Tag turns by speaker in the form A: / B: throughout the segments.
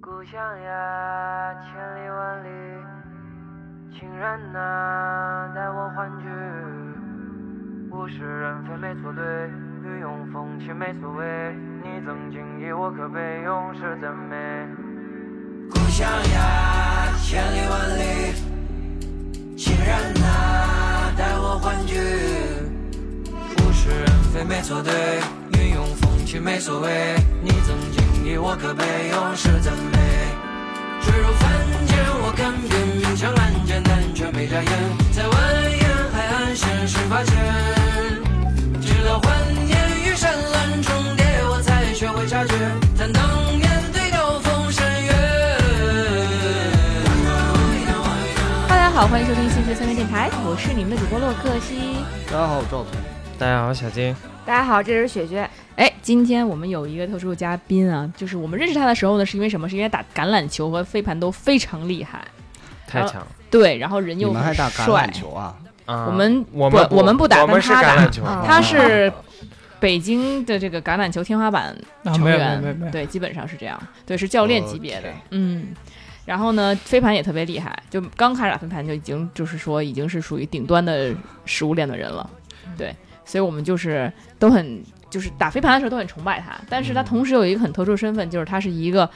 A: 故乡呀，千里万里，情人呐，带我欢聚。物是人非没错对，雨涌风起没所谓。你曾经以我可悲，永世赞美。故乡呀，千里万里，情人呐，带我欢聚。物是人非没错对，云涌风起没所谓。你曾经以我可悲，永世赞美。坠入凡间，我看遍明枪暗箭，但却没眨眼。在蜿蜒海岸线时发现，直到幻念与山峦重叠，我才学会察觉，坦荡面对高峰深渊。
B: 大家好，欢迎收听新学三元电台，我是你们的主播洛克西。
C: 大家好，我赵总。
D: 大家好，小金。
E: 大家好，这是雪雪。
B: 哎，今天我们有一个特殊的嘉宾啊，就是我们认识他的时候呢，是因为什么？是因为打橄榄球和飞盘都非常厉害，
D: 太强了
B: 对，然后人
C: 你
B: 又
C: 们还
B: 很
C: 打橄
B: 帅
C: 榄。球啊？
D: 啊！
B: 我们
D: 我
B: 不
D: 们
B: 我们不打
D: 我们
B: 但
D: 是
B: 他
D: 橄
B: 打
D: 榄球，
E: 啊
F: 哦
B: 他是北京的这个橄榄球天花板
F: 啊，
B: 成
F: 没有没有
B: 员，
F: 没有没有，哦
B: 对，基本上是这样，对，是教练级别的
C: OK
B: 嗯。然后呢，飞盘也特别厉害，就刚开始打飞盘就已经就是说已经是属于顶端的食物链的人了，
F: 嗯
B: 对，所以我们就是都很就是打飞盘的时候都很崇拜他，但
F: 嗯
B: 是他同时有一个很特殊的身份，就是他是一个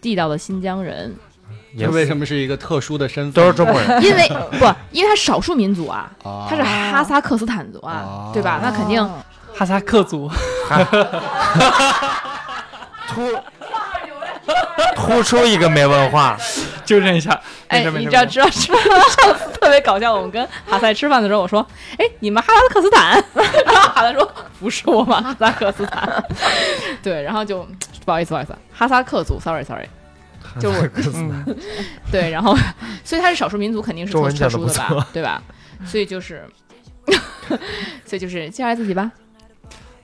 B: 地道的新疆人，
D: 也
C: 这为什么是一个特殊的身份？
D: 都是中国人？
B: 因为不，因为他是少数民族啊，
C: 啊，
B: 他是哈萨克斯坦族啊
C: 哦，
B: 对吧？那肯定
F: 哈萨克族，
D: 突突出一个没文化，
F: 纠正一下。
B: 哎
F: 没事，没
B: 你
F: 事
B: 知道
F: 没事
B: 知道知道， 上次特别搞笑。我们跟哈赛吃饭的时候，我说：“哎，你们哈萨克斯坦？” 然后哈萨说：“不是我们哈萨克斯坦。” 对，然后就不好意思，不好意思，哈萨克族，sorry sorry，就是我
D: 嗯
B: 对，然后所以他是少数民族，肯定是
D: 中
B: 特
D: 文
B: 特
D: 讲得
B: 殊
D: 不
B: 的
D: 错
B: 吧，对吧？所以就是， 所以就是介绍一下自己吧。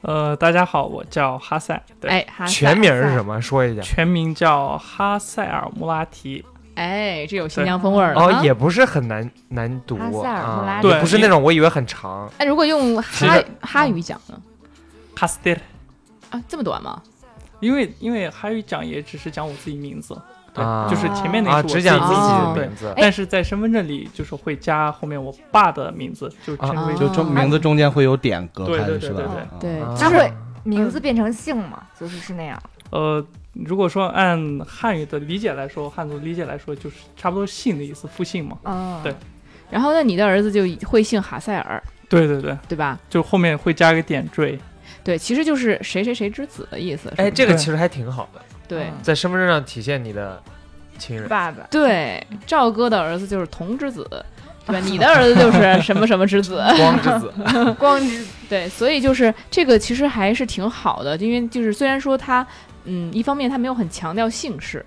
F: 呃，大家好，我叫哈赛，对，
B: 哎，哈赛
D: 全名是什么？说一下。
F: 全名叫哈塞尔穆拉提。
B: 哎，这有新疆风味儿了
D: 哦
B: 啊，。
D: 也不是很难难读
E: 哈塞尔穆
D: 啊
E: 拉，
F: 对
D: 也不是那种我以为很长，
B: 哎，如果用
D: 其
B: 哈
D: 实
B: 哈语讲呢？
F: 哈斯蒂尔，
B: 啊，这么短吗？
F: 因为因为哈语讲也只是讲我自己名字，对，
D: 啊
F: 就是前面那
D: 啊，
F: 个是我
D: 只讲
F: 自
D: 自
F: 己
D: 己
F: 名
D: 的
B: 哦
F: 字，对。
D: 名字。
F: 但是在身份证里就是会加后面我爸的名字，就是称为
C: 就中名字中间会有点隔开
F: 对对
C: 的
F: 对
C: 是吧
F: 对对？
C: 啊
B: 哦对，哎
D: 啊
E: 那会名字变成姓嘛，就是是那样。
F: 呃，如果说按汉语的理解来说，汉族理解来说就是差不多姓的意思，复姓嘛。
E: 嗯，
F: 对
B: 然后那你的儿子就会姓哈塞尔，
F: 对对对，
B: 对吧？
F: 就后面会加个点缀。
B: 对，其实就是谁谁谁之子的意思。是
D: 哎，
B: 吧
D: 这个其实还挺好的，
B: 对
E: 嗯
D: 在身份证上体现你的亲人。
E: 爸爸。
B: 对，赵哥的儿子就是童之子，对吧？你的儿子就是什么什么之子，
D: 光之子，
E: 光之
B: 对，所以就是这个其实还是挺好的，因为就是虽然说他，嗯，一方面他没有很强调姓氏，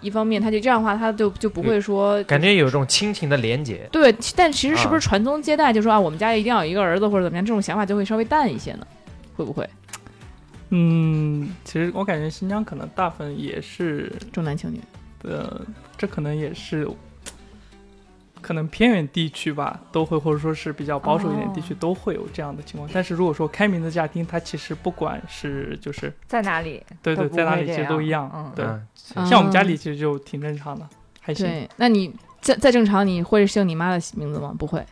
B: 一方面他就这样的话，他就就不会说
D: 嗯感觉有一种亲情的连结。
B: 对，其但其实是不
D: 啊
B: 是传宗接代，就说啊，我们家一定要有一个儿子或者怎么样，这种想法就会稍微淡一些呢？会不会
F: 嗯，其实我感觉新疆可能大部分也是，
B: 重男轻女？
F: 呃，这可能也是，可能偏远地区吧，都会或者说是比较保守一点地区、都会有这样的情况。但是如果说开明的家庭，它其实不管是就是
E: 在哪里？
F: 对
E: 都
F: 对，
E: 不
F: 在哪
E: 会
F: 里其
E: 这
F: 实都一样。
E: 样嗯
F: 对、
D: 嗯
F: 像我们家里其实就挺正常的，还行
B: 对，那你再再正常，你会姓你妈的名字吗？不会，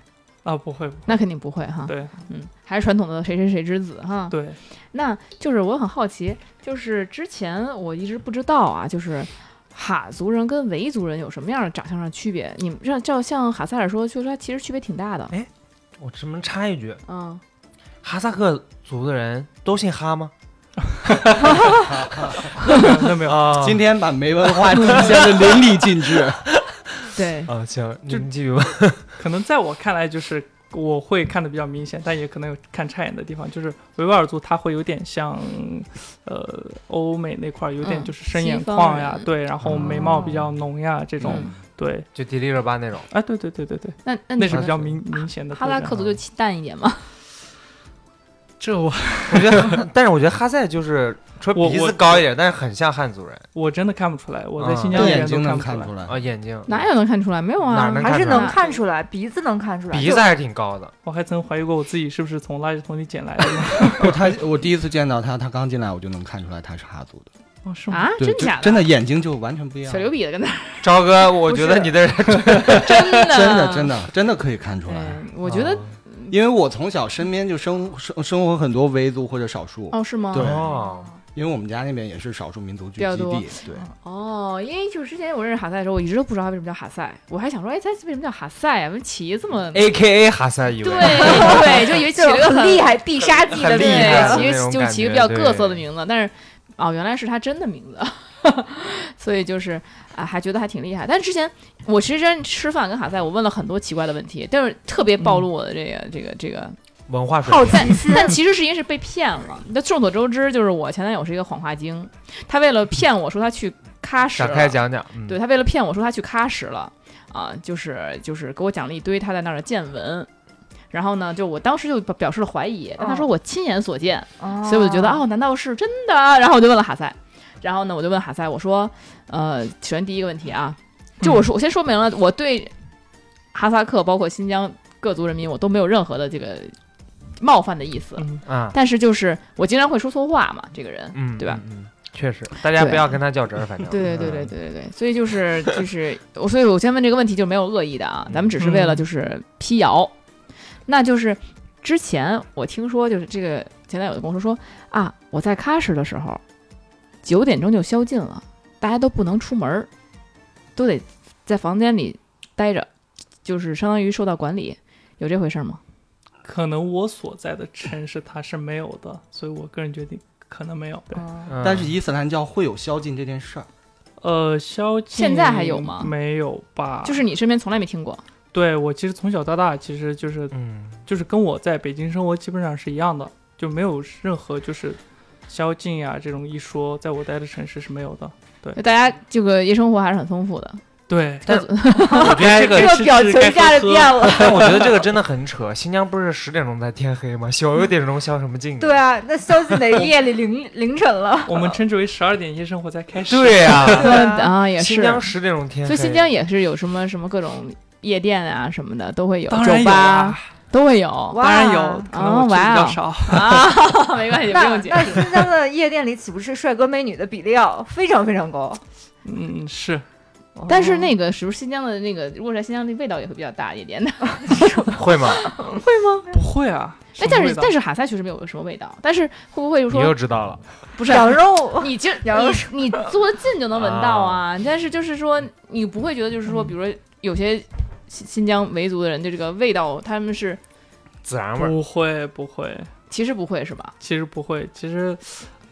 F: 啊，不会，不会
B: 那肯定不会哈。
F: 对
B: 嗯，还是传统的谁谁谁之子哈。
F: 对，
B: 那就是我很好奇，就是之前我一直不知道啊，就是哈族人跟维族人有什么样的长相上的区别？你们像照像哈塞尔说，就说他其实区别挺大的。
D: 我这么插一句，
B: 嗯，
D: 哈萨克族的人都姓哈吗？
F: 那没有。
D: 啊
C: 今天把没文化体现的淋漓尽致。
B: 对，
D: 啊，行，你
F: 就
D: 们继续吧。
F: 可能在我看来，就是我会看的比较明显，但也可能有看差眼的地方。就是维吾尔族，它会有点像，呃，欧美那块儿有点
B: 嗯
F: 就是深眼
B: 西方
F: 眶呀，
B: 人
F: 对，然后眉毛比较浓呀，这种，
B: 嗯
F: 对，
D: 就迪丽热巴那种，
F: 啊，对对对对对，
B: 那那你
F: 那是
B: 觉
F: 比
B: 得
F: 较明明显的特
B: 哈
F: 征。
B: 拉克族就清淡一点嘛？
F: 这我
D: 我觉得， 但是我觉得哈赛就是除了
F: 我
D: 鼻
F: 我
D: 子高一点，但是很像汉族人
F: 我真的看不出来，我在
D: 啊
F: 新疆
C: 用
F: 的
C: 眼
F: 人
C: 睛
F: 都
C: 能看
F: 看不出
C: 出
F: 来。
C: 来
D: 啊，眼睛
B: 哪有能看出来？没有
D: 哪
B: 啊，
D: 能看
E: 还是
D: 出来
E: 能看出来，鼻子能看出来。
D: 鼻子还是挺高的，
F: 我还曾怀疑过我自己是不是从垃圾桶里捡来的呢。
C: 不，他我第一次见到他，他刚进来我就能看出来他是哈族的。
F: 哦，是吗？
B: 啊，
C: 对
B: 真
C: 就
B: 假的？
C: 真的眼睛就完全不一样
B: 小，牛比的跟那
D: 朝哥，我觉得你的
B: 真的
C: 真的真
B: 的。
C: 的真的可以看出来。
B: 嗯我觉得
C: 因为我从小身边就生生生活很多维族或者少数，
B: 哦，是吗？
C: 啊对
D: 哦，
C: 因为我们家那边也是少数民族聚
B: 比较
C: 集
B: 多
C: 地，对，
B: 哦，因为就是之前我认识哈赛的时候，我一直都不知道他为什么叫哈赛，我还想说，哎，他为什么叫哈赛啊？为什么起这么
D: A K A 哈萨以
B: 对
D: 为，
B: 对，就以为起了
E: 就
B: 个
E: 很厉害必杀技的
D: 很
B: 对，
D: 厉害
E: 那
B: 起
E: 种。
B: 一
D: 那
B: 个
D: 种
B: 就
D: 感
B: 起一个
D: 觉
B: 比较各色的
D: 对
B: 名字，但是哦，原来是他真的名字， 所以就是啊，还觉得还挺厉害。但是之前我其实真吃饭跟哈赛，我问了很多奇怪的问题，但是特别
E: 嗯
B: 暴露我的这个、这个这个，
D: 文化水
E: 好
D: 平，
E: 奇心，
B: 但其实是因为是被骗了。那众所周知，就是我前男友是一个谎话精，他为了骗我说他去喀什
D: 展开
B: 了，
D: 讲讲，嗯
B: 对，他为了骗我说他去喀什了，啊，就是就是给我讲了一堆他在那儿的见闻，然后呢，就我当时就表表示了怀疑，但他说我亲眼所见，所以我就觉得
F: 啊
B: 哦，难道是真的？ 然后我就问了哈塞，然后呢，我就问哈塞，我说，呃，首先第一个问题啊，就我说我先说明了，我对哈萨克包括新疆各族人民，我都没有任何的这个冒犯的意思，
F: 嗯，
D: 啊，
B: 但是就是我经常会说错话嘛，这个人，
D: 嗯，
B: 对吧
D: 嗯？嗯确实，大家
B: 对
D: 不要跟他较真儿，反正
B: 对对对对，对对对，所以就是 就是我，所以我先问这个问题就是没有恶意的啊，咱们只是为了就是辟谣。那就是之前我听说就是这个前男友就跟我说说啊，我在喀什的时候九点钟就宵禁了，大家都不能出门儿，都得在房间里待着，就是相当于受到管理，有这回事儿吗？
F: 可能我所在的城市它是没有的，所以我个人决定可能没有。对，
E: 哦
D: 嗯
C: 但是伊斯兰教会有宵禁这件事儿，
F: 呃，宵禁
B: 现在还有吗
F: 没有吧？
B: 就是你身边从来没听过，
F: 对我其实从小到大，其实就是
D: 嗯，
F: 就是跟我在北京生活基本上是一样的，就没有任何就是宵禁啊这种一说，在我待的城市是没有的。
B: 就大家这个夜生活还是很丰富的。
F: 对，
D: 但我觉得这
E: 这
D: 个，
E: 个表情一下就变了。
D: 但我觉得这个真的很扯。新疆不是十点钟才天黑吗？九点钟宵什么禁？
E: 对啊，那消息得夜里 凌凌晨了。
F: 我们称之为十二点夜生活才开始。
D: 对呀，
E: 对啊，
B: 啊，也是
D: 新疆十点钟天
B: 所
D: 黑，
B: 以新疆也是有什么什么各种夜店啊什么的都会有，
F: 当然
B: 酒
F: 有啊
B: 吧，都会有
E: 哇
F: 当然有，可能我去的比
B: 哇哦
F: 较少。
B: 啊，没 关系，不
E: 那
B: 用解
E: 那
B: 释。
E: 新疆的夜店里岂不是帅哥美女的比例要非常非常高？
F: 嗯，是
D: 哦
B: 但是那个是不是新疆的那个，如果在新疆的味道也会比较大一点 的？
D: 会吗？
F: 不会啊。
B: 哎，但
F: 什么味
B: 是
F: 道
B: 但是哈萨确实没有什么味道，但是会不会就
D: 你又
B: 说
D: 知道了，
B: 不
F: 啊
B: 是？
E: 羊肉
B: 你就
E: 羊肉
B: 你你坐得近就能闻到啊， 但是就是说你不会觉得就是说，比如说有些新新疆维族的人对这个味道他们是
D: 孜然味儿。
F: 不会不会，
B: 其实不会是吧？
F: 其实不会，其实，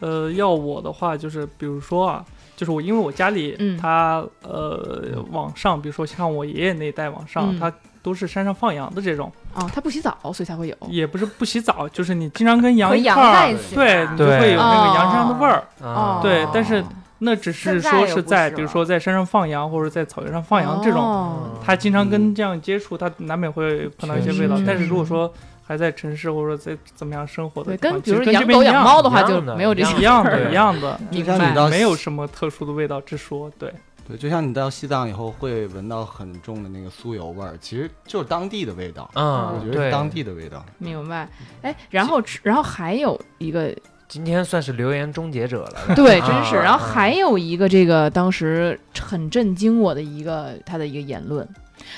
F: 呃，要我的话，就是比如说啊，就是我因为我家里
B: 嗯
F: 他、呃往上，比如说像我爷爷那一代往上，
B: 嗯
F: 他都是山上放羊的这种，
B: 哦，他不洗澡，所以才会有。
F: 也不是不洗澡，就是你经常跟羊
E: 和
F: 一
E: 羊
F: 块
E: 在
F: 儿，
E: 一起啊吧，
F: 对，你就
D: 对
F: 会有那个羊身上的味儿。
B: 哦
D: 啊，
F: 对但是那只
E: 现
F: 是
E: 在
F: 说
E: 又
F: 是
E: 不
F: 在
E: 是
F: 比如
E: 了
F: 说在山上放羊或者在草原上放羊这种，
B: 哦
F: 他经常跟这样接触，他难免会碰到一些味道
B: 确实。
F: 但是如
E: 嗯
F: 果说还在城市或者在怎么样生活
B: 对，
F: 的地方，
B: 跟比如
F: 其
B: 说
F: 实
B: 养
F: 这边
B: 狗
F: 一
B: 养
F: 样
B: 猫的话
D: 一
B: 就
D: 样的
B: 没有这
D: 一
B: 些
D: 样
F: 一
B: 味儿
F: 样的，一样的，
C: 就
B: 明
C: 像你
B: 白。
C: 到
F: 没有什么特殊的味道之说。对，
C: 对，就像你到西藏以后会闻到很重的那个酥油味儿，其实就是当地的味道，
D: 嗯，
C: 我觉得
D: 对
C: 是当地的味道。
B: 明白，哎，然后然后还有一个，
D: 今天算是留言终结者 了。
B: 对，
D: 啊
B: 真是，然后
D: 啊
B: 还有一个这个当时很震惊我的一个他的一个言论，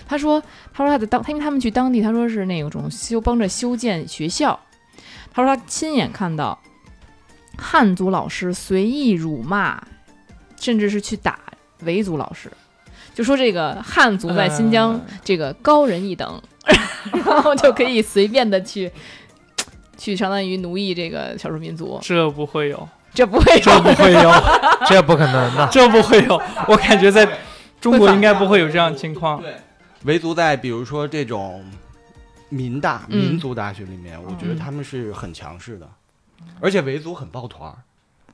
B: 他说他说他在当，他因为他们去当地，他说是那种修帮着修建学校，他说他亲眼看到汉族老师随意辱骂，甚至是去打维族老师，就说这个汉族在新疆
D: 嗯
F: 呃
B: 这个高人一等， 然后就可以随便的去去相当于奴役这个少数民族，
F: 这不会有，
B: 这不会
F: 这不会有，
D: 这不可能的。
F: 这不会有，我感觉在中国应该不会有这样的情况。
C: 对，维族在比如说这种民大、
B: 嗯
C: 民族大学里面，我觉
F: 嗯
C: 得他们是很强势的，而且维族很抱团儿，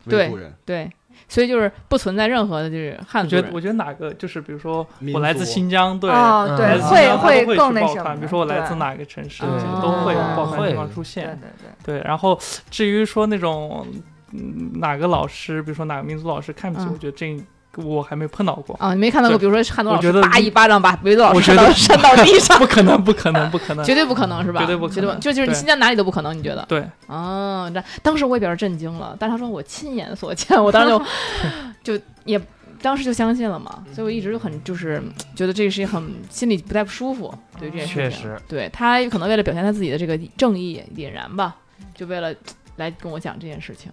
C: 维族人
B: 对，所以就是不存在任何的就是汉
F: 我
B: 族
F: 觉得，
B: 人
F: 我觉得哪个就是，比如说
C: 民
F: 我来
C: 族
F: 自新疆，对，
E: 哦，对，
D: 嗯
F: 他
E: 会
F: 们会
E: 更那
F: 去
E: 什
F: 抱
E: 么
F: 团
E: 的。
F: 比如说我来
E: 对
F: 自哪个城市，
D: 对
F: 其实都会有
E: 对
F: 抱团
D: 会
F: 地方出现。
E: 对对
F: 对，然后至于说那种嗯哪个老师，比如说哪个民族老师看不起，
B: 嗯
F: 我觉得这我还没碰到过。
B: 啊，你没看到过，
F: 对
B: 比如说汉东老
F: 我
B: 师
F: 觉得
B: 叭一巴掌把维多老
F: 我
B: 师
F: 觉
B: 扇到
F: 得
B: 扇到地上，
F: 不可能，不可能，不 可 能
B: 绝！对不可能是吧？
F: 绝对不可能
B: 就就是你
F: 对
B: 新疆哪里都不可能，你觉得？
F: 对，
B: 哦，那当时我也表示震惊了，但是他说我亲眼所见，我当时 就就也当时就相信了嘛，
F: 嗯
B: 所以我一直就很就是觉得这个事情很心里不太舒服，对于这件事情，
D: 确实，
B: 对他可能为了表现他自己的这个正义凛然吧，就为了来跟我讲这件事情。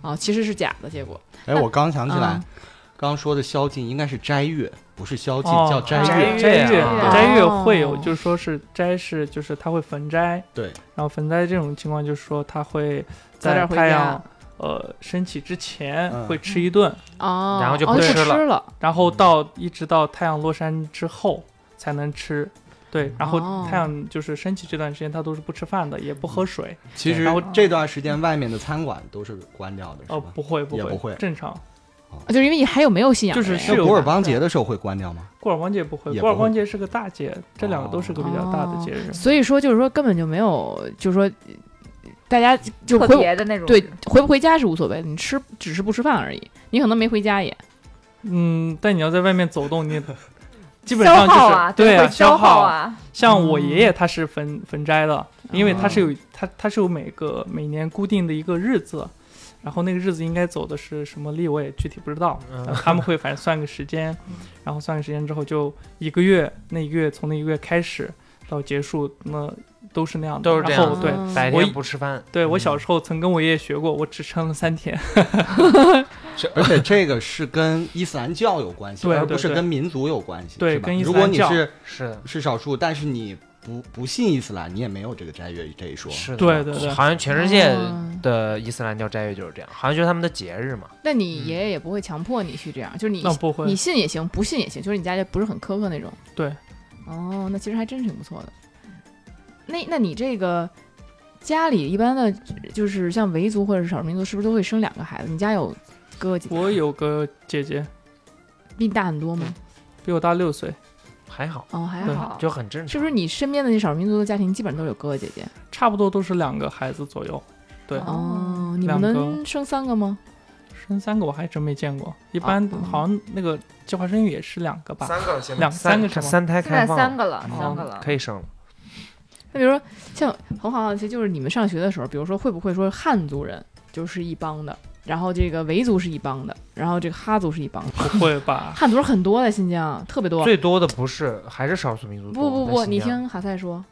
B: 啊，其实是假的结果。
C: 哎，我刚想起来
B: 嗯，
C: 刚刚说的宵禁应该是斋月，不是宵禁，
F: 哦
C: 叫斋
D: 斋
C: 月。
D: 月
F: 斋月
D: 啊
F: 斋月会有，
B: 哦
F: 就是说是斋是就是它会焚斋，
C: 对，
F: 然后焚斋这种情况就是说它会
B: 早点
F: 在
B: 回
F: 太
B: 家
F: 阳呃升起之前
C: 嗯
F: 会吃一顿，
B: 哦，
D: 然后就
B: 哦
D: 不
B: 不
D: 吃了
B: 了。
F: 然后到一直到太阳落山之后才能吃。
C: 嗯
F: 对，然
B: 哦
F: 后太阳就是升起这段时间，它都是不吃饭的，也不
C: 嗯
F: 喝水。
C: 其实
F: 然后
C: 这段时间外面的餐馆都是关掉的，是
F: 哦，
C: 吧？
F: 不会，不
C: 也
F: 会，
C: 不会
F: 正常。
B: 就是因为你还有没有信仰的人呀？
F: 就是
C: 那
F: 是有
C: 古尔邦节的时候会关掉吗？
F: 过尔光节不会，
C: 也
F: 过尔
C: 不会
F: 光节是个大节，这两个都是个比较大的
B: 哦
F: 节日。
B: 所以说就是说根本就没有，就是说大家就
E: 特
B: 回
E: 别的那种。
B: 对，回不回家是无所谓的，你吃只是不吃饭而已，你可能没回家也。
F: 嗯，但你要在外面走动， 你基本
E: 消
F: 上就
E: 耗
F: 是
E: 啊，
F: 对
E: 会
F: 啊，
E: 消
F: 耗
E: 耗。啊，
F: 像我爷爷他是坟坟斋的，因为他是
D: 哦
F: 有他他是有每个每年固定的一个日子，然后那个日子应该走的是什么历我也具体不知道，
D: 嗯
F: 然后他们会反正算个 时间，然后算个时间之后就一个月，那一个月从那一个月开始到结束，那都是那样的，
D: 都是这样
F: 然
D: 的嗯
F: 后对。
B: 嗯
D: 白
F: 我
D: 天
F: 一
D: 不吃饭。
F: 对，我小时候曾跟我爷爷学过，我只撑了三天。
C: 而且这个是跟伊斯兰教有关系，
F: 对
C: 而不是
F: 对对
C: 跟民族有关系，
F: 对
C: 是吧
F: 跟伊斯
C: 如果
F: 兰
C: 你
F: 教
C: 是
D: 是的，
C: 是少数，但是你不不信伊斯兰，你也没有这个斋月这一说。
D: 是的，
F: 对对对
D: 好像全世界
B: 哦
D: 的伊斯兰教斋月就是这样，好像就是他们的节日嘛。
B: 那你爷爷也不会强迫你去这样，就是你
F: 那不会
B: 你信也行，不信也行，就是你家就不是很苛刻那种。
F: 对。
B: 哦，那其实还真是挺不错的。那那你这个家里一般的，就是像维族或者是少数民族，是不是都会生两个孩子？你家有哥哥姐姐？
F: 我有个姐姐，
B: 比你大很多吗？
F: 比我大六岁，
D: 还好，
B: 哦，还
F: 对
B: 好。
D: 就很正常。
B: 是不是你身边的那少数民族的家庭基本上都有哥哥姐姐？
F: 差不多都是两个孩子左右。对，
B: 哦，你们
F: 两个
B: 能生三个吗？
F: 生三个我还真没见过，一般
B: 哦
F: 好像那个计划生育也是两个吧。
D: 三个现
F: 在两三
D: 三
F: 个是吗
D: 三胎
E: 现
D: 开
E: 在
D: 放，
E: 三个了，
F: 哦
E: 三个了。
D: 可以生了。
B: 那比如说像很好奇，就是你们上学的时候，比如说会不会说汉族人就是一帮的，然后这个维族是一帮的，然后这个哈族是一帮的，
F: 不会吧？
B: 汉族人很多在新疆，特别多。
D: 最多的不是还是少数民族多？
B: 不不
D: 在
B: 不，
D: 新
B: 你
D: 疆，
B: 听哈赛说，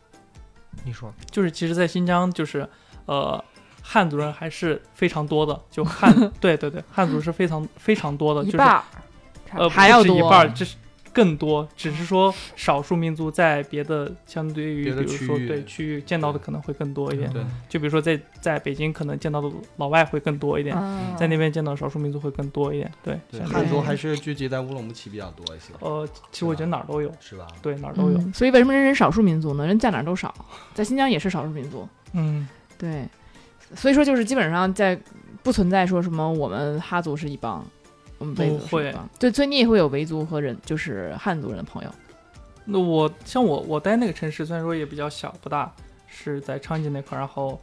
D: 你说
F: 就是其实，在新疆就是呃，汉族人还是非常多的，就汉对对对，汉族是非常非常多的，
E: 一
F: 就是
E: 半儿，
F: 呃
B: 还要
F: 不止一
B: 多
F: 半儿，这是更多，只是说少数民族在别的相对于
C: 别的
F: 比如说
C: 区域
F: 对区域见到的可能会更多一点，
C: 对，
F: 就比如说在在北京可能见到的老外会更多一点，
E: 嗯
F: 在那边见到少数民族会更多一点，对
C: 对，
F: 相
C: 汉
F: 于
C: 族还是聚集在乌鲁木齐比较多一些，
F: 呃，其实我觉得哪儿都有，
C: 是吧？
F: 对哪儿都有，
B: 嗯，所以为什么人人少数民族呢？人在哪儿都少，在新疆也是少数民族。
F: 嗯
B: 对，所以说就是基本上在不存在说什么我们哈族是一帮，我们维族
F: 不
B: 是
F: 会
B: 一帮。对，所以你也会有维族和人就是汉族人的朋友。
F: 那我像我我待那个城市，虽然说也比较小不大，是在昌吉那块儿，然后，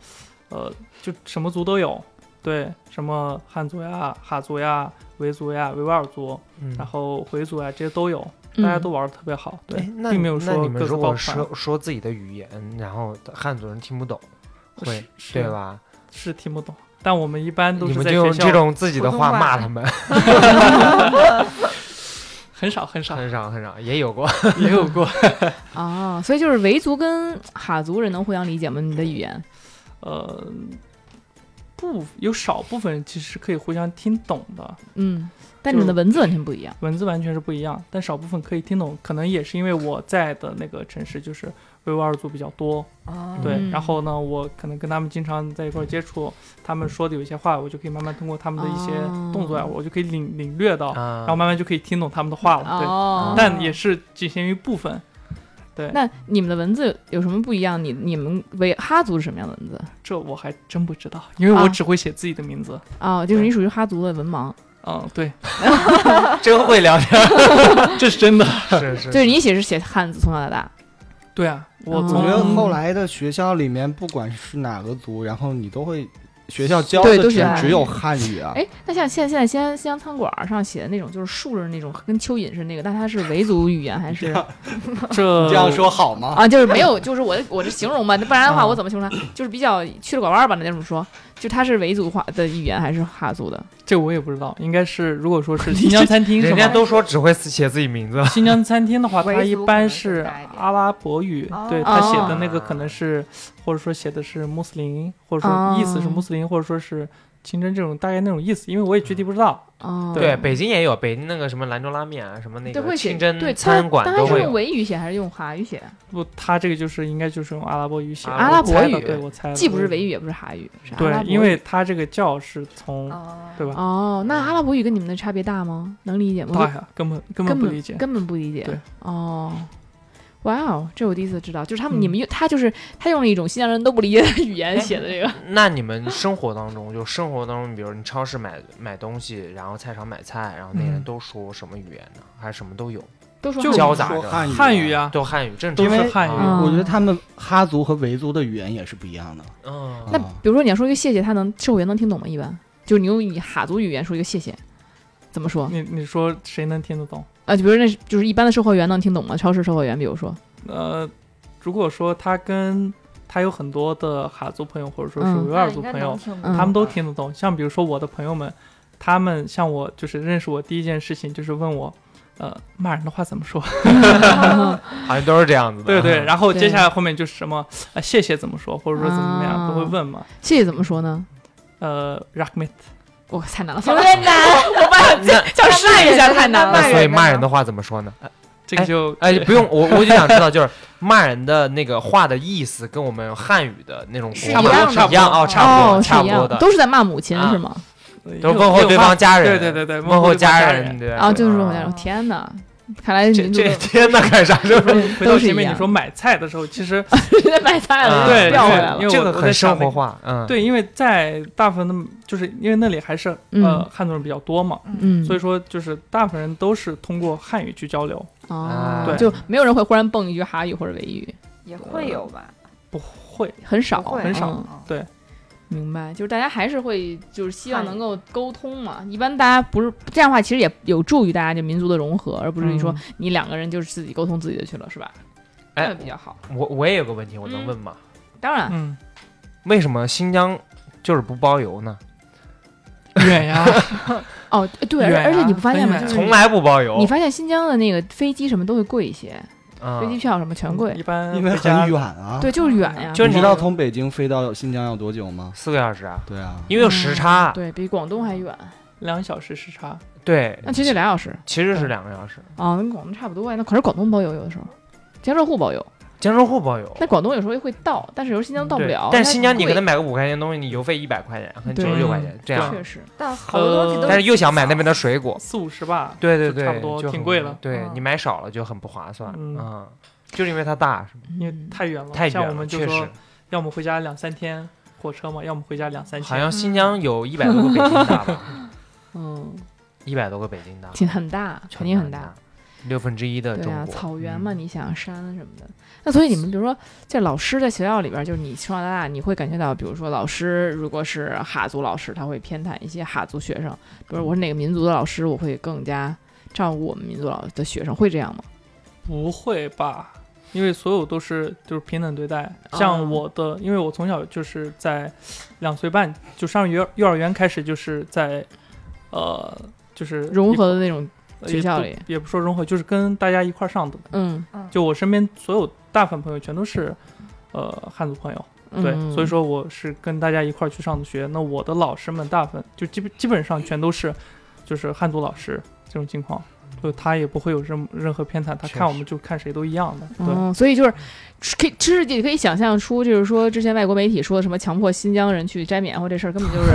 F: 呃，就什么族都有，对，什么汉族呀、哈族呀、维族呀、维吾尔族，
D: 嗯
F: 然后回族呀，这些都有，
B: 嗯
F: 大家都玩的特别好，
D: 哎
F: 对，
D: 那
F: 并没有
D: 那
F: 说
D: 你们
F: 各自
D: 如
F: 抱
D: 果
F: 团，
D: 说说自己的语言，然后汉族人听不懂，会
F: 是
D: 对？吧？
F: 是是听不懂，但我们一般都
D: 你
F: 是
D: 们
F: 在
D: 就
F: 学
D: 用这
F: 校，
D: 种自己的
E: 普通
D: 话
E: 话
D: 骂他们，
F: 很少很少
D: 很少很少，也有过。
F: 也有过，
B: 嗯 啊，所以就是维族跟哈族人能互相理解吗？你的语言？
F: 呃，不有少部分人其实可以互相听懂的，
B: 嗯，但你们的文字完全不一样。
F: 文字完全是不一样，但少部分可以听懂，可能也是因为我在的那个城市就是维吾尔族比较多，
E: 哦
F: 对，
B: 嗯
F: 然后呢，我可能跟他们经常在一块儿接触，他们说的有一些话，我就可以慢慢通过他们的一些
B: 哦
F: 动作呀、啊我就可以领领略到，
D: 啊
F: 然后慢慢就可以听懂他们的话了，对，
B: 哦，
F: 但也是仅限于部分，
B: 那你们的文字有什么不一样？你你们维哈族是什么样的文字？
F: 这我还真不知道，因为我
B: 啊
F: 只会写自己的名字，
B: 哦，就是你属于哈族的文盲，
F: 嗯， 对，
D: 真会聊天，
F: 这是真的，
D: 是是，
B: 就是你写是写汉字，从小到大。
F: 对啊，我
B: 哦
C: 我觉得
F: 从
C: 后来的学校里面，不管是哪个族，然后你都会学校教
B: 对
C: 的
B: 都是
C: 只
B: 汉语
C: 只有汉语啊。
B: 哎，那像现现在西安西洋餐馆儿上写的那种，就是竖着那种跟蚯蚓似的那个，那它是维族语言还 是
F: 这
C: 这样说好
F: 呃
C: 吗？
B: 啊？就是没有，就是我的我是形容吧，那不然的话
F: 啊
B: 我怎么形容它？就是比较去了拐弯儿吧，那种说，就它是维族话的语言还是哈族的？
F: 这我也不知道，应该是如果说是新疆餐厅是
D: 人家
F: 吗？
D: 都说只会写自己名字，
F: 新疆餐厅的话，它
E: 维
F: 一
E: 族可
F: 般
E: 能
F: 是
E: 更大一点
F: 阿拉伯语
E: 哦，
F: 对他写的
B: 哦
F: 那个可能是，或者说写的是穆斯林，或者
B: 哦
F: 说意思是穆斯林，或者说是清真这种大概那种意思，因为我也具体不知道。
B: 哦，
D: 对，北京也有，北京那个什么兰州拉面啊，什么那
B: 对
D: 个
B: 会写
D: 清真
B: 对它
D: 餐馆
B: 但
D: 都
B: 它是
D: 会
B: 用
D: 有。
B: 维语写还是用哈语写？
F: 不，他这个就是应该就是用阿拉伯语写的，
D: 阿
B: 拉
F: 我猜
B: 伯
F: 的
B: 语
F: 对我猜的，
B: 既不是维语，也不是哈语，是阿拉
F: 对，
B: 伯
F: 因
B: 语
F: 为他这个教是从
E: 哦
F: 对吧？
B: 哦，那
D: 嗯
B: 阿拉伯语跟你们的差别大吗？能理解吗？
F: 大呀，根本根
B: 根
F: 本不理解。
B: 根本不理解。
F: 对，
B: 哦，哇哦，这我第一次知道，就是他们、
F: 嗯
B: 你们用他就是他用了一种新疆人都不理解的语言写的这 个。
D: 那你们生活当中，就生活当中，比如你超市买买东西，然后菜场买菜，然后那人
F: 嗯
D: 都说什么语言呢？还是什么都有？
B: 都说
F: 就
B: 汉语
D: 交杂
C: 说
D: 着
C: 汉语啊，
F: 汉语啊，
D: 都汉语，这
F: 都是
C: 因为
F: 汉语。
B: 啊
C: 我觉得他们哈族和维族的语言也是不一样的。
D: 嗯，
B: 那
C: 啊
B: 比如说你要说一个谢谢，他能售货员能听懂吗？一般就是你用以哈族语言说一个谢谢，怎么说？
F: 你你说谁能听得懂？
B: 啊，就比如那就是一般的售货员能听懂吗？超市售货员，比如说，
F: 呃，如果说他跟他有很多的哈族朋友，或者说是
B: 嗯
F: 维吾
E: 那
F: 尔
E: 啊应
F: 族
E: 该
F: 朋
E: 能
F: 友，
E: 听
B: 嗯
E: 懂。
F: 他们都听得懂。像比如说我的朋友们，他们像我就是认识我第一件事情就是问我，呃，骂人的话怎么说？
D: 嗯好像都是这样子的。啊
F: 对对，然后接
B: 对
F: 下来后面就是什么呃谢谢怎么说，或者说怎么怎么样
B: 啊
F: 都会问
D: 嗯
F: 嘛。
B: 谢谢怎么说呢？
F: 呃 r a k m e t
B: 我太难了，
E: 有点难，
D: 那
B: 想试一下太难
E: 骂
B: 了。
D: 那所以
E: 人的
D: 骂
E: 呢
D: 人的话怎么说呢？
F: 这个就
D: 哎，不用，我我就想知道，就是骂人的那个话的意思，跟我们汉语的那种
E: 是
D: 国
B: 一
D: 骂
B: 样
D: 是
F: 的
D: 一样哦，差不
B: 哦，
D: 多，
B: 是
D: 差
B: 一
D: 不
B: 样
D: 多的，
B: 都是在骂母亲
D: 啊
B: 是吗？
F: 呃
D: 都是问候对方家人，
F: 对对对对，
D: 问
F: 候
D: 候家
F: 人
D: 人，。对
B: 啊，就是说
D: 说
B: 我家人，天哪，看来
D: 这
B: 你
D: 这天呐，干啥？这
B: 都
F: 回
B: 都
F: 到
B: 是
F: 前
B: 一
F: 面
B: 样
F: 你说买菜的时候，其实
B: 直接买菜了，
D: 啊
B: 就
F: 对
B: 调回来了
F: 因为。我
D: 这个
F: 我在
D: 很
F: 想
D: 生活
F: 那个
D: 化，嗯，
F: 对，因为在大部分的，就是因为那里还是呃
B: 嗯
F: 汉族人比较多嘛，
B: 嗯，
F: 所以说就是大部分人都是通过汉语去交流，
B: 哦，
D: 对
B: 就没有人会忽然蹦一句哈语或者维语，
E: 也会有吧？
F: 不会
B: 很少，
E: 不会
F: 很少
B: 嗯
F: 对，
B: 明白，就是大家还是会，就是希望
E: 汉
B: 能
E: 语
B: 够沟通嘛。嗯一般大家不是这样的话，其实也有助于大家就民族的融合，而不是你说
F: 嗯
B: 你两个人就是自己沟通自己的去了，是吧？这
D: 哎
B: 样比较好。
D: 我我也有个问题，我
B: 嗯
D: 能问吗？
B: 当然，
F: 嗯，
D: 为什么新疆就是不包邮呢？
F: 远呀，
B: 哦，对，而
F: 远啊
B: 而且你不发现吗？
F: 很
B: 就是
F: 远
D: 从来不包邮，
B: 嗯你发现新疆的那个飞机什么都会贵一些，
D: 嗯
B: 飞机票什么全贵
F: 一，般
C: 因为
F: 回
C: 很
F: 家，
C: 远啊。
B: 对，就是远呀。
D: 就是
C: 你
D: 你
C: 知道从北京飞到新疆要多久吗？
D: 四个小时啊，
C: 对啊，
D: 因为有时差，
B: 对比广东还远，
F: 两小时时差，
D: 对，
B: 那其实就俩小时
D: 其实是两个小时。
B: 啊，跟广东差不多呀。那可是广东包邮，有的时候，江浙沪包邮。
D: 江浙沪包邮，
B: 那广东有时候会到，但是有时候新疆到不
D: 对
B: 了。
D: 但新疆你
B: 可
D: 给他
B: 能
D: 买个五块钱的东西，你邮费一百块钱，和
B: 对
D: 九十九块钱这样。
B: 确实，
E: 但好多东西
F: 呃
E: 都
D: 但是又想买那边的水果，
F: 四五十吧，
D: 对对
F: 就
D: 对，
F: 差不多
D: 就很
F: 挺贵了
D: 对
E: 嗯
D: 你买少了就很不划算，
F: 嗯
D: 嗯，就是因为它大，是吗
B: 嗯
F: 因为太远了，
D: 太
F: 像
D: 远
F: 我
D: 了，
F: 们就
D: 确
F: 说
D: 实。
F: 要么回家两三天火车嘛，要么回家两三
D: 好
F: 天，
D: 像新疆有一百多个北京大吧，
B: 嗯，
D: 一百多个北京大，
B: 挺很大，
D: 全
B: 肯定
D: 部
B: 很
D: 很
B: 大。，
D: 六分之一的
B: 对
D: 中
B: 啊，
D: 国
B: 草原嘛，
D: 嗯
B: 你想山什么的。那所以你们比如说，这老师在学校里边，就是你从小到大，你会感觉到，比如说老师如果是哈族老师，他会偏袒一些哈族学生；比如我是哪个民族的老师，我会更加照顾我们民族老的学生，会这样吗？
F: 不会吧？因为所有都是就是平等对待，
B: 哦
F: 像我的，因为我从小就是在两岁半就上幼幼儿园开始，就是在呃就是
B: 融
F: 一块
B: 合的那种，
F: 呃
B: 学校
F: 也不
B: 里
F: 也不说融合，就是跟大家一块儿上的。
B: 嗯，
F: 就我身边所有大部分朋友全都是呃汉族朋友，对，
B: 嗯
F: 所以说我是跟大家一块儿去上的学。那我的老师们大部分就基本基本上全都是就是汉族老师这种情况，就他也不会有任任何偏袒，他
D: 确实
F: 看我们就看谁都一样的，对。
B: 嗯，所以就是可以，其实也可以想象出，就是说之前外国媒体说的什么强迫新疆人去摘棉花这事儿，根本 就是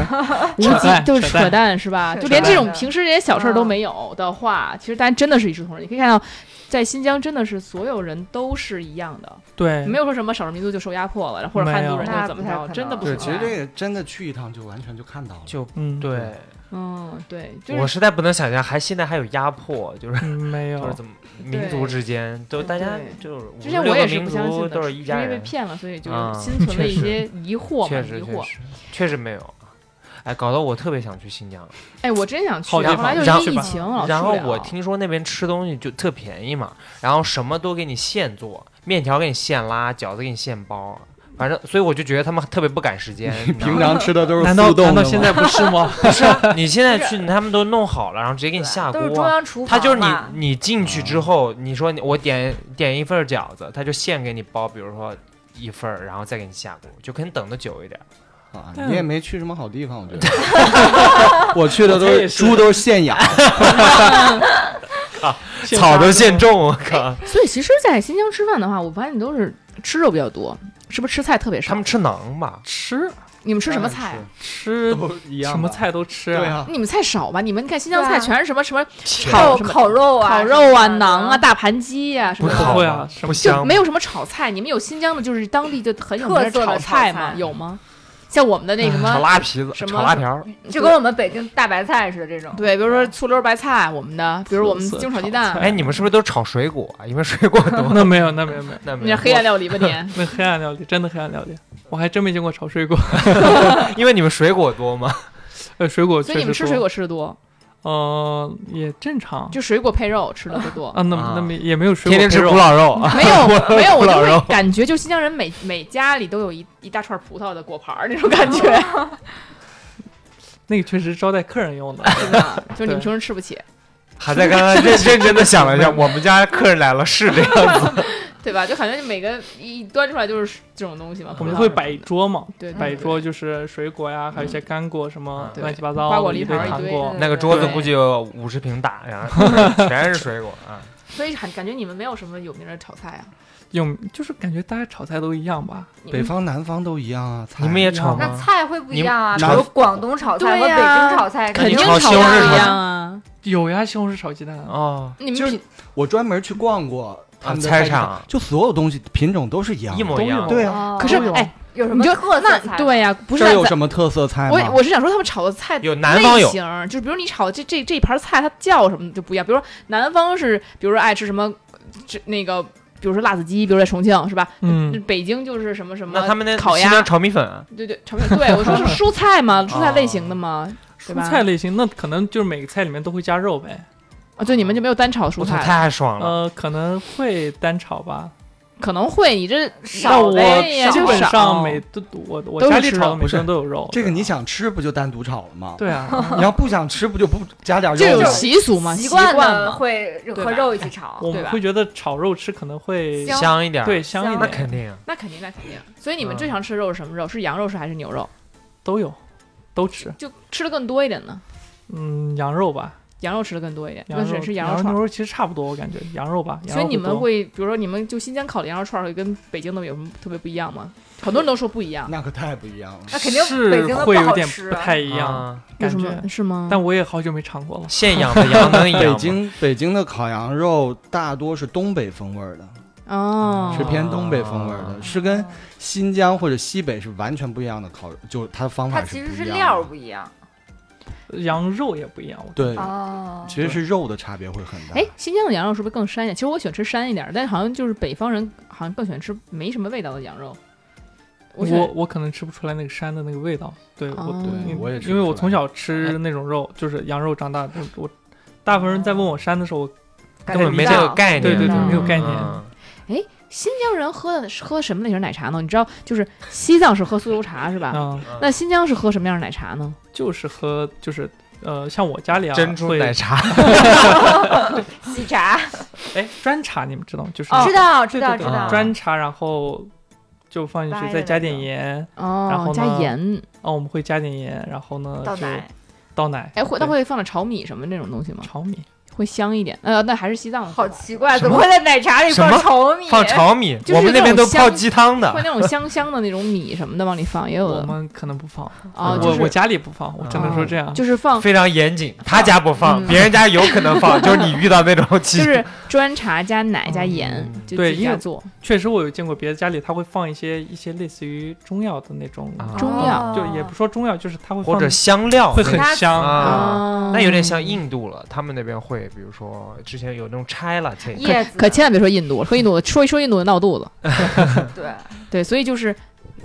B: 无
F: 扯
B: 稽，
F: 淡
B: 就是
F: 扯
B: 扯
F: 淡
B: 淡，是吧？
E: 扯
B: 就连这种
E: 淡的
B: 平时这些小事儿都
E: 嗯
B: 没有的话，其实大家真的是一视同仁。你可以看到，在新疆真的是所有人都是一样的，
F: 对，
B: 没有说什么少数民族就受压迫了，或者
F: 没
B: 汉族
F: 有
B: 人
E: 那
B: 就怎
E: 不
B: 么
E: 太
B: 着，
E: 可
B: 真的
E: 能
B: 不
C: 对，
B: 存
C: 其实
B: 在。
C: 这个真的去一趟就完全就看到了。
D: 就
F: 嗯，
D: 对，
B: 嗯，对，就
D: 我
B: 是
D: 实在不能想象，还现在还有压迫，就是
F: 嗯，没
D: 就
F: 有
D: 是怎么民族之间都大家
B: 对
D: 就是五
B: 之
D: 十
B: 前
D: 六
B: 我
D: 个
B: 也是
D: 民
B: 不相信的，
D: 族都
B: 只
D: 是
B: 是
D: 一
B: 因
D: 家
B: 为被
D: 人，
B: 骗了，所以就是
D: 啊
B: 心存了
D: 确
B: 一
D: 实
B: 些疑惑嘛，
D: 确
B: 疑
D: 实
B: 惑
D: 确。实确实没有，哎，搞得我特别想去新疆。
B: 哎，我真想去，
F: 好地
B: 后
F: 方
B: 来就
D: 然后
B: 因为疫情老去
D: 然
B: 不
D: 后
B: 了
D: 我听说那边吃东西就特便宜嘛，然后什么都给你现做，面条给你现拉，饺子给你现包，反正所以我就觉得他们特别不赶时间。 你知道吗
C: 平常吃的都是
F: 难道
C: 速冻的
F: 难
C: 吗
F: 道现在不是吗？
D: 你现在去，他们都弄好了，然后直接给你下
E: 啊都是中
D: 锅。
E: 央厨房
D: 他就是你
E: 嘛，
D: 你进去之后，你说你我点点一份饺子，他就现给你包，比如说一份儿，然后再给你下锅，就可能等的久一点。
C: 啊
F: 但
C: 你也没去什么好地方，我觉得。我去的都
F: 我
C: 是
F: 也是
C: 猪，都是现养。
D: 草都现
F: 种，
D: 种，我靠！
B: 所以其实，在新疆吃饭的话，我发现你都是吃肉比较多，是不是吃菜特别
D: 他
B: 少？
D: 们吃馕 吧？
F: 吃
B: 你们吃什么菜？
F: 吃
C: 都一样吧
F: 什么菜都吃
C: 对啊，
B: 你们菜少吧？你们看新疆
E: 对啊
B: 菜全是什么什么
E: 肉
B: 炒什么
E: 烤肉啊，
B: 烤肉啊、
E: 什么
B: 馕
E: 的
B: 啊、大盘鸡呀、什
D: 不
B: 么
F: 好
B: 的，
D: 烤
F: 会
D: 吗
F: 啊什么
D: 不
B: 就
D: 香
B: 没有什么炒菜。你们有新疆的，就是当地就很有名
E: 特色的
B: 炒菜
E: 炒
B: 吗
E: 菜？
B: 有吗？像我们的那什
D: 炒
B: 么，
D: 拉皮子、
B: 什么
D: 炒拉条儿，
E: 就跟我们北京大白菜似的这种。
B: 对，比如
E: 啊
B: 说醋溜白菜，我们的，比如我们
F: 特色
B: 京炒鸡
F: 炒
B: 蛋，
F: 菜
D: 哎，你们是不是都炒水果啊？因为水果多。
F: 那没有，那没有没有，
D: 那
B: 你这黑暗料理吧你？
F: 那黑暗料理真的黑暗料理，我还真没见过炒水果。
D: 因为你们水果多吗？
F: 呃，水果确
B: 所
F: 实
B: 以你们吃水
F: 多，
B: 果吃的多，
F: 呃，也正常。
B: 就水果配肉吃的不多。
F: 啊，那
D: 啊
F: 那么也没有水果
D: 天天吃
F: 配肉
D: 古老肉，啊
B: 没有没有，我就
D: 老肉
B: 会感觉就新疆人每每家里都有一一大串葡萄的果盘儿那种感觉，
F: 那个确实招待客人用的。
B: 真的， 就是你们
F: 对
B: 平时吃不起，
D: 还在刚刚认认真的想了一下，我们家客人来了是这样子，
B: 对吧？就感觉每个一端出来就是这种东西嘛。
F: 我们
B: 葡萄
F: 会
B: 什么
F: 摆一
B: 的嗯
F: 桌嘛，
B: 对
F: 摆一
B: 对对
F: 桌就是水果呀，还有一些干果什么
B: 对
F: 乱七八糟，
B: 瓜果梨
F: 一堆
B: 桃一
F: 糖
B: 堆嗯
F: 果
E: 对。
D: 那个桌子估计有五十平大，然后全是水果啊。
B: 所以感感觉你们没有什么有名的炒菜啊。
F: 有就是感觉大家炒菜都一样吧？
B: 你
C: 北
B: 们
C: 方南方都一样啊。菜
D: 你们也炒
E: 那
D: 吗？
E: 菜会不一样啊，比
C: 你
E: 如广东炒菜和
B: 对
E: 北
B: 呀
E: 京炒菜
D: 肯
B: 肯
D: 定
B: 定
D: 炒
B: 炒
D: 西红
B: 菜
D: 柿
B: 不
D: 炒
B: 一样啊。
F: 有呀，西红柿炒鸡蛋啊，
D: 哦，
B: 你们
C: 就是
B: 品
C: 我专门去逛过他们的
D: 啊菜
C: 市
D: 场
C: 就所有东西品种都是一样的，
D: 一模一样。
F: 都有
C: 对啊。
E: 哦
B: 可是
F: 都有
B: 哎，
E: 有什
B: 你
E: 么
B: 就
E: 特色
B: 那
E: 菜？
B: 对呀，不是啊
C: 这有
B: 咱
C: 什么特色菜吗？
B: 我我是想说他们炒的菜
D: 有南方有
B: 类型儿，就是比如你炒的这这这盘菜它叫什么就不一样。比如说南方是，比如说爱吃什么，这那个。比如说辣子鸡，比如在重庆是吧？
F: 嗯，
B: 北京就是什么什么
D: 那他们那
B: 烤
D: 新疆
B: 鸭，
D: 炒米粉，
B: 对对，炒面。对我说是蔬菜 嘛，蔬菜类型
D: 啊
B: 的嘛，对
F: 蔬
B: 吧
F: 菜类型那可能就是每个菜里面都会加肉呗，
B: 啊，对，你们就没有单炒
D: 我
B: 蔬
D: 操，
B: 菜，
D: 太爽
B: 嗯
D: 了！
F: 呃，可能会单炒吧。
B: 可能会你这
F: 那
E: 少
F: 我
E: 呗呀，
B: 少
F: 基本上
B: 少
F: 每都我我
B: 都是
F: 家里
B: 吃
F: 炒的
B: 肉
F: 每
C: 不是
F: 顿都有肉。
C: 这个
F: 对吧
C: 你想吃不就单独炒了吗？
F: 对 啊，
C: 你要不想吃不就不加点
B: 这
C: 肉
B: 有
C: 吗？
B: 习俗嘛，
E: 习
B: 习
E: 惯的
B: 嘛。
E: 会
B: 对
E: 和
B: 吧
E: 肉一起炒。
F: 我
B: 对
F: 们
B: 吧
F: 会觉得炒肉吃可能会
E: 香
D: 香一点，
F: 对，香一
D: 那
F: 点，
D: 肯定。
B: 那肯定，那肯定。所以
D: 嗯
B: 你们最常吃的肉是什么肉？是羊肉是还是牛肉？
F: 都有，都吃。
B: 就吃的更多一点呢？
F: 嗯，羊肉吧，
B: 羊肉吃的更多一点，
F: 羊
B: 那
F: 肉
B: 只是
F: 羊
B: 羊肉串
F: 牛
B: 儿。
F: 肉其实差不多，我感觉羊肉吧。羊
B: 所以
F: 肉
B: 你们
F: 多
B: 会，比如说你们就新疆烤的羊肉串儿会跟北京的有什么特别不一样吗？很多人都说不一样，
C: 那可太不一样了。
E: 那肯定
F: 是
E: 北京的
F: 会有
E: 好
F: 点
E: 吃
F: 不
E: 啊
F: 太一样
D: 啊，
B: 为
F: 感
B: 什
F: 觉
B: 么，是吗？
F: 但我也好久没尝过了。
D: 现养的羊能一样
C: 北
D: 吗？
C: 京北京的烤羊肉大多是东北风味儿的，
F: 嗯
B: 哦，
C: 是偏东北风味儿
E: 哦
C: 的，是跟新疆或者西北是完全不一样的烤，就它的方
E: 它
C: 法
E: 其
C: 是
E: 实
C: 不
E: 是
C: 一
E: 料
C: 样
E: 儿
C: 的。
E: 不一样
F: 羊肉也不一样，我
C: 对，
E: 哦
C: 其实是肉的差别会很大
B: 哎。，新疆的羊肉是不是更膻一点？其实我喜欢吃膻一点儿，但是好像就是北方人好像更喜欢吃没什么味道的羊肉。我喜欢
F: 我我可能吃不出来那个山的那个味道。对我
B: 哦
C: 对，我也吃
F: 因为
C: 不
F: 我
C: 出
F: 从
C: 来
F: 小吃那种肉，就是羊肉长大的。我大部分人在问我山的时候，我
E: 感
D: 根
E: 觉
D: 本没
E: 不
D: 这个
E: 到
D: 概念，
F: 对对对
B: 没有
F: 概念
D: 嗯
B: 新疆人喝的喝什么类型奶茶呢？你知道，就是西藏是喝酥油茶是
C: 啊
B: 吧？
F: 嗯，
B: 那新疆是喝什么样的奶茶呢？
F: 就是喝就是呃，像我家里啊，
D: 珍珠
F: 会
D: 奶茶，
E: 喜茶，
F: 哎砖茶，你们知道吗？就是
E: 知道哦知
F: 哦对
E: 道
F: 对
E: 知
F: 对
E: 道，
F: 砖茶，然后就放进
E: 掰的
F: 去，再加
E: 那
F: 点
E: 种
F: 盐。然
B: 哦
F: 后，呢
B: 加盐。
F: 哦，我们会加点盐，然后呢
E: 倒
F: 就
E: 奶
F: 倒奶。
B: 哎，会那
F: 对
B: 会放点炒米什么那种东西吗？
F: 炒米，
B: 会香一点。呃，那还是西藏的口
E: 好
B: 感
E: 奇怪，
D: 什
E: 怎
D: 么
E: 么会在奶茶里
D: 什么
E: 放炒米？
D: 放炒米，
B: 是
D: 我们那边都泡
B: 那种香
D: 鸡汤
B: 会
D: 的。
B: 那种香香的那种米什么的往里放，也有
F: 我
B: 的。
F: 们可能不放。
B: 哦，
D: 嗯
B: 就
F: 我我
B: 是哦
F: 家里不放，我只能说这样。
B: 就是放
D: 非常严谨，他家不放，
B: 嗯
D: 别人家有可能放，就是你遇到那种其
B: 就
D: 实
B: 是砖茶加奶加盐
D: 嗯，
B: 就
F: 对
B: 自己
F: 因为
B: 家做。
F: 确实，我有见过别的家里他会放一些一些类似于中药的那种，
D: 啊
B: 中药
E: 哦
F: 就也不说中药，就是他 会
D: 或
F: 放
D: 者香料
F: 会
D: 那种
F: 很香。
D: 啊，
B: 哦
D: 那有点像。印度了，他们那边会，比如说之前有那种拆了这
E: 叶子
B: 可千万别说印度，说印度说一说印度就闹肚子。
E: 对，
B: 对，所以就是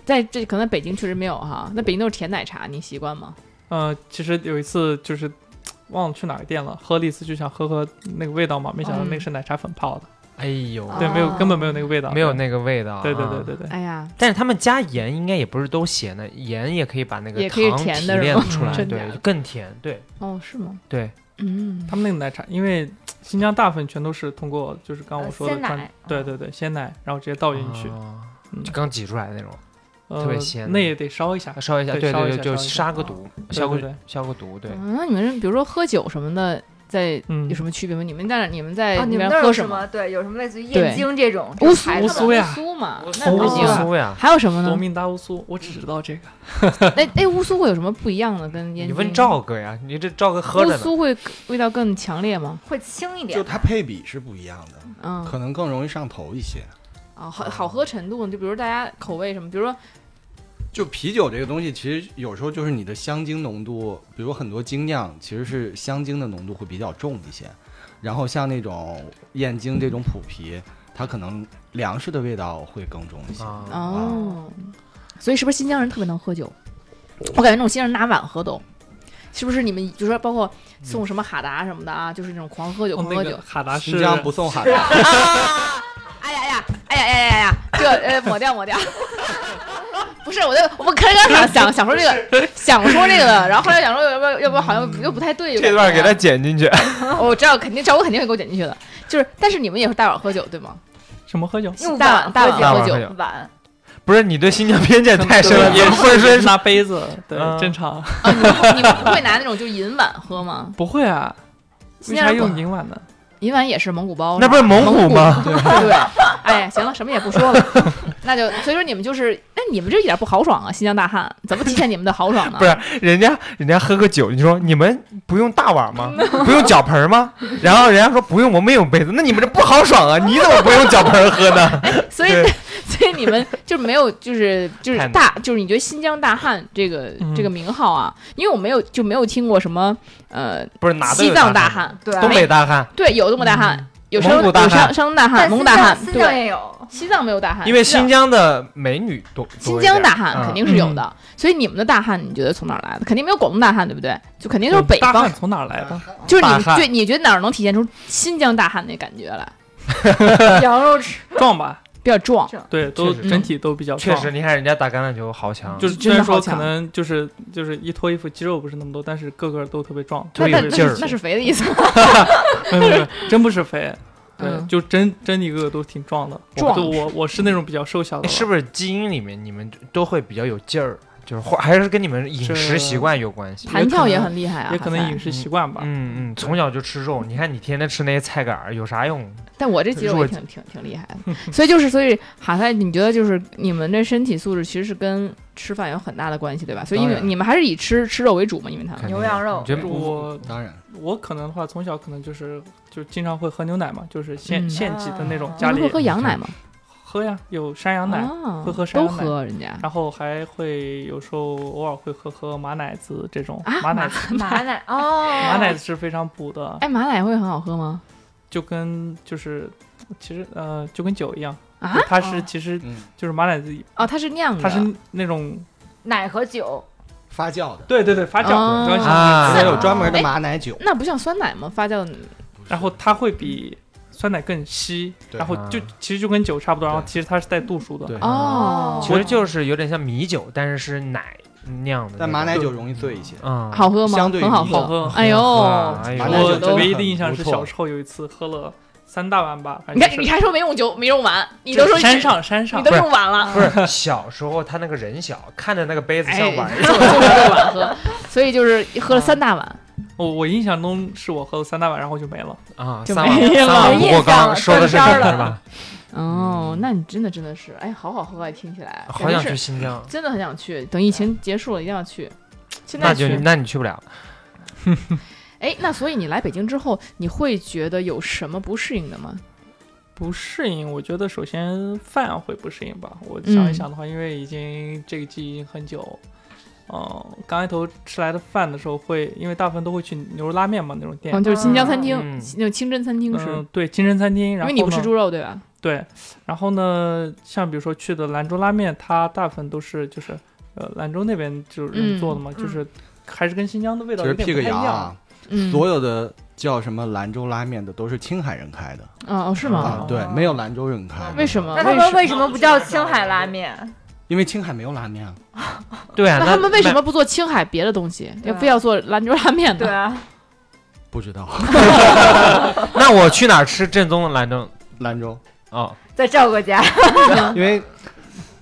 B: 在这可能北京确实没有哈，那北京都是甜奶茶，你习惯吗？
F: 呃，其实有一次就是忘了去哪个店了，喝了一次就想喝喝那个味道嘛，没想到那个是奶茶粉泡的，
D: 哎呦，
B: 嗯
F: 对，没有
B: 哦
F: 根本没有那个味道，
D: 没有那个味道。
F: 对对对
D: 啊。
F: 对对，
B: 哎呀，
D: 但是他们加盐应该也不是都咸的，盐也可以把那个
B: 也可以
D: 糖
B: 甜
D: 提
B: 的是
D: 炼
B: 吗
D: 出来，
F: 真
D: 对
F: 假，的
D: 就更甜，对
B: 哦，是吗？
D: 对。
B: 嗯，
F: 他们那个奶茶，因为新疆大部分全都是通过就是刚刚我
E: 呃
F: 说的
E: 鲜
F: 灌
E: 奶
B: 啊
F: 对对对，鲜奶，然后直接倒进去，
D: 哦
F: 嗯
D: 就刚挤出来的那种，
F: 呃
D: 特别鲜啊
F: 那也得烧一下，
D: 烧一下，
F: 对
D: 对
F: 烧一
D: 对，
F: 下
D: 就
F: 烧一下啊
D: 杀个毒，消
F: 对
D: 个
F: 对
D: 消个毒，对。
B: 嗯那你们比如说喝酒什么的，在
F: 嗯
B: 有，什么区别吗？你们在哪你们在
E: 哦，你们
B: 边
E: 那儿
B: 喝
E: 有
B: 什
E: 什
B: 么？
E: 么？对，有什么类似于
B: 对
E: 燕京这种
B: 乌苏
F: 乌苏呀
B: 乌苏嘛，那
F: 乌
B: 肯
F: 苏
B: 定
F: 啊
B: 的
F: 乌
D: 苏呀，
B: 还有什么
F: 夺
B: 呢？
F: 命大乌苏，我只知道这个，
B: 哎哎，乌苏会有什么不一样的？跟燕
D: 你
B: 京
D: 问赵哥呀，你这赵哥喝
B: 乌
D: 着呢，啊
B: 苏会味道更强烈吗？
E: 会轻一
C: 就
E: 点，
C: 它配比是不一样的，
B: 嗯，
C: 可能更容易上头一些。
B: 啊，好好喝程度，就比如大家口味什么，比如说
C: 就啤酒这个东西，其实有时候就是你的香精浓度，比如很多精酿其实是香精的浓度会比较重一些，然后像那种燕京这种普啤，它可能粮食的味道会更重一些。
D: 啊，
B: 哦，所以是不是新疆人特别能喝酒？
D: 哦
B: 我感觉那种新疆人拿碗喝都，是不是你们就说包括送什么哈达什么的啊，
D: 嗯
B: 就是那种狂喝酒
F: 哦
B: 狂
F: 那
B: 喝酒
F: 个。哈达
C: 新
F: 是
C: 疆不送海的，
B: 啊！哎呀呀，哎呀呀呀呀，这呃抹掉 抹掉。不是，我就我刚刚想想想说这个，想说这个的，然后后来想说要不要要不好像又不太对。哦
D: 这段给他剪进去。
B: 我知道肯定，赵我肯定会给我点进去的。就是，但是你们也是大碗喝酒对吗？
F: 什么喝酒？
E: 用
B: 大
E: 碗
B: 碗大
E: 喝
B: 碗
D: 大碗
B: 喝
D: 喝
B: 酒
D: 酒，
E: 碗
D: 不是你对新疆偏见太深了，
F: 也
D: 也不是 说
F: 拿杯子，对，
D: 嗯
F: 正常。
B: 你们不会拿那种就银碗喝吗？
F: 不会啊，
B: 新
F: 为
B: 加
F: 啥
B: 坡
F: 用银碗呢？
B: 银碗也是蒙古包，
D: 那不是蒙古吗？
B: 对，哎，行了，什么也不说了，那就所以说你们就是，那你们这一点不豪爽啊，新疆大汉，怎么体现你们的豪爽呢？
D: 不是人家人家喝个酒，你说你们不用大碗吗？
B: 嗯
D: 不用脚盆吗？然后人家说不用，我们有杯子。那你们这不豪爽啊！你怎么不用脚盆喝呢？
B: 所以
D: 对
B: 所以你们就没有就是就是
D: 太难嗯
B: 大就是你觉得新疆大汉这个、这个名号啊，因为我没有就没有听过什么呃
D: 不是哪都
B: 西
D: 有
B: 藏大
D: 汉，
B: 汉，
E: 对，
D: 东北大汉，
B: 对，有东北大汉，有山
D: 蒙古大
B: 有山
D: 汉
B: 山东大汉、
E: 但
B: 蒙古
E: 新
B: 大
E: 疆
B: 汉，
E: 新疆
B: 对，
E: 也有，
B: 西藏没有大汉，
D: 因为
B: 西藏
D: 新疆的美女多。
B: 啊新疆大汉
D: 嗯
B: 肯定是有的，所以你们的大汉你觉得从哪儿来的？肯定没有广东大汉，对不对？就肯定就是北
F: 大
B: 方
F: 汉，从哪儿来
D: 啊
F: 的？
B: 就是你
D: 大汉
B: 对你觉得哪儿能体现出新疆大汉那感觉来？
E: 羊肉吃
F: 壮吧？
B: 比较壮，
F: 对，都
D: 确实
F: 整体都比较
D: 确
F: 壮。
D: 实，你看人家打橄榄球好强，
F: 就是
B: 真
F: 虽
B: 的
F: 然说
B: 好强
F: 可能就是就是一脱衣服肌肉不是那么多，但是个个都特别壮，
B: 那
D: 特别
B: 那
D: 有
F: 对
B: 那
D: 劲
B: 是
D: 儿
B: 那是肥的意思吗，
F: 没有没有没有，真不是肥，对，
B: 嗯
F: 就真真一个个都挺壮的。我
B: 壮
F: 就我我是那种比较瘦小的
D: 哎
F: 了，
D: 是不是基因里面你们都会比较有劲儿？就是或还是跟你们饮食
F: 这
D: 习惯有关系。
B: 弹跳也很厉害啊。
F: 也可
B: 哇
F: 能
B: 塞
F: 饮食习惯吧。
D: 嗯嗯，从小就吃肉，你看你天天吃那些菜杆儿有啥用？
B: 但我这肌肉
D: 弱
B: 也挺挺挺厉害的， 所以就是所以哈塞，你觉得就是你们这身体素质其实是跟吃饭有很大的关系，对吧？所以你
D: 当
B: 们
D: 然
B: 你们还是以吃吃肉为主嘛，你们他们
D: 肯定
E: 牛 羊肉
D: 你觉得
C: 嗯
F: 我
C: 当然
F: 我可能的话，从小可能就是就经常会喝牛奶嘛，就是
B: 嗯
F: 现现挤的那种
E: 啊，
F: 家
B: 你
F: 里
B: 们会喝羊奶吗？
F: 喝呀，有山羊奶，
B: 啊
F: 会喝山
B: 都
F: 羊奶
B: 喝人家
F: 然后还会有时候偶尔会喝喝马奶子这种
B: 啊
F: 马奶子，
E: 马奶哦，
F: 马奶子是非常补的，
B: 哎，马奶会很好喝吗？
F: 就跟就是其实呃就跟酒一样
B: 啊，
F: 就它是
E: 哦
F: 其实
C: 嗯，
F: 就是马奶子，
B: 哦，它是酿的，
F: 它是那种
E: 奶和酒，
C: 发酵的，
F: 对对对发酵
B: 哦
F: 的专项，
D: 啊
C: 它
E: 嗯
C: 有专门
B: 哎
C: 的马奶酒，
B: 那不像酸奶吗？发酵的
F: 然后它会比酸奶更稀，
C: 对
F: 然后就
D: 啊
F: 其实就跟酒差不多，然后
C: 对
F: 其实它是带度数的
C: 对，
B: 哦，
D: 其实就是有点像米酒，但是是奶酿的。
C: 但马奶酒，容易醉一些。
D: 嗯，
B: 好喝吗？
C: 相对于
B: 很好
C: 米
B: 喝，
F: 好喝
B: 哎呦，
D: 哇哎呦
C: 马奶
B: 我
C: 酒
F: 我
C: 真的
B: 都。
F: 唯一的
C: 很
F: 印象
C: 不
F: 是
C: 错
F: 小时候有一次喝了三大碗吧，反
B: 你
F: 正
B: 看，
F: 就是
B: 你还说没用酒，没用完，你都说
F: 山上山上
B: 你都用完了，
D: 嗯不是小时候他那个人小，看着那个杯子像碗
B: 哎
D: 儿，
B: 就是这碗喝，所以就是喝了三大碗，
F: 我我印象中是我喝了三大碗，然后就没了。
D: 啊，
B: 就
D: 三碗
B: 没了
D: 三碗不
E: 没
D: 过
E: 印象
D: 刚，
E: 了
D: 说的是
E: 断
D: 什
E: 片儿
D: 么
E: 了
D: 吧？
B: 哦，那你真的真的是，哎，好好喝啊！听起来，
D: 嗯好想
B: 感觉
D: 去
B: 是，
D: 新疆，
B: 真的很想去。等疫情结束了，一定要去。现
D: 那
B: 在
D: 就
B: 去，
D: 那你去不了。
B: 哎，那所以你来北京之后，你会觉得有什么不适应的吗？
F: 不适应，我觉得首先饭会不适应吧。我想一
B: 嗯
F: 想的话，因为已经这个季已经很久，嗯、刚开头吃来的饭的时候会，因为大部分都会去牛肉拉面嘛那种店，
B: 嗯，就是新疆餐厅
D: 嗯，
B: 那种清真餐厅
F: 嗯、
B: 是，
F: 对清真餐厅，
B: 因
F: 然后
B: 为你不吃
F: 呢
B: 猪肉对吧？
F: 对，然后呢，像比如说去的兰州拉面，它大部分都是就是呃兰州那边就是人做的嘛，
E: 嗯
F: 就是还是跟新疆的味
C: 其
F: 道
C: 实
F: 有
C: 屁
F: 点
C: 个
F: 不太一
C: 羊啊
F: 样。，
B: 嗯，
C: 所有的叫什么兰州拉面的都是青海人开的
B: 啊哦是
C: 啊
B: 吗？，
C: 对，没有兰州人开的。
B: 为什么？
E: 那他们
B: 啊为
E: 为什么不叫青海拉面？
C: 因为青海没有拉面啊。
D: 对啊，
B: 那他们为什
D: 么
B: 么不做青海别的东西，
E: 对
B: 要
E: 啊
B: 非要做兰州拉面
E: 对
B: 呢？
E: 啊，
C: 不知道
D: 那我去哪儿吃正宗的兰州？
C: 兰州，
D: 哦，
E: 在赵哥家，
B: 啊
C: 因为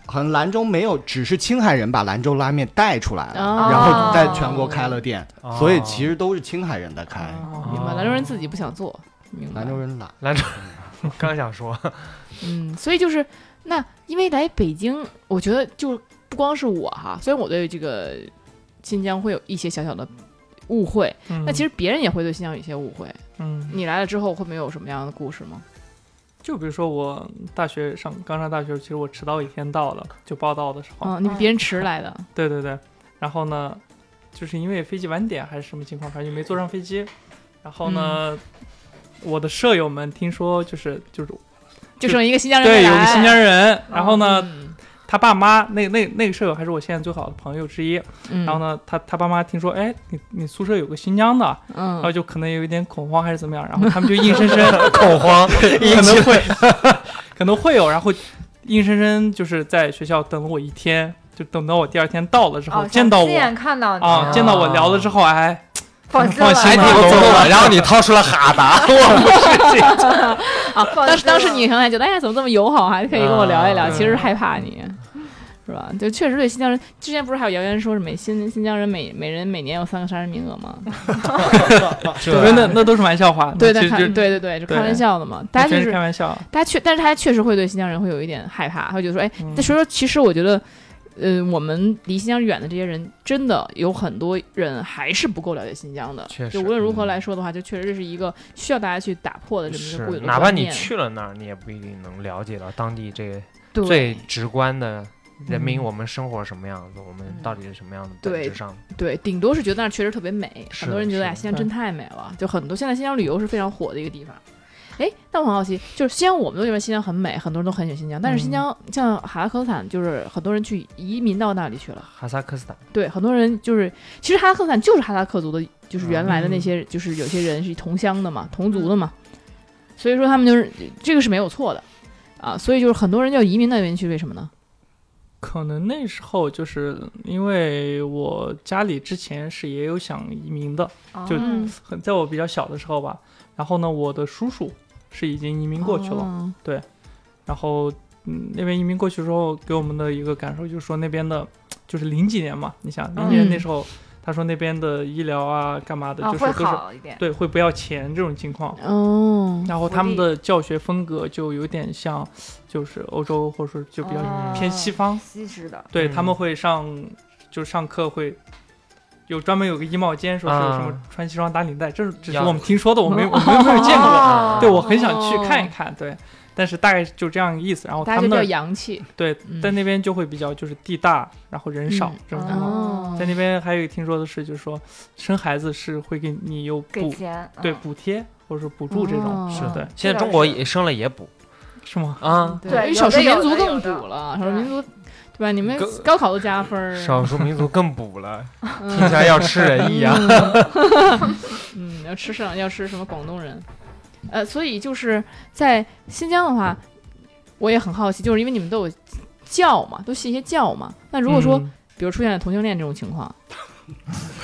C: 好像兰州没有，只是青海人把兰州拉面带出来了，
B: 哦
C: 然后在全国开了店，所以其
D: 实
C: 实都是青海人在开。
B: 哦明白，兰州人自己不想做，明白
C: 哎兰。州人懒，
D: 刚想 说，
B: 嗯，所以就是那，因为来北京，我觉得就不光是我哈，虽然我对这个新疆会有一些小小的误会，
F: 嗯
B: 那、其实别人也会对新疆有一些误会。
F: 嗯，
B: 你来了之后，会不会有什么样的故事吗？
F: 就比如说我大学上刚上大学，其实我迟到一天到了，就报到的时候。
E: 哦
B: 嗯，你比别人迟来的，
E: 嗯
F: 对对对，然后呢，就是因为飞机晚点还是什么情况，反正就没坐上飞机。然后
B: 嗯
F: 呢，我的舍友们听说就是就是
B: 就剩一个新疆人没
F: 对有
B: 来
F: 个新疆人，然后呢，
B: 嗯
F: 他爸妈那那那个舍友还是我现在最好的朋友之一。
B: 嗯，
F: 然后呢，他他爸妈听说，哎，你你宿舍有个新疆的，然后
B: 嗯，
F: 就可能有一点恐慌还是怎么样，然后他们就硬生生
D: 恐 慌，
F: 可能会 可能会有，然后硬生生就是在学校等了我一天，就等到我第二天到了之后、
E: 哦，
F: 见到
E: 亲
F: 我
E: 眼看到你，
F: 啊，见到我聊了之后，哎，
E: 放心
F: 放心
E: 了，
F: 了
D: 了，然后你掏出了哈 达，我不是这，
B: 啊，
E: 放
B: 当时
E: 心了
B: 当时你可能还觉得，哎呀，怎么这么友好，还可以跟我聊一聊，
D: 啊
B: 其实是害怕你。是吧？就确实对新疆人，之前不是还有谣言说是每新新疆人每每人每年有三个杀人名额吗？
D: 啊
F: 对，那那都是玩笑话，那
B: 对，但
F: 其实
B: 开
F: 就
B: 对对对，就开
F: 对
B: 玩笑的嘛。大家就
F: 真是
B: 是
F: 开玩笑，
B: 大家确，但是他确实会对新疆人会有一点害怕，会觉得说，哎，
F: 嗯
B: 但所以说，其实我觉得，呃，我们离新疆远的这些人，真的有很多人还是不够了解新疆的。
D: 确实
B: 就无论如何
C: 嗯
B: 来说的话，就确实是一个需要大家去打破的这么一个固
D: 是
B: 有的
D: 哪怕
B: 观
D: 你
B: 念
D: 去了那儿，你也不一定能了解到当地这个最
B: 对
D: 直观的人民，
F: 嗯
D: 我们生活什么样子，我们到底是什么样的本
B: 嗯对
D: 质上，
B: 对，顶多是觉得那儿确实特别美，
D: 是
B: 很多人觉得
D: 是
B: 哎，
D: 的
B: 新疆真
F: 对
B: 太美了。就很多现在新疆旅游是非常火的一个地方。哎，但我很好奇，就是新疆，我们都认为新疆很美，很多人都很喜欢新疆，但是新
F: 嗯
B: 疆像哈萨克斯坦，就是很多人去移民到那里去了。
D: 哈萨克斯坦
B: 对，很多人就是，其实哈萨克斯坦就是哈萨克族的，就是原来的那
F: 嗯
B: 些，就是有些人是同乡的嘛，同族的嘛，所以说他们就是这个是没有错的啊，所以就是很多人要移民到那边去，为什么呢？
F: 可能那时候就是因为我家里之前是也有想移民的，就
B: 嗯
F: 很在我比较小的时候吧，然后呢，我的叔叔是已经移民过去了。
B: 哦
F: 然后嗯，那边移民过去之后，给我们的一个感受就是说那边的，就是零几年嘛，你想
E: 嗯
F: 零几年那时候，他说那边的医疗啊干嘛的，
E: 啊
F: 就是
E: 会
F: 都是
E: 好一嗯点，
F: 对会不要钱这种情况。
B: 哦，
F: 然后他们的教学风格就有点像，就是欧洲或者说就比较
E: 哦
F: 偏西方，
E: 西式的，
F: 对
D: 嗯
F: 他们会上就上课会。有专门有个衣帽间，说是有什么
D: 啊
F: 穿西装打领带，这是只是
D: 要
F: 我们听说的，我没我们没有见 过。
E: 哦
F: 对，我很想去看一看，对，但是大概就这样意思。然后
B: 大
F: 他
B: 家就
F: 们
B: 比
F: 的
B: 较洋气，
F: 对，
B: 嗯
F: 在那边就会比较就是地大，然后人少
B: 嗯
F: 这种
E: 哦
F: 情况。
B: 哦，
F: 在那边还有一个听说的是，就是说生孩子是会给你有
E: 给
F: 补
E: 钱，
F: 对
E: 嗯
F: 补贴或者说补助这种，
B: 哦
D: 是
F: 对
D: 现在中国也生了也补
F: 是吗？
D: 啊，
E: 对
B: 因为
E: 有
B: 少数
E: 的
B: 民
E: 有
B: 族
E: 的
B: 更
E: 有
B: 补
E: 的
B: 了，少数
E: 对
B: 民族对吧？你们
D: 更
B: 高考都加分儿啊，
D: 少数民族更补了，
B: 嗯
D: 听起来要吃人一样。
B: 嗯，要吃上要吃什么广东人，呃，所以就是在新疆的话，我也很好奇，就是因为你们都有教嘛，都信一些教嘛。那如果说，
F: 嗯
B: 比如出现了同性恋这种情况，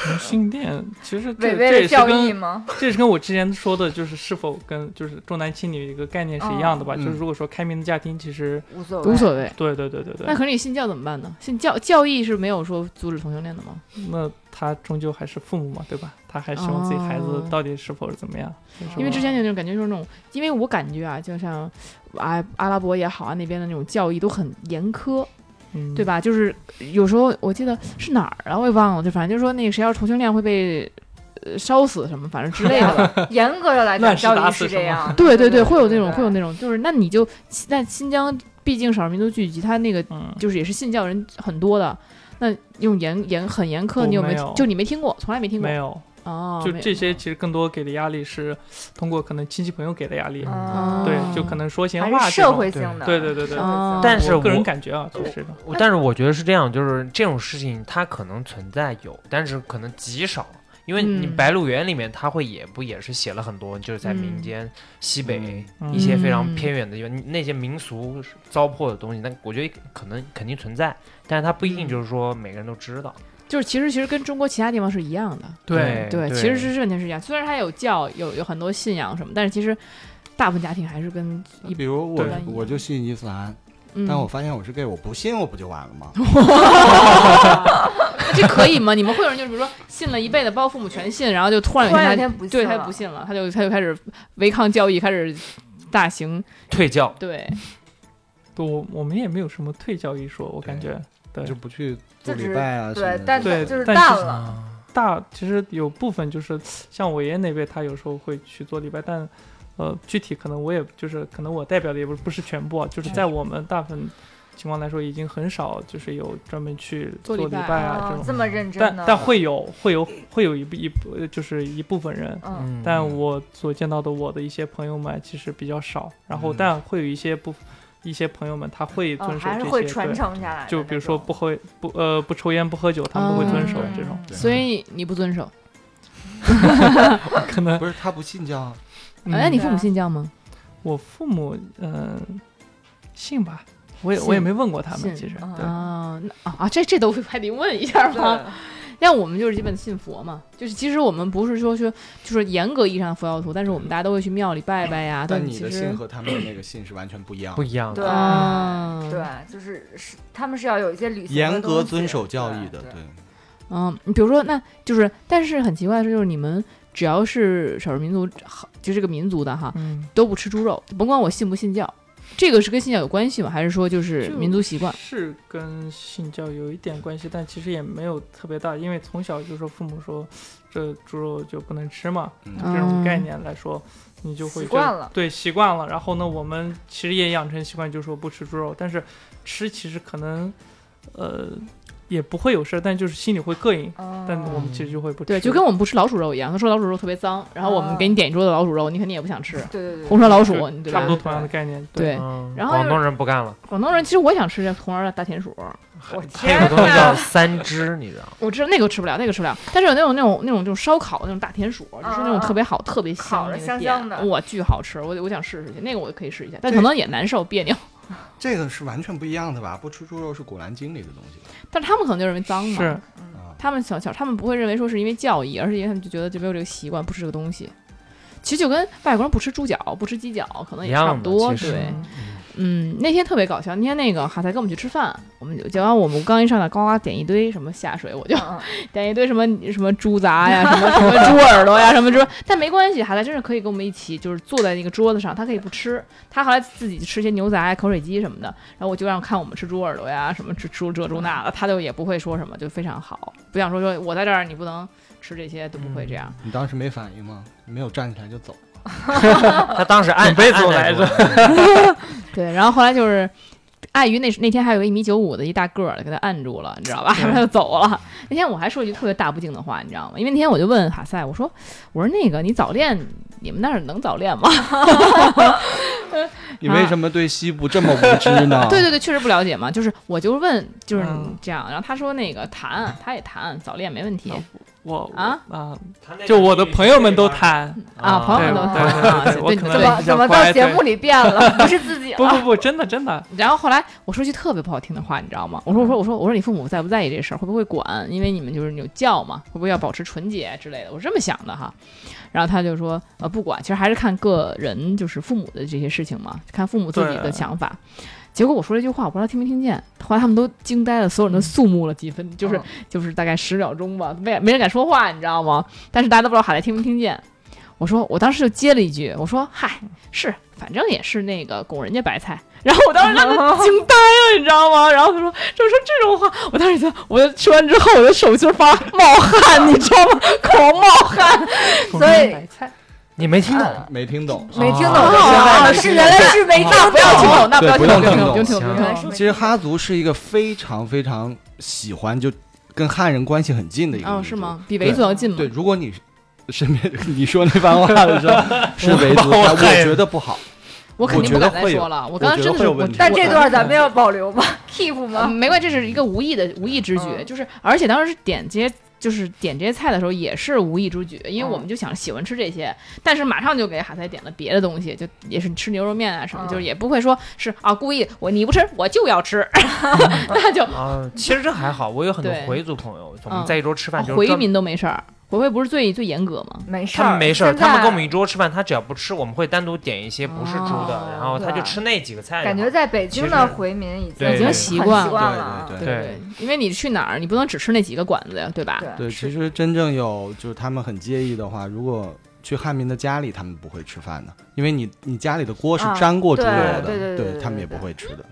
F: 同性恋，其实这
E: 违
F: 这
E: 背了
F: 也是
E: 教义
F: 跟
E: 吗？
F: 这也是跟我之前说的，就是是否跟就是重男轻女一个概念是一样的吧？
C: 哦
F: 就是
C: 嗯
F: 如果说开明的家庭，其实
E: 无所谓，
B: 无所谓。
F: 对对对对
B: 那
F: 对，
B: 可是你信教怎么办呢？信教教义是没有说阻止同性恋的吗？
F: 那他终究还是父母嘛，对吧？他还希望自己孩子
B: 哦
F: 到底是否是怎么样？就是
B: 因为之
F: 说
B: 前有那种感觉，就是那种，因为我感觉啊，就像阿阿拉伯也好啊，那边的那种教义都很严苛，
F: 嗯
B: 对吧？就是有时候我记得是哪儿啊，我也忘了，就反正就是说那个谁要是同性恋会被呃烧死什么，反正之类 的吧。
E: 严格的来讲，
F: 乱世
E: 教
F: 打
E: 育
F: 死
E: 是
F: 是
E: 这
F: 吗
E: 样，
B: 对对
E: 对
B: 对，会有
E: 对
B: 那种
E: 对
B: 会有那种，就是那你就在新疆，毕竟少数民族聚集，他那个
F: 嗯，
B: 就是也是信教人很多的。那用严严很严苛，
F: 我
B: 你有
F: 没
B: 有？
F: 有
B: 就你没听过，从来没听过
F: 没。有，
B: 哦，
F: 就
B: 没
F: 这些，其实更多给的压力是通过可能亲戚朋友给的压力，
E: 哦
F: 对，就可能说闲
E: 还
F: 话
E: 是
F: 这
E: 社
F: 种
E: 会性的，
F: 对对对对
E: 社会性
B: 哦
E: 的
D: 但是
F: 我个人
D: 我
F: 感觉啊，就是的，
D: 我但是我觉得是这样，就是这种事情它可能存在有，但是可能极少，因为你
B: 嗯
D: 《白鹿原》里面它会也不也是写了很多，就是在民
B: 嗯
D: 间西北
F: 嗯
D: 一些非常
B: 嗯
D: 偏远的地方，你那些民俗糟粕的东西，那我觉得可能肯定存在，但是它不一定
B: 嗯
D: 就是说每个人都知道。
B: 就是其实其实跟中国其他地方是一样的，
F: 对
B: 对，其实是完全是一样。虽然它有教，有有很多信仰什么，但是其实大部分家庭还是跟一
C: 比如我
F: 对
C: 我就信伊斯兰，
B: 嗯，
C: 但我发现我是 gay，我不信我不就完了吗？
B: 这可以吗？你们会有人就是比如说信了一辈子，包括父母全信，然后就突然有
E: 突然有
B: 一
E: 一
B: 天
E: 天不
B: 他对他就
E: 了
B: 不信了，他就他就开始违抗教义，开始大型
D: 退教，
B: 对
C: 嗯
F: 对我我们也没有什么退教一说，我感觉对
C: 就不去做
E: 就只
C: 礼拜啊什么的。
E: 对，但
F: 对
E: 就是
F: 但
E: 淡
F: 是
E: 了，
F: 大其实有部分就是像我爷爷那辈，他有时候会去做礼拜，但呃，具体可能我也就是可能我代表的也不是不是全部啊，就是在我们大部分情况来说，已经很少就是有专门去
B: 做礼
F: 礼
B: 拜
F: 拜
E: 哦
F: 啊这种，
E: 这么认真
F: 但
E: 的，哦
F: 但会有会有会有一部一部呃就是一部分人。
E: 嗯
D: 嗯，
F: 但我所见到的我的一些朋友们其实比较少，然后
D: 嗯
F: 但会有一些不一些朋友们他会
E: 嗯，
F: 遵守
E: 还是
F: 这
E: 会
F: 些
E: 传
F: 对
E: 承下来的那种，
F: 就比如说不喝不呃不抽烟不喝酒，他们都会遵守
B: 嗯
F: 这种。
C: 对
B: 所以你不遵守。
F: 可能
E: 哦
C: 不是他不信教啊，
F: 嗯
B: 哎，你父母
E: 对啊
B: 信教吗？
F: 我父母嗯、呃信吧，我也我也
B: 信
F: 没问过他
B: 信
F: 们，其实
E: 嗯
F: 对
B: 啊，那啊啊，这这都还得问一下吗？但我们就是基本信佛嘛，就是其实我们不是说去，就是严格意义上的佛教徒，但是我们大家都会去庙里拜拜呀。
C: 但你
B: 其
C: 的
B: 实
C: 信和他们的那个信是完全不一样
D: 不
C: 的。
D: 一样的。
E: 对
B: 啊
E: 对，对，就是是他们是要有一些旅行的
C: 严格
E: 东西
C: 遵守教义的，
E: 对，
C: 对，
B: 嗯，比如说，那就是，但是很奇怪的是，就是你们只要是少数民族，好，就这个民族的哈，
F: 嗯，
B: 都不吃猪肉，甭管我信不信教，这个是跟信教有关系吗？还是说就是
F: 就
B: 民族习惯？
F: 是跟信教有一点关系，但其实也没有特别大，因为从小就说父母说这猪肉就不能吃嘛，
C: 嗯，
B: 嗯
F: 这种概念来说，你就会
E: 习
F: 觉得
E: 惯了
F: 对，习惯了。然后呢，我们其实也养成习惯，就是说不吃猪肉，但是吃其实可能，呃，也不会有事儿，但就是心里会膈应。但
E: 嗯，
F: 我们其实就会不吃。
B: 对，就跟我们不吃老鼠肉一样，他说老鼠肉特别脏，然后我们
E: 啊
B: 给你点一桌子老鼠肉，你肯定也不想吃。
E: 对对对，
B: 红烧老鼠，
F: 就
B: 你对
F: 差
B: 吧
F: 不多同样的概念。
B: 对
D: 嗯
B: 然后
D: 广
B: 就是
D: 东人不干了，
B: 广东人其实我想吃这红烧的大田鼠，
E: 我
D: 还有
E: 天
D: 个东西叫
E: 哪，
D: 三汁，你知道吗？
B: 我知道那个吃不了，那个吃不了，但是有那种那种那种就是烧烤的那种大田鼠，就是那种特别好、特别
E: 啊
B: 香
E: 烤着
B: 那个
E: 香
B: 店
E: 香的
B: 哇，巨好吃，我得我想试试去，那个我可以试一下，但
C: 对
B: 可能也难受别扭，
C: 这个是完全不一样的吧？不吃猪肉是《古兰经》里的东西吧
B: 但是他们可能就认为脏嘛，
F: 是
C: 啊，
B: 他们小小他们不会认为说是因为教义，而是因为他们就觉得就没有这个习惯，不吃这个东西。其实就跟外国人不吃猪脚、不吃鸡脚，可能也
D: 一样
B: 差不
D: 的
B: 多。
D: 其实
B: 对，嗯，那天特别搞笑。那天那个哈才跟我们去吃饭，我们就结完我们刚一上来，呱呱点一堆什么下水，我就
E: 嗯
B: 点一堆什么什么猪杂呀，什么什么猪耳朵呀，什么猪，但没关系，海来真是可以跟我们一起，就是坐在那个桌子上，他可以不吃，他后来自己吃些牛杂呀、口水鸡什么的，然后我就让看我们吃猪耳朵呀，什么吃吃这猪那的，他就也不会说什么，就非常好，不想说说我在这儿你不能吃这些，都不会这样。
C: 你当时没反应吗？你没有站起来就走？
D: 他当时按
F: 准备
D: 按
F: 走
D: 耐
F: 来
D: 住了
B: 对，然后后来就是碍于那那天还有个一米九五的一大个儿给他按住了，你知道吧？他就走了。那天我还说一句特别大不敬的话，你知道吗？因为那天我就问哈塞，我说我说那个你早恋，你们那儿能早恋吗？
C: 你为什么对西部这么无知 呢？
B: 对对对，确实不了解嘛。就是我就问，就是
F: 嗯
B: 你这样，然后他说那个谈，他也谈早恋没问题
F: 我
B: 啊
F: 啊，就我的朋友们都谈，
B: 啊，朋友
F: 对
B: 都
E: 啊
B: 谈
F: 对
B: 啊，
F: 对对
B: 对
F: 我可
B: 对
F: 能
E: 怎
B: 对。
E: 么
F: 比较
E: 怎么
F: 乖
E: 到节
F: 对
E: 目里变了， 不是自己
F: 不哦
E: 了，
F: 不不，真的 真的，
B: 然后后来我说句特别不好听的话，你知道吗？我说我说我说
F: 嗯
B: 我说你父母在不在意这事儿，会不会管？因为你们就是有教嘛，会不会要保持纯洁之类的？我是这么想的哈。然后他就说呃不管，其实还是看个人，就是父母的这些事情嘛，看父母自己的
F: 对
B: 想法。结果我说了一句话，我不知道听没听见，后来他们都惊呆了，所有
F: 嗯
B: 人都肃穆了几分，就是就是大概十秒钟吧，没没人敢说话，你知道吗？但是大家都不知道海来听没听见。我说，我当时就接了一句，我说：“嗨，是，反正也是那个拱人家白菜。” 然后我当时让他惊呆了，你知道吗？然后他说：“就说这种话。”我当时就，我就说完之后，我的手心发冒汗，你知道吗？狂冒汗。
E: 所以
D: 你没听懂
B: 嗯
E: 啊
C: 没听懂。
E: 没听懂
D: 啊
F: 哦
E: 就明白了，是原来是没听
B: 那不要听
E: 懂，
B: 懂，那不要
C: 对
B: 听
C: 不
B: 懂，
C: 用
B: 不要听懂，不用
C: 听
B: 听懂，不
D: 懂
B: 用听懂。
E: 是
C: 其实哈族是一个非常非常喜欢就跟汉人关系很近的一个民
B: 哦，
C: 族
B: 是？吗？比维族要近吗？
C: 对，如果你身边你说那番话的时候是维族，
D: 我
C: 但
D: 害
C: 我觉得不好。
B: 我肯定
C: 我觉
B: 不
C: 得
B: 敢再
C: 会有
B: 说了。我刚刚
C: 觉得
B: 真的
C: 会
B: 是
C: 有
B: 我，
C: 问题
E: 但这
B: 我
E: 段咱们要保留吧，keep
B: 嗯
E: 吗？
B: 没关系，这是一个无意的无意之举，
E: 嗯
B: 就是而且当时点这些就是点这些菜的时候也是无意之举，因为
E: 嗯
B: 我们就想喜欢吃这些，但是马上就给海菜点了别的东西，就也是吃牛肉面啊什么，
E: 嗯
B: 就是也不会说是啊故意我你不吃我就要吃， 那就
D: 啊，其实这还好，我有很多
B: 对
D: 回族朋友，我
B: 嗯
D: 们在一桌吃饭就是
B: 回
D: 专门
B: 民都没事儿，回回不是最最严格吗？
E: 没事
D: 他
E: 儿，
D: 们没事儿，
E: 现在
D: 他们跟我们一桌吃饭，他只要不吃，我们会单独点一些不是猪的，
B: 哦
D: 然后他
E: 对
D: 就吃那几个菜就好。
E: 感觉在北京
D: 其
E: 的
D: 实
E: 回民已
D: 对
E: 很
D: 已经
B: 习惯了
E: 习惯了，啊
C: 对
B: 对
D: 对
B: 对，因为你去哪儿你不能只吃那几个馆子呀，对吧？
E: 对
C: 对，
E: 是
C: 其实真正有就是他们很介意的话，如果去汉民的家里，他们不会吃饭的，因为你你家里的锅是
E: 啊
C: 沾过猪肉的，
E: 对对对对对
C: 他们也不
E: 对
C: 会吃的。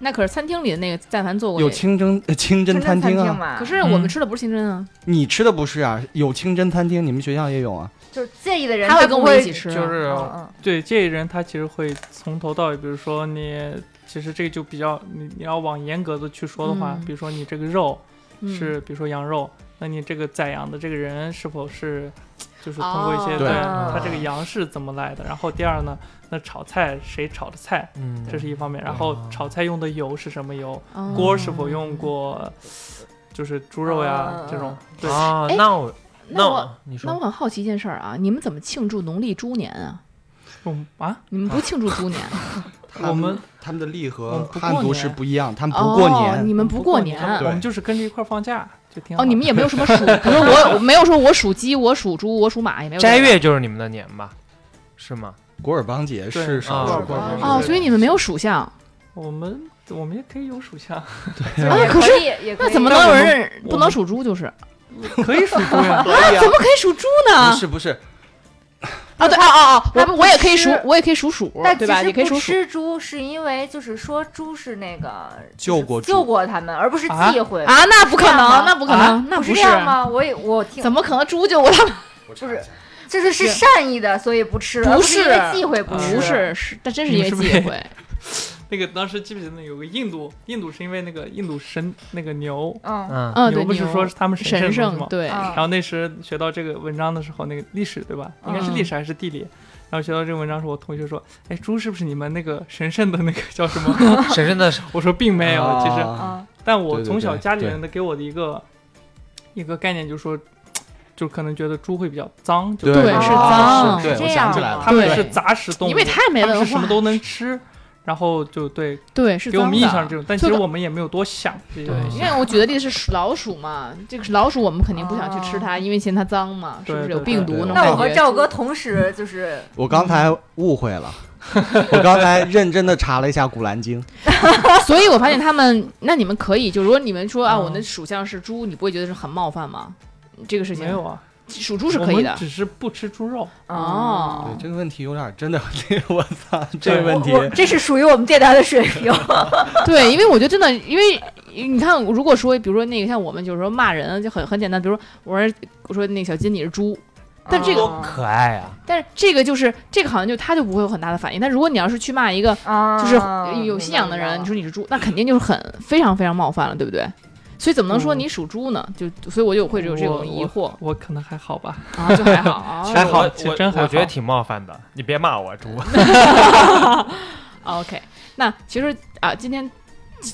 B: 那可是餐厅里的那个，但凡做过
C: 有
B: 也
C: 清真呃清真
E: 真
C: 餐厅啊，
E: 嘛，
B: 可是我们
D: 嗯
B: 吃的不是清真啊，
C: 你吃的不是啊？有清真餐厅，你们学校也有啊？
E: 就是介意的人
B: 他会
E: 不
B: 跟我们一起吃啊，
D: 就是
E: 嗯嗯
F: 对这人他其实会从头到尾，比如说你，其实这个就比较你你要往严格的去说的话，
B: 嗯
F: 比如说你这个肉
B: 嗯
F: 是、比如说羊肉，那你这个宰羊的这个人是否是就是通过一些、
B: 哦
F: 对
C: 对
F: 他这个羊是怎么来的，然后第二呢，那炒菜谁炒的菜，
D: 嗯，
F: 这是一方面，然后
D: 哦
F: 炒菜用的油是什么油，
B: 哦
F: 锅是否用过就是猪肉呀、
E: 嗯
F: 这种，对，
D: 啊
B: 哎，
D: 那我
B: 那我
D: 我你
B: 那我
D: 说
B: 很好奇一件事儿啊，你们怎么庆祝农历猪年啊？
F: 嗯啊，
B: 你们不庆祝 猪年？
F: 我们
C: 他们的历
F: 我
C: 和
F: 们不过
C: 汉族
F: 年
C: 是不一样，他们不过
B: 哦、
C: 年。
B: 你们不过年
F: 我们我
C: 对
F: 们就是跟着一块儿放假，就挺好
B: 哦，你们也没有什么属，比如说我我没有说我属鸡，我属猪，我属马，也没有
D: 斋
B: 这个
D: 月就是你们的年吧？是吗？
C: 古尔邦节
F: 对
C: 是少数
D: 啊
C: 过
E: 古尔
C: 年。
E: 邦
B: 哦，所以你们没有属相，
F: 我们我们也可以有属相，
E: 就是
B: 啊
E: 也
B: 可
E: 以
B: 是
E: 也嗯可
B: 那
E: 以
B: 怎么能有人认不
F: 我
B: 能
F: 们
B: 属猪就是？
F: 可以属猪呀
C: 可以
B: 怎么可以属猪
C: 啊，
B: 呢
C: 不？是不是，
B: 啊，对，哦哦哦，
E: 那
B: 我我也可以属
E: 不吃，
B: 我也可以属鼠，
E: 但
B: 对
E: 其
B: 吧？
E: 实
B: 也可以
E: 不
B: 属鼠。
E: 吃猪，是因为就是说猪是那个
C: 救过
E: 救
C: 猪，
E: 过他们，而不是
F: 啊
E: 忌讳。
B: 啊，那不可
E: 这样吗啊
B: 能，那不可能，那
E: 不
B: 不
E: 这样吗？我也我听
B: 怎么可能猪就我
C: 不
E: 是就是是
B: 是
E: 善意的，所以不吃，
B: 不
E: 而是因
B: 是
E: 为忌讳不吃。
B: 不是是，但真是因为
F: 你们
B: 忌
F: 是不是
B: 讳。
F: 那个当时记不记得有个印度，印度是因为那个印度神那个牛，
E: 嗯
D: 嗯，
B: 嗯，对，
F: 牛不是
B: 牛
F: 说是他们
B: 神
F: 神圣的东西
B: 圣
F: 吗
B: 对，
E: 啊
F: 然后那时学到这个文章的时候，那个历史对吧？应该是历史还是地理？然后学到这个文章时候，我同学说：“哎，猪是不是你们那个神圣的那个叫什么
D: 神圣嗯的？”
F: 我说并没有，其实，
D: 哦
E: 嗯
F: 但
C: 啊
F: 我
C: 对对
F: 从小
C: 对
F: 家里
C: 对
F: 人的给我的一个一个概念就是说，就可能觉得猪会比较脏，就
B: 对
C: 哦
B: 是脏
C: 对，
E: 是
C: 我
E: 这
C: 想
E: 样
C: 起
F: 就
C: 来
E: 吗
F: 他
C: 了，
F: 们
B: 对
F: 是杂食动物，
B: 因为太没
F: 他们
B: 文
F: 是
B: 化，
F: 什么都能吃，然后就对，
B: 对，是
F: 给我们
B: 脏
F: 印
B: 的
F: 象是这种，但其
B: 就
F: 实
B: 跟
F: 我们也没有多想这些东
B: 因
D: 嗯
F: 西。
B: 为我举的例子是老鼠嘛，这个老鼠我们肯定不想去吃它，因为嫌它脏嘛，是
F: 对
B: 不是有
F: 对
B: 病
C: 对
B: 毒
C: 对
B: 种
C: 对
E: 那
B: 感
E: 我和
B: 觉？
E: 赵哥同时就是
C: 我刚才误会 了，我刚才认真的查了一下《古兰经》，
B: 所以我发现他们，那你们可以就如果你们说啊，
F: 嗯
B: 我的属相是猪，你不会觉得是很冒犯吗？这个事情
F: 没有啊，
B: 属猪是可以
F: 我们
B: 的
F: 只是不吃猪肉。
E: 嗯
B: 哦
C: 对。这个问题有 点儿真的，我操，这
F: 对
C: 个问题
E: 我我这是属于我们电台的水平。
B: 对，因为我觉得真的，因为你看，如果说比如说那个像我们有时候骂人就很很简单，比如说我说我说那个小金你是猪， 但这个
E: 哦
F: 哦
D: 多可爱啊！
B: 但是这个就是这个好像就他就不会有很大的反应，但如果你要是去骂一个
E: 啊
B: 就是有信仰的人，你说你是猪，那肯定就是很非常非常冒犯了，对不对？所以怎么能说
F: 嗯
B: 你属猪呢？就所以我就会有这种疑 惑
F: 我可能还好吧，
B: 啊，就 还好啊。
F: 还好
D: 我
F: 其实
D: 我
F: 真还
D: 我觉得
F: 好
D: 挺冒犯的，你别骂我猪。
B: OK，那其实啊，今天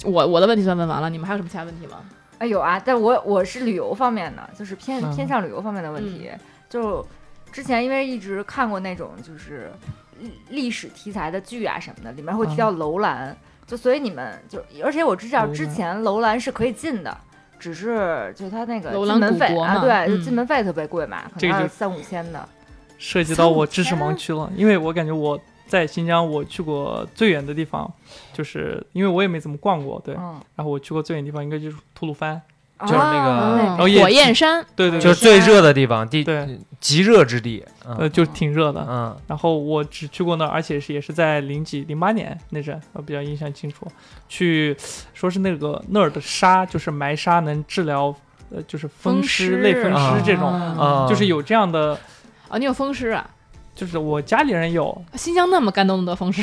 B: 我我的问题算问完了，你们还有什么其他问题吗？
E: 哎有啊，但我我是旅游方面的，就是偏
F: 嗯
E: 偏向旅游方面的问题。
B: 嗯
E: 就之前因为一直看过那种就是历历史题材的剧啊什么的，里面会提到楼兰，就所以你们就而且我知道
F: 嗯楼
E: 之
F: 兰
E: 前楼兰是可以进的。只是就它那个
B: 楼兰
E: 进门
B: 古
E: 费
B: 国
E: 啊，
B: 嘛
E: 对，就
B: 嗯
E: 进门费特别贵嘛，可
F: 这
E: 能
F: 个
E: 要
F: 就
E: 三五千的。
F: 涉及到我知识盲区了，因为我感觉我在新疆我去过最远的地方，就是因为我也没怎么逛过，对，
E: 嗯，
F: 然后我去过最远的地方应该就是吐鲁番，
E: 就是
D: 那个
E: 哦
F: 然嗯哦后也
B: 火焰山，
F: 对对
D: 就
F: 对，
D: 是最热的地方，地
F: 对
D: 极热之地。
F: 呃
D: 嗯
F: 就挺热的，
D: 嗯，
F: 然后我只去过那儿，而且是也是在零几零八年那阵，我比较印象清楚。去说是那个那儿的沙，就是埋沙能治疗，呃，就是风湿、类风湿这种，
B: 啊，
D: 啊，
F: 就是有这样的。
B: 哦你有风湿啊？
F: 就是我家里人有，
B: 新疆那么干冻的风湿，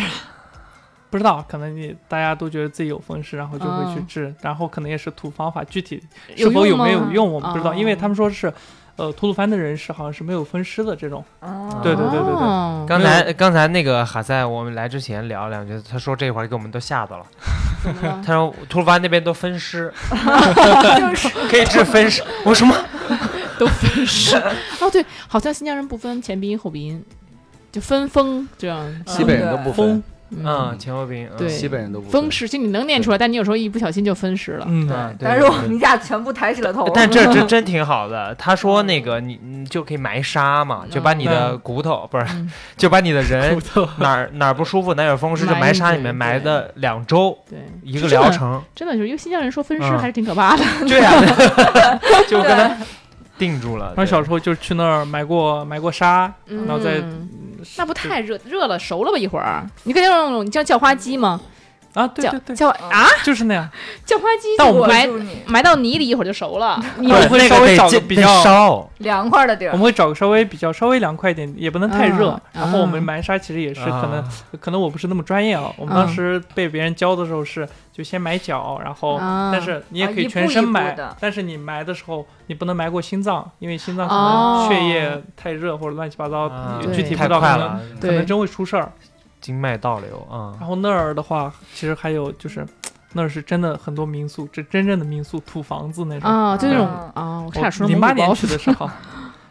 F: 不知道，可能你大家都觉得自己有风湿，然后就会去
B: 嗯
F: 治，然后可能也是土方法，具体
B: 有
F: 是否有
B: 吗哦
F: 没有用我们不知道，因为他们说是，呃吐鲁番的人是好像是没有分尸的这种，
B: 嗯
E: 哦
F: 对对对对对
B: 哦
D: 刚才刚才那个哈塞，我们来之前聊了两句，他说这会儿给我们都吓到了。
B: 怎么了？
D: 他说吐鲁番那边都分尸，
E: 就是
D: 可以治分尸。我说什么？
B: 都分尸哦，对，好像新疆人不分前鼻音后鼻音，就分风这样。
C: 西北人都不分
F: 风，
D: 嗯，前后鼻音。嗯
B: 对
C: 西北人都不
B: 风湿，就你能念出来，但你有时候一不小心就分尸了。
F: 嗯，
D: 嗯，对
E: 但是我们俩全部抬起了头。
D: 但这这真挺好的。他说那个你你就可以埋沙嘛，就把你的骨头不是
B: 嗯，
D: 就把你的人
F: 骨头
D: 哪儿哪儿不舒服哪儿有风湿就
B: 埋
D: 埋
B: 进
D: 沙
B: 去
D: 里面埋
B: 对
D: 的两周
B: 对，
D: 一个疗程。
B: 真的就是因为新疆人说分尸
D: 嗯
B: 还是挺可怕的。
D: 对呀，就我跟他定住了。
F: 然后
D: 对
F: 小时候就是去那儿埋过埋过沙，
B: 嗯
F: 然后再
B: 那不太热，热了熟了吧？一会儿你肯定用那种，你叫叫花鸡吗？
F: 啊，对
B: 叫
F: 对对，
B: 叫啊，
F: 就是那样，
B: 叫花鸡，
F: 但我们
B: 埋
E: 住你
B: 埋到泥里，一会儿就熟了。
F: 你们
D: 对
F: 会
D: 那
F: 稍
D: 个
F: 微
D: 得
F: 找个
D: 煎
F: 比
D: 得
F: 较
D: 烧，
E: 凉快的地儿
F: 我们，会找个稍微比较稍微凉快一点，也不能太热
B: 啊。
F: 然后我们埋沙其实也是可能
D: 啊
F: 可能我不是那么专业啊，我们
B: 嗯
F: 当时被别人教的时候是就先埋脚，然后
B: 啊
F: 哦但是你也可以全身埋，但是你埋的时候你不能埋过心脏，因为心脏可
B: 哦
F: 能血液太热或者乱七八糟，
D: 啊
F: 具体不
D: 太
F: 知道
D: 快
F: 可能
D: 了，
F: 可能
B: 对，
F: 真会出事儿。
D: 经脉倒流啊
F: 然。后那儿的话，其实还有就是那儿是真的很多民宿，这真正的民宿土房子那种。
B: 啊，就那种
E: 嗯
B: 啊，我差
F: 我
B: 点说成
F: 零八
B: 蒙古
F: 年
B: 包
F: 去的时候，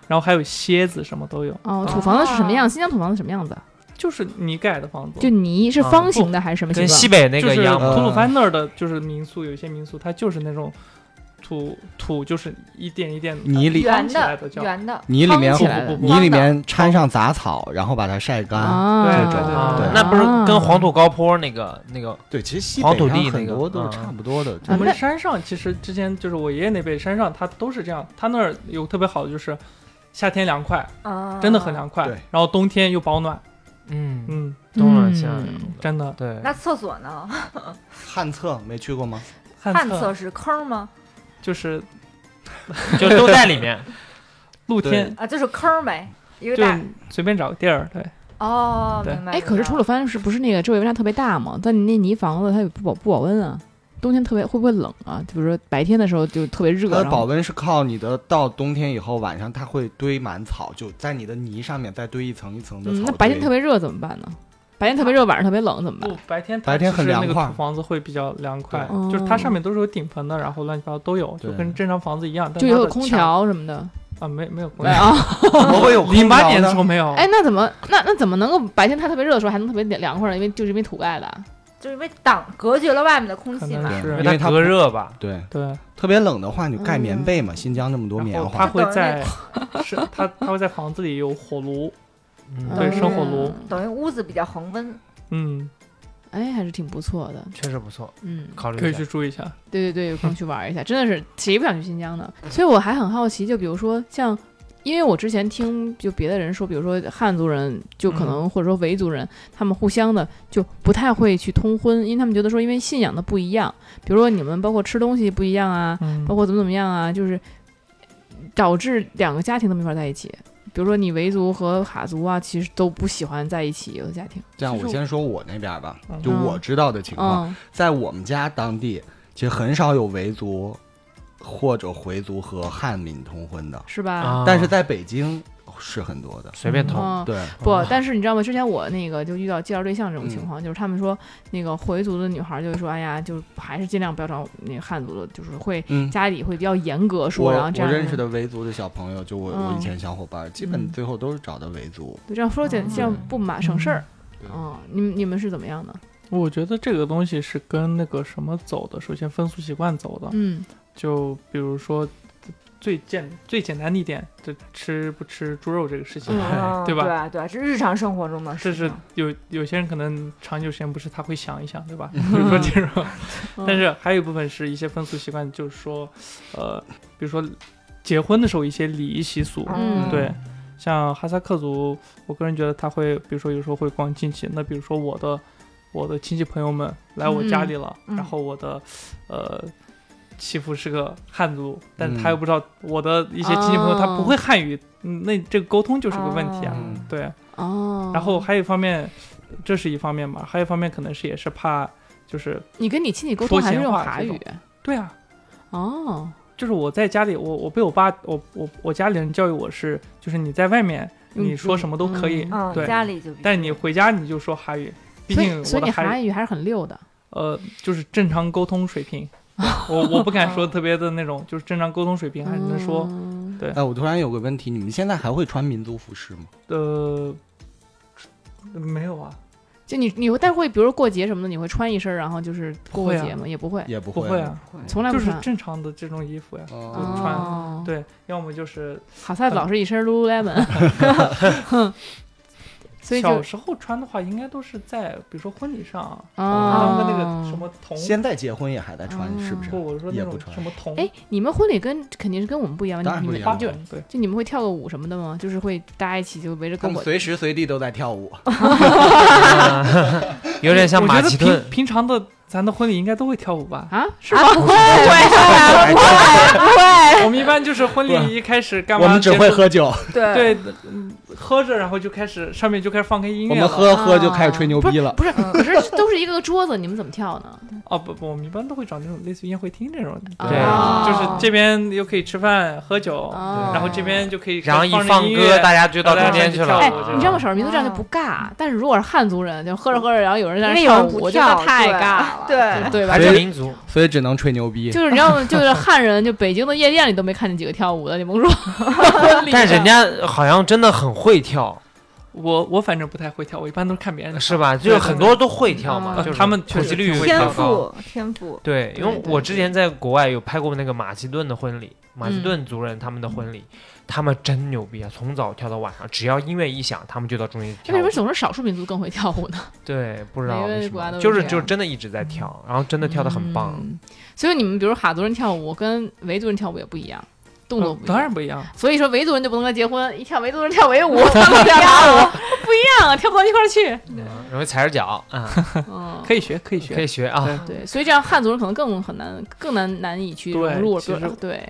F: 然后还有蝎子什么都有。
B: 哦，土房子是什么样？新疆土房子什么样子？
F: 就是泥盖的房子，
B: 就泥是
D: 啊
B: 方形的还是什么形
D: 跟
B: 状
D: 西？北那
F: 就
D: 个
F: 是
D: 一样吗，嗯
F: 吐鲁番那儿的，就是民宿，有一些民宿它就是那种土土，就是一点一点
C: 泥里
F: 翻
E: 圆
F: 起来
E: 的
F: 的叫
E: 圆的，
C: 泥里面
B: 方起来的
F: 不不
C: 泥里面掺上杂草，然后把它晒干。
B: 啊，
F: 对
C: 这种
D: 啊
C: 对
D: 那不是跟
B: 啊
D: 黄土高坡那个那个
C: 对，其实西
D: 黄
C: 北
D: 土地
C: 上
D: 那
C: 很
D: 个
C: 多都
D: 嗯
C: 是差不多的。
F: 我
B: 啊那
F: 们山上其实之前就是我爷爷那辈山上，它都是这样，它那儿有特别好的就是夏天凉快，
E: 啊
F: 真的很。凉快
C: 对，
F: 然后冬天又保暖，
D: 嗯
F: 嗯，
D: 东南西
B: 嗯
F: 真的。
D: 对，
E: 那厕所呢？
C: 旱厕没去过吗？
F: 旱
E: 旱
F: 厕
E: 厕是坑吗？
F: 就是
D: 就都在里面。
F: 露天，
E: 啊，就是坑呗，一个
F: 就
E: 大
F: 随便找个地儿，对，
E: 哦，
F: 对
E: 明白。
B: 哎，可是
E: 除
B: 除了番是不是那个周围温差特别大嘛？但你那泥房子它也不保不保温啊，冬天特别会不会冷啊？就比如说白天的时候就特别热，
C: 它的
B: 然后
C: 保温是靠你的，到冬天以后晚上它会堆满草，就在你的泥上面再堆一层一层的
B: 嗯，
C: 草堆。
B: 那白天特别热怎么办呢？白天特别热，晚上特别冷怎么
F: 不
B: 办？
F: 白天它
C: 白天很
F: 其实那个
C: 凉快
F: 土房子会比较凉快，
B: 对
F: 就是它上面都是有顶棚的，然后乱七八糟都有，就
C: 对
F: 跟正常房子一样，但
B: 就
F: 它
B: 有
F: 的
B: 空
F: 墙
B: 调什么的，
F: 啊，没没有空
B: 对
F: 调。
B: 啊。
C: 怎么会有
F: 零
C: 空
F: 八
C: 调
F: 年的时候
C: 呢？
F: 没有，
B: 哎，那怎么那那怎么能够白天它特别热的时候还能特别凉快呢？因为就是因为土盖的啊。
E: 就是因为挡隔绝了外面的空
F: 可
E: 气
F: 能
E: 嘛，
C: 对
F: 是
D: 因为它隔热吧，
C: 对，
F: 对，
B: 哎
C: 特别冷的话，你就盖棉被嘛。新疆那么多棉
F: 然后
C: 花
F: 它，会在是它它会在房子里有火炉，
D: 嗯，
F: 对
B: 嗯
F: 生火炉
E: 等于屋子比较恒温。
F: 嗯，
B: 哎，还是挺不错的。
D: 确实不错，
B: 嗯，
D: 考
F: 可
D: 虑
F: 以
D: 一下
F: 去。住一下。
B: 对对对，有空去玩一下，真的是谁不想去新疆呢？所以我还很好奇，就比如说像，因为我之前听就别的人说，比如说汉族人，就可能、或者说维族人，他们互相的就不太会去通婚，因为他们觉得说，因为信仰的不一样，比如说你们包括吃东西不一样啊，
F: 嗯
B: 包括怎么怎么样啊，就是导致两个家庭都没法在一起。比如说你维族和哈族啊，其实都不喜欢在一起有的家庭。
C: 这样
F: 其实
C: 我
F: 我
C: 先说我那边吧，
F: 嗯
C: 就我知道的情况，
B: 嗯，
C: 在我们家当地，其实很少有维族或者回族和汉民通婚的，
B: 是吧？
D: 啊
C: 但是在北京是很多的。
D: 随便投，
B: 嗯，
C: 对，
B: 不
D: 哦，
B: 但是你知道吗？之前我那个就遇到介绍对象这种
C: 嗯
B: 情况，就是他们说那个回族的女孩就会说，哎呀，就是还是尽量不要找那个汉族的，就是会
C: 嗯，
B: 家里会比较严格说，
C: 我
B: 然后
C: 我
B: 这样
C: 认识的维族的小朋友，就我我
B: 嗯
C: 以前小伙伴，基本最后都是找的维族。
B: 对这样说
F: 哦
B: 简
E: 嗯
B: 这样不麻省事儿。
C: 对
B: 嗯，你们你们是怎么样的？
F: 我觉得这个东西是跟那个什么走的，首先风俗习惯走
C: 哦
F: 的，
B: 嗯
F: 就比如说最简最简单的一点，这吃不吃猪肉这个事情，
B: 嗯
E: 嗯
F: 对
E: 对
F: 吧
E: 啊对啊，这日常生活中嘛，
F: 这是
E: 吗
F: 有有些人可能长久时间不吃，他会想一想， 对吧？比如说这种，
B: 嗯
F: 但是还有一部分是一些风俗习惯，就是说，呃，比如说结婚的时候一些礼仪习俗，
B: 嗯
F: 对，像哈萨克族，我个人觉得他会，比如说有时候会逛亲戚，那比如说我的我的亲戚朋友们来我家里了，
E: 嗯嗯
F: 然后我的呃媳妇是个汉族，但是
C: 嗯
F: 他又不知道我的一些亲戚朋友他不会汉语，嗯那这个沟通就是个问题啊，
E: 嗯
F: 对。
B: 哦，
F: 然后还有一方面，这是一方面嘛，还有一方面可能是也是怕，就是
B: 你跟你亲戚沟通
F: 说闲
B: 还是用
F: 话
B: 法
F: 这
B: 语
F: 种对啊，
B: 哦，
F: 就是我在家里，我我被我爸，我我我家里人教育我是，就是你在外面
B: 嗯
F: 你说什么都可以，
B: 嗯
E: 嗯，
F: 对
E: 家里就比
F: 但你回家你就说韩语，毕
B: 所
F: 竟
B: 以所以
F: 我
B: 你
F: 的韩语
B: 韩语还是很溜的。
F: 呃，就是正常沟通水平，
B: 哦
F: 我我不敢说特别的那种，就是正常沟通水平还能说，
B: 嗯
C: 哎，我突然有个问题，你们现在还会穿民族服饰吗？
F: 呃，没有啊，
B: 就你你会但会比如说过节什么的，你会穿一身，然后就是过
F: 会
B: 过
F: 啊
B: 节吗？也不会，
C: 也不
F: 不
C: 会，
F: 会啊，
B: 从来
F: 就
B: 不
F: 是
B: 穿。
F: 正常的这种衣服呀，
C: 哦，
F: 穿
B: 哦，
F: 对，要么就是
B: 好在老是一身 Lululemon，所以
F: 小
B: 就
F: 时候穿的话，应该都是在比如说婚礼上当个那
B: 哦
F: 个什么童，
C: 现在结婚也还在穿，是不是
F: 不，？我说那
C: 也不
F: 种
C: 穿
F: 什么童，
B: 哎，你们婚礼跟肯定是跟我们不一样，
C: 当然
B: 你
C: 不
B: 你
C: 一
B: 们
C: 样
F: 八
B: 就
F: 九对，
B: 就你们会跳个舞什么的吗？就是会大家一起就围着
C: 他
B: 篝
C: 们
B: 火，
C: 随时随地都在跳舞，
D: 有点像
F: 我
D: 马
F: 觉得
D: 其顿
F: 平。平常的咱的婚礼应该都会跳 舞吧，
B: 啊，是吗？不会，
F: 我们一般就是婚礼一开始干嘛，
C: 我们只会。喝酒，
E: 对
F: 对，嗯喝着，然后就开始上面就开始放开音乐
C: 我
F: 了。
C: 们喝喝就开始吹牛逼了。
B: 啊不是，可是都是一个个桌子，你们怎么跳呢？
F: 哦不不，我们一般都会找那种类似于宴会厅这种，
D: 对
B: 哦
F: 就是这边又可以吃饭喝酒，
B: 哦
F: 然后这边就可以
D: 然后一
F: 放着
D: 放
F: 音
D: 歌，
F: 乐
D: 大家就到中间去了。
F: 大
B: 哎
F: 家就跳舞，
B: 你知道吗？少数民族这样就不尬，但是如果是汉族人，就喝着喝着，然后有人在
E: 因
B: 那
E: 为有
B: 唱
E: 人
B: 舞，
E: 不
B: 我觉得
E: 跳，
B: 太
E: 对
B: 尬了，
E: 对
B: 对吧
D: 还？是民族，
C: 所以只能吹牛逼。
B: 就是你知道吗？就是汉人，就北京的夜店里都没看见几个跳舞的，你甭说婚 礼上。
D: 但人家好像真的很会跳，
F: 我我反正不太会跳，我一般都是看别人跳嗯
D: 是？吧？
F: 对
D: 就是很多都会跳嘛，
F: 对
D: 就是
F: 他们
D: 普及率
F: 确实
D: 会
F: 挺
D: 较
E: 天
D: 高。
E: 赋天赋，
D: 对，因为
B: 对对嗯
D: 我之前在国外有拍过那个马其顿的婚礼，马其顿族人他们的婚礼，他们真牛逼啊，从早跳到晚上，只要音乐一响，他们就到中间
B: 那
D: 跳
B: 为什
D: 舞
B: 么。总是少数民族更会跳舞呢？
D: 对，不知道
B: 每个
D: 为什
B: 国家
D: 么，
B: 都
D: 就是是
B: 这
D: 就
B: 样
D: 真的一直在跳，然后真的跳的很棒。
B: 嗯所以你们比如哈族人跳舞跟维族人跳舞也不一样，动
D: 哦
B: 作
F: 嗯
B: 不一样。
F: 当然不一样，
B: 所以说维族人就不能跟他结婚，一跳维族人跳 维舞，他们跳哈舞啊不一样，跳不到一块儿去。
D: 嗯容易踩着脚 啊，
B: 嗯，
F: 可以学，可以
D: 可
F: 学
D: 以。学啊。
B: 对，所以这样汉族人可能更很难，更难难以去融入。
F: 对其
B: 比
F: 实
B: 如说对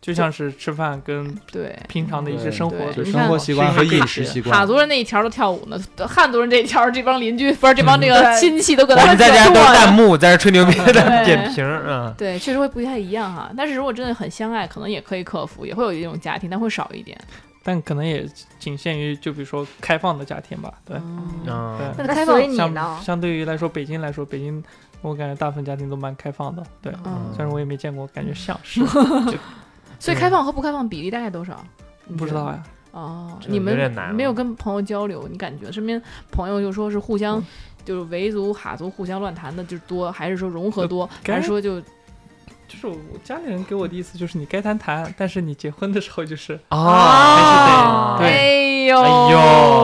F: 就像是吃饭跟
B: 对，
F: 平常的一些生活
B: 对
C: 就
B: 你
C: 生
B: 看
C: 活习惯和饮食习
B: 哈
C: 惯。
B: 族人那一条都跳舞呢，汉族人这一条这帮邻居不是这帮这个
E: 对
B: 亲戚都搁
D: 嗯我
B: 那
D: 们在家
B: 做
D: 都是
B: 呢
D: 弹幕，在这吹牛逼的
B: 嗯对
D: 点评啊。
B: 对，确实会不太一样哈。但是如果真的很相爱，可能也可以克服，也会有一种家庭，但会少一点。
F: 但可能也仅限于就比如说开放的家庭吧，对。哦
B: 嗯，
D: 嗯，
F: 对
B: 那
E: 那
B: 开
E: 所
B: 放
E: 以你呢
F: 相？相对于来说，北京来说，北京我感觉大部分家庭都蛮开放的，对。
B: 嗯
F: 虽然我也没见过，感觉像是嗯
B: 所以开放和不开放比例大概多少？
D: 嗯
B: 你
F: 不知
B: 觉得
F: 道啊呀。
B: 哦，
D: 这
B: 你
D: 有点难
B: 们
F: 啊
D: 了
B: 没有跟朋友交流，你感觉身边朋友就说是互
F: 嗯
B: 相，就是维族、哈族互相乱谈的就多，还是说融合多，
F: 呃该
B: 还是说就
F: 就是我家里人给我的意思就是你该谈谈，但是你结婚的时候就是，
D: 哦啊，
F: 还是得
B: 哎
F: 对
B: 呦，
D: 哎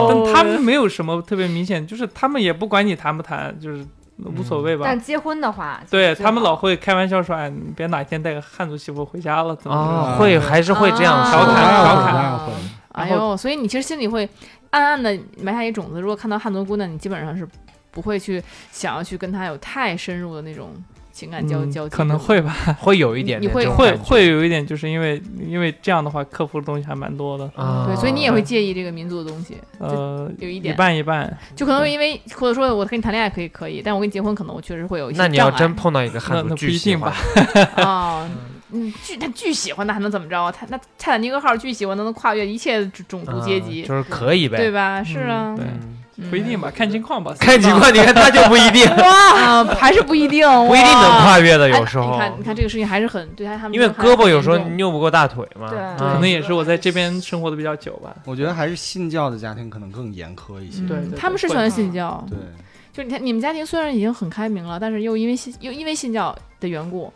F: 但
D: 呦
F: 他们没有什么特别明显，就是他们也不管你谈不谈，就是无所谓吧。
E: 但结婚的话，
F: 对
E: 就
F: 他们老会开玩笑说，哎，你别哪天带个汉族媳妇回家了，怎么
D: 啊，
C: 嗯
D: 会还是会这样
B: 啊
D: 说
F: 调
D: 的
F: 侃调
C: 侃
B: 啊
C: 会
B: 哎
F: 然
B: 呦，所以你其实心里会暗暗的埋下一种子，如果看到汉族姑娘，你基本上是不会去想要去跟她有太深入的那种情感
F: 着？
B: 交、
F: 嗯
B: 交集，
F: 可能会吧，
D: 会有一点
B: 你
D: 点
B: 会
D: 这种
F: 会
D: 感觉
F: 会有一点，就是因为因为这样的话，克服的东西还蛮多的。
D: 啊，
B: 对，所以你也会介意这个民族的东西，
F: 呃，
B: 有一
F: 一
B: 点，
F: 半一半，
D: 嗯
B: 就可能因为或者说我跟你谈恋爱可以可以，但我跟你结婚可能我确实会有一些
D: 那你要 真碰到一个汉
F: 那
D: 族
F: 那不
D: 巨
F: 一
D: 喜
F: 定
D: 欢
F: 吧，
B: 啊。嗯，巨他巨喜欢，那还能怎么着啊？他那泰坦尼克号巨喜欢，能跨越一切种族阶级，
D: 嗯就是可以呗，
B: 对吧？是啊，
F: 对
D: 嗯
B: 嗯
F: 不一定吧，看情况吧。
D: 看情况，你看他就不一定，
B: 啊，还是不一定，
D: 不一定能
B: 哇。
D: 跨越的，
B: 哎
D: 有时
B: 你
D: 候，
B: 看，你看这个事情还是很对他他们，
D: 因为胳膊有时候
F: 嗯
D: 拗不过大腿嘛，
E: 对
D: 嗯
F: 可能也是我在这边生活的比较久吧。
C: 我觉得还是信教的家庭可能更严苛一些。
B: 嗯
F: 对对对嗯
B: 他们是喜欢信教，
C: 对，
B: 就是你看你们家庭虽然已经很开明了，但是又因为信又因为信教的缘故，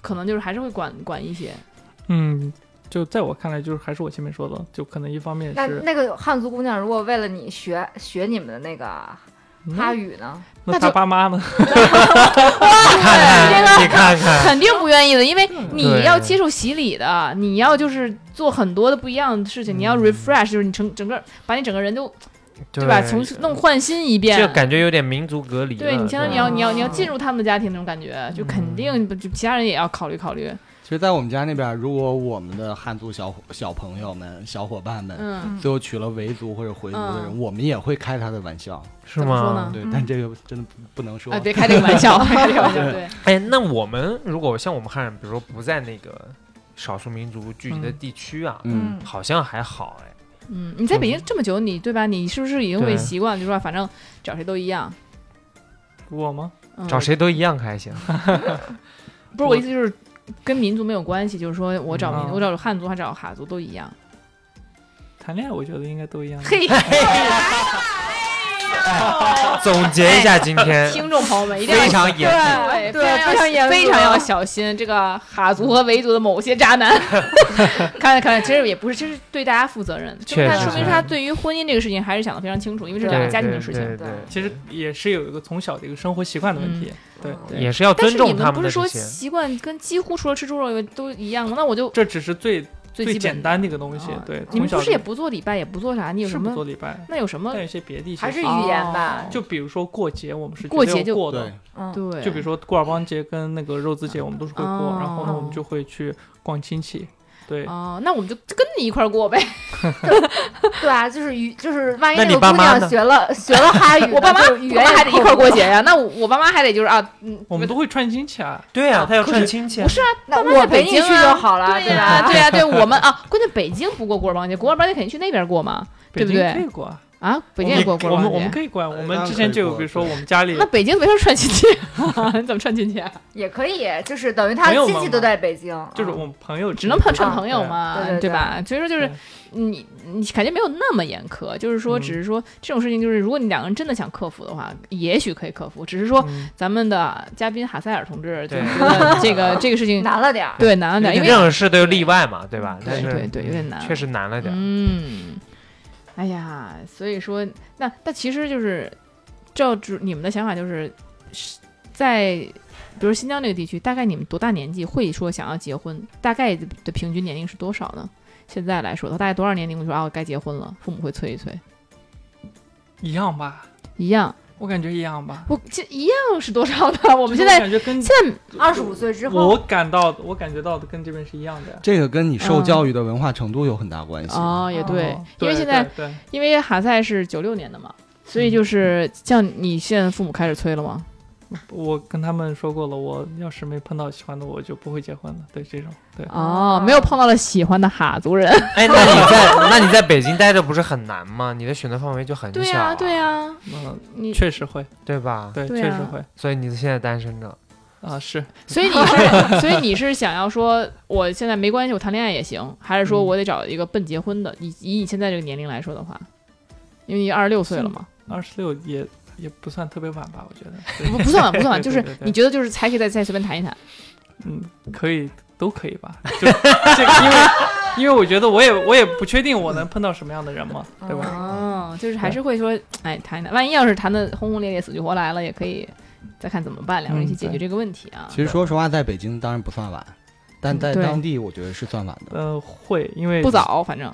B: 可能就是还是会管管一些。
F: 嗯，就在我看来，就是还是我前面说的，就可能一方面
E: 那
F: 是
E: 那个汉族姑娘，如果为了你学学你们的那个哈
F: 嗯、
E: 语呢？
F: 那
B: 那
F: 他
B: 就
F: 爸妈呢？
D: 看看你看看，
B: 肯定不愿意的，因为你
D: 对
B: 要接受洗礼的，你要就是做很多的不一样的事情，你要 refresh，就是你整整个把你整个人都对吧，从弄换新一
D: 这
B: 遍。
D: 感觉有点民族隔离了，
B: 对你相当于你要你要你要
E: 嗯
B: 进入他们的家庭那种感觉，就肯定就其他人也要考虑考虑。
C: 其实，在我们家那边，如果我们的汉族小伙小朋友们、小伙伴们
B: 嗯，
C: 最后娶了维族或者回族的人，
B: 嗯
C: 我们也会开他的玩笑。
D: 是
B: 怎么说
D: 吗
B: 呢？
C: 对
E: 嗯，
C: 但这个真的不不能说
B: 哎，。别开这个玩笑，别开这个玩笑，对，
D: 哎，那我们如果像我们汉人，比如说不在那个少数民族聚集的
F: 嗯
D: 地区啊，
C: 嗯，
D: 好像还好哎。
B: 嗯，你在北京这么久，你对吧？你是不是已经会
D: 对
B: 习惯，就是说反正找谁都一样？
F: 我吗？
B: 嗯、
D: 找谁都一样还行，
B: 不是我意思，就是跟民族没有关系，就是说我找民，
F: 嗯
B: 我找汉族还找哈族都一样。
F: 谈恋爱我觉得应该都一样。
B: 嘿，哎
D: 总结一下今天，
B: 听众朋友们一定要哎
D: 非常严
B: 对
D: 厉。
B: 非
E: 对非
B: 常啊
E: 常严
B: 要
E: 肃
B: 非常要小心这个哈族和维族的某些渣 男。看来看来，其实也不是，这是对大家负责任的。
D: 确实
B: 就是他说
D: 是
B: 明他对于婚姻这个事情还是想得非常清楚，因为这是两个
D: 对
B: 家庭
D: 对
B: 的事情。
D: 对
E: 对
D: 对
F: 其实也是有一个从小的一个生活习惯的问题。对，
B: 对
D: 也是要
B: 但
D: 尊
B: 是你
D: 重他
B: 们不
D: 们
B: 是说
D: 的这些。
B: 习惯跟几乎除了吃猪肉以外都一样吗？那我就
F: 这只是最
B: 最
F: 最
B: 基本
F: 简
B: 的
F: 单的一个东西
B: 啊。
F: 对，
B: 你
F: 从
B: 们
F: 小
B: 不是也
F: 就
B: 不做礼拜，也不做啥？你有
F: 是
B: 什
F: 不做
B: 么？
F: 礼拜，
B: 那有什么
F: 但？有些别的一些
E: 还是
F: 习
E: 语
F: 惯
E: 言吧
B: 哦，
F: 就比如说过节，我们是
B: 过
F: 绝对
B: 节就
F: 要过的
C: 对。，
E: 嗯，
B: 对，嗯
F: 就比如说古尔邦节跟那个肉孜节，我们都是会过，然后呢，我们就会去逛亲戚。对，
B: 哦，那我们就跟你一块儿过呗。
E: 对啊，就是语，就是万一
D: 那
E: 那
D: 你
E: 个
D: 爸
E: 姑
D: 妈
E: 娘
D: 呢
E: 学了学了哈语呢，
B: 我爸妈，
E: 就语
B: 我
E: 言
B: 爸妈
E: 也
B: 还得一
E: 扣
B: 块儿
E: 不
B: 过
E: 住
B: 节 呀、那我爸妈还得就是啊，嗯，
F: 我们都会串亲戚啊。
D: 对啊，他要
B: 可
D: 串
B: 是
D: 亲戚啊
B: 不。是啊，
E: 那
B: 爸妈在
E: 我陪
B: 北
E: 你
B: 京
E: 去
B: 啊
E: 就好了，
B: 对呀、
E: 吧？
B: 对呀、对我们啊，关键北京不过古尔邦节，古尔邦节肯定去那边过嘛，对不
F: 北京可
B: 对
F: 以？过啊，
B: 啊，北京
F: 我
B: 也
F: 们
B: 过古尔
F: 我们
B: 邦
F: 我们
B: 节。
F: 可以过啊，
C: 哎
F: 我
C: 当
F: 们
C: 然
F: 之
C: 可
F: 前
C: 以
F: 就有，
C: 过
F: 比如说
C: 对
F: 我们家里
B: 那北京没法串亲戚， 你怎么串亲戚、啊？
E: 也可以，就是等于他
F: 没有
E: 亲
F: 妈
E: 戚
F: 妈
E: 都在北京，
F: 就是
E: 嗯
F: 我们朋友
B: 啊只能碰
E: 串
B: 串朋友
F: 啊
B: 嘛，
E: 对对对
B: 吧？所以说就是
F: 对
B: 你你感觉没有那么严苛，就是说
F: 嗯
B: 只是说这种事情，就是如果你两个人真的想克服的话，也许可以克服，只是说
F: 嗯
B: 咱们的嘉宾哈塞尔同志就
D: 对
B: 觉得这 个这个事情
E: 难了点儿。
B: 对难了点，因为嗯
D: 任何事都有例外嘛，对吧？但
B: 对
D: 是
B: 对对有点难，
D: 确实难了点儿。
B: 嗯，哎呀，所以说，那那其实就是照主你们的想法，就是是在比如新疆这个地区，大概你们多大年纪会说想要结婚？大概的平均年龄是多少呢？现在来说，大概多少年龄会说啊，我该结婚了？父母会催一催，
F: 一样吧，
B: 一样，
F: 我感觉一样吧。
B: 我这一样是多少呢？我
F: 我
B: 们现在
F: 感觉跟
B: 现在
E: 二十五岁之后，
F: 我感到我感觉到的跟这边是一样的呀。
C: 这个跟你受
B: 嗯
C: 教育的文化程度有很大关系。
B: 哦，也对，
F: 哦
B: 因为现在
F: 对对
B: 因为哈赛是九六年的嘛，所以就是像你现在父母开始催了吗？
F: 我跟他们说过了，我要是没碰到喜欢的，我就不会结婚了。对这种，对，
B: 哦，没有碰到了喜欢的哈族人。
D: 哎，那你在那你在北京待着不是很难吗？你的选择范围就很小、啊
B: 对呀、对、啊呀、
F: 嗯，
B: 你
F: 啊确实会，
D: 对吧？
F: 对，
B: 对
F: 确
B: 啊
F: 实会
D: 所以你现在单身着，
F: 啊，是
B: 所以你是所以你是想要说，我现在没关系，我谈恋爱也行，还是说
F: 嗯
B: 我得找一个奔结婚的？以以你现在这个年龄来说的话，因为你二十六岁了嘛，
F: 二十六也也不算特别晚吧，我 觉得，
B: 不不算晚，不 算晚，就
F: 对
B: 是
F: 对对
B: 你觉得就是还可以再再随便谈一谈。
F: 嗯，可以，都可以吧，就这个，因为因为我觉得我也我也不确定我能碰到什么样的人嘛，对吧？
B: 哦，就是还是会说，哎，谈一谈，万一要是谈的轰轰烈烈、死去活来了，也可以再看怎么办，两个人一起
F: 嗯
B: 解决这
F: 对
B: 个问题啊。嗯
C: 其实说实话，在北京当然不算晚，但在
B: 对
C: 当地我觉得是算晚的。
F: 呃，会，因为
B: 不早，反正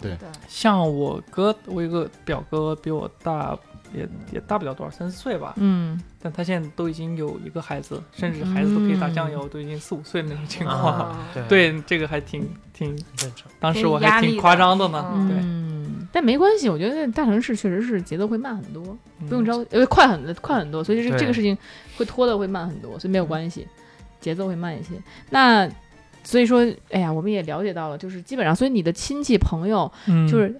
F: 像我哥，我有个表哥比我大，也也大不了多少，三四岁吧，
B: 嗯，
F: 但他现在都已经有一个孩子，甚至孩子都可以打酱
E: 嗯
F: 油，都已经四五岁那种情况了。
E: 啊
D: 对对，
F: 对，这个还挺挺，
D: 正常。
F: 当时我
E: 挺压
F: 还
E: 力的
F: 挺夸张的呢。
E: 嗯
F: 对，
B: 嗯，但没关系，我觉得大城市确实是节奏会慢很多，不用
F: 着。
B: 着急，呃，快很快很多，所以这
D: 对嗯
B: 这个事情会拖的会慢很多，所以没有关系，节奏会慢一些。那所以说，哎呀，我们也了解到了，就是基本上，所以你的亲戚朋友，
F: 嗯，
B: 就是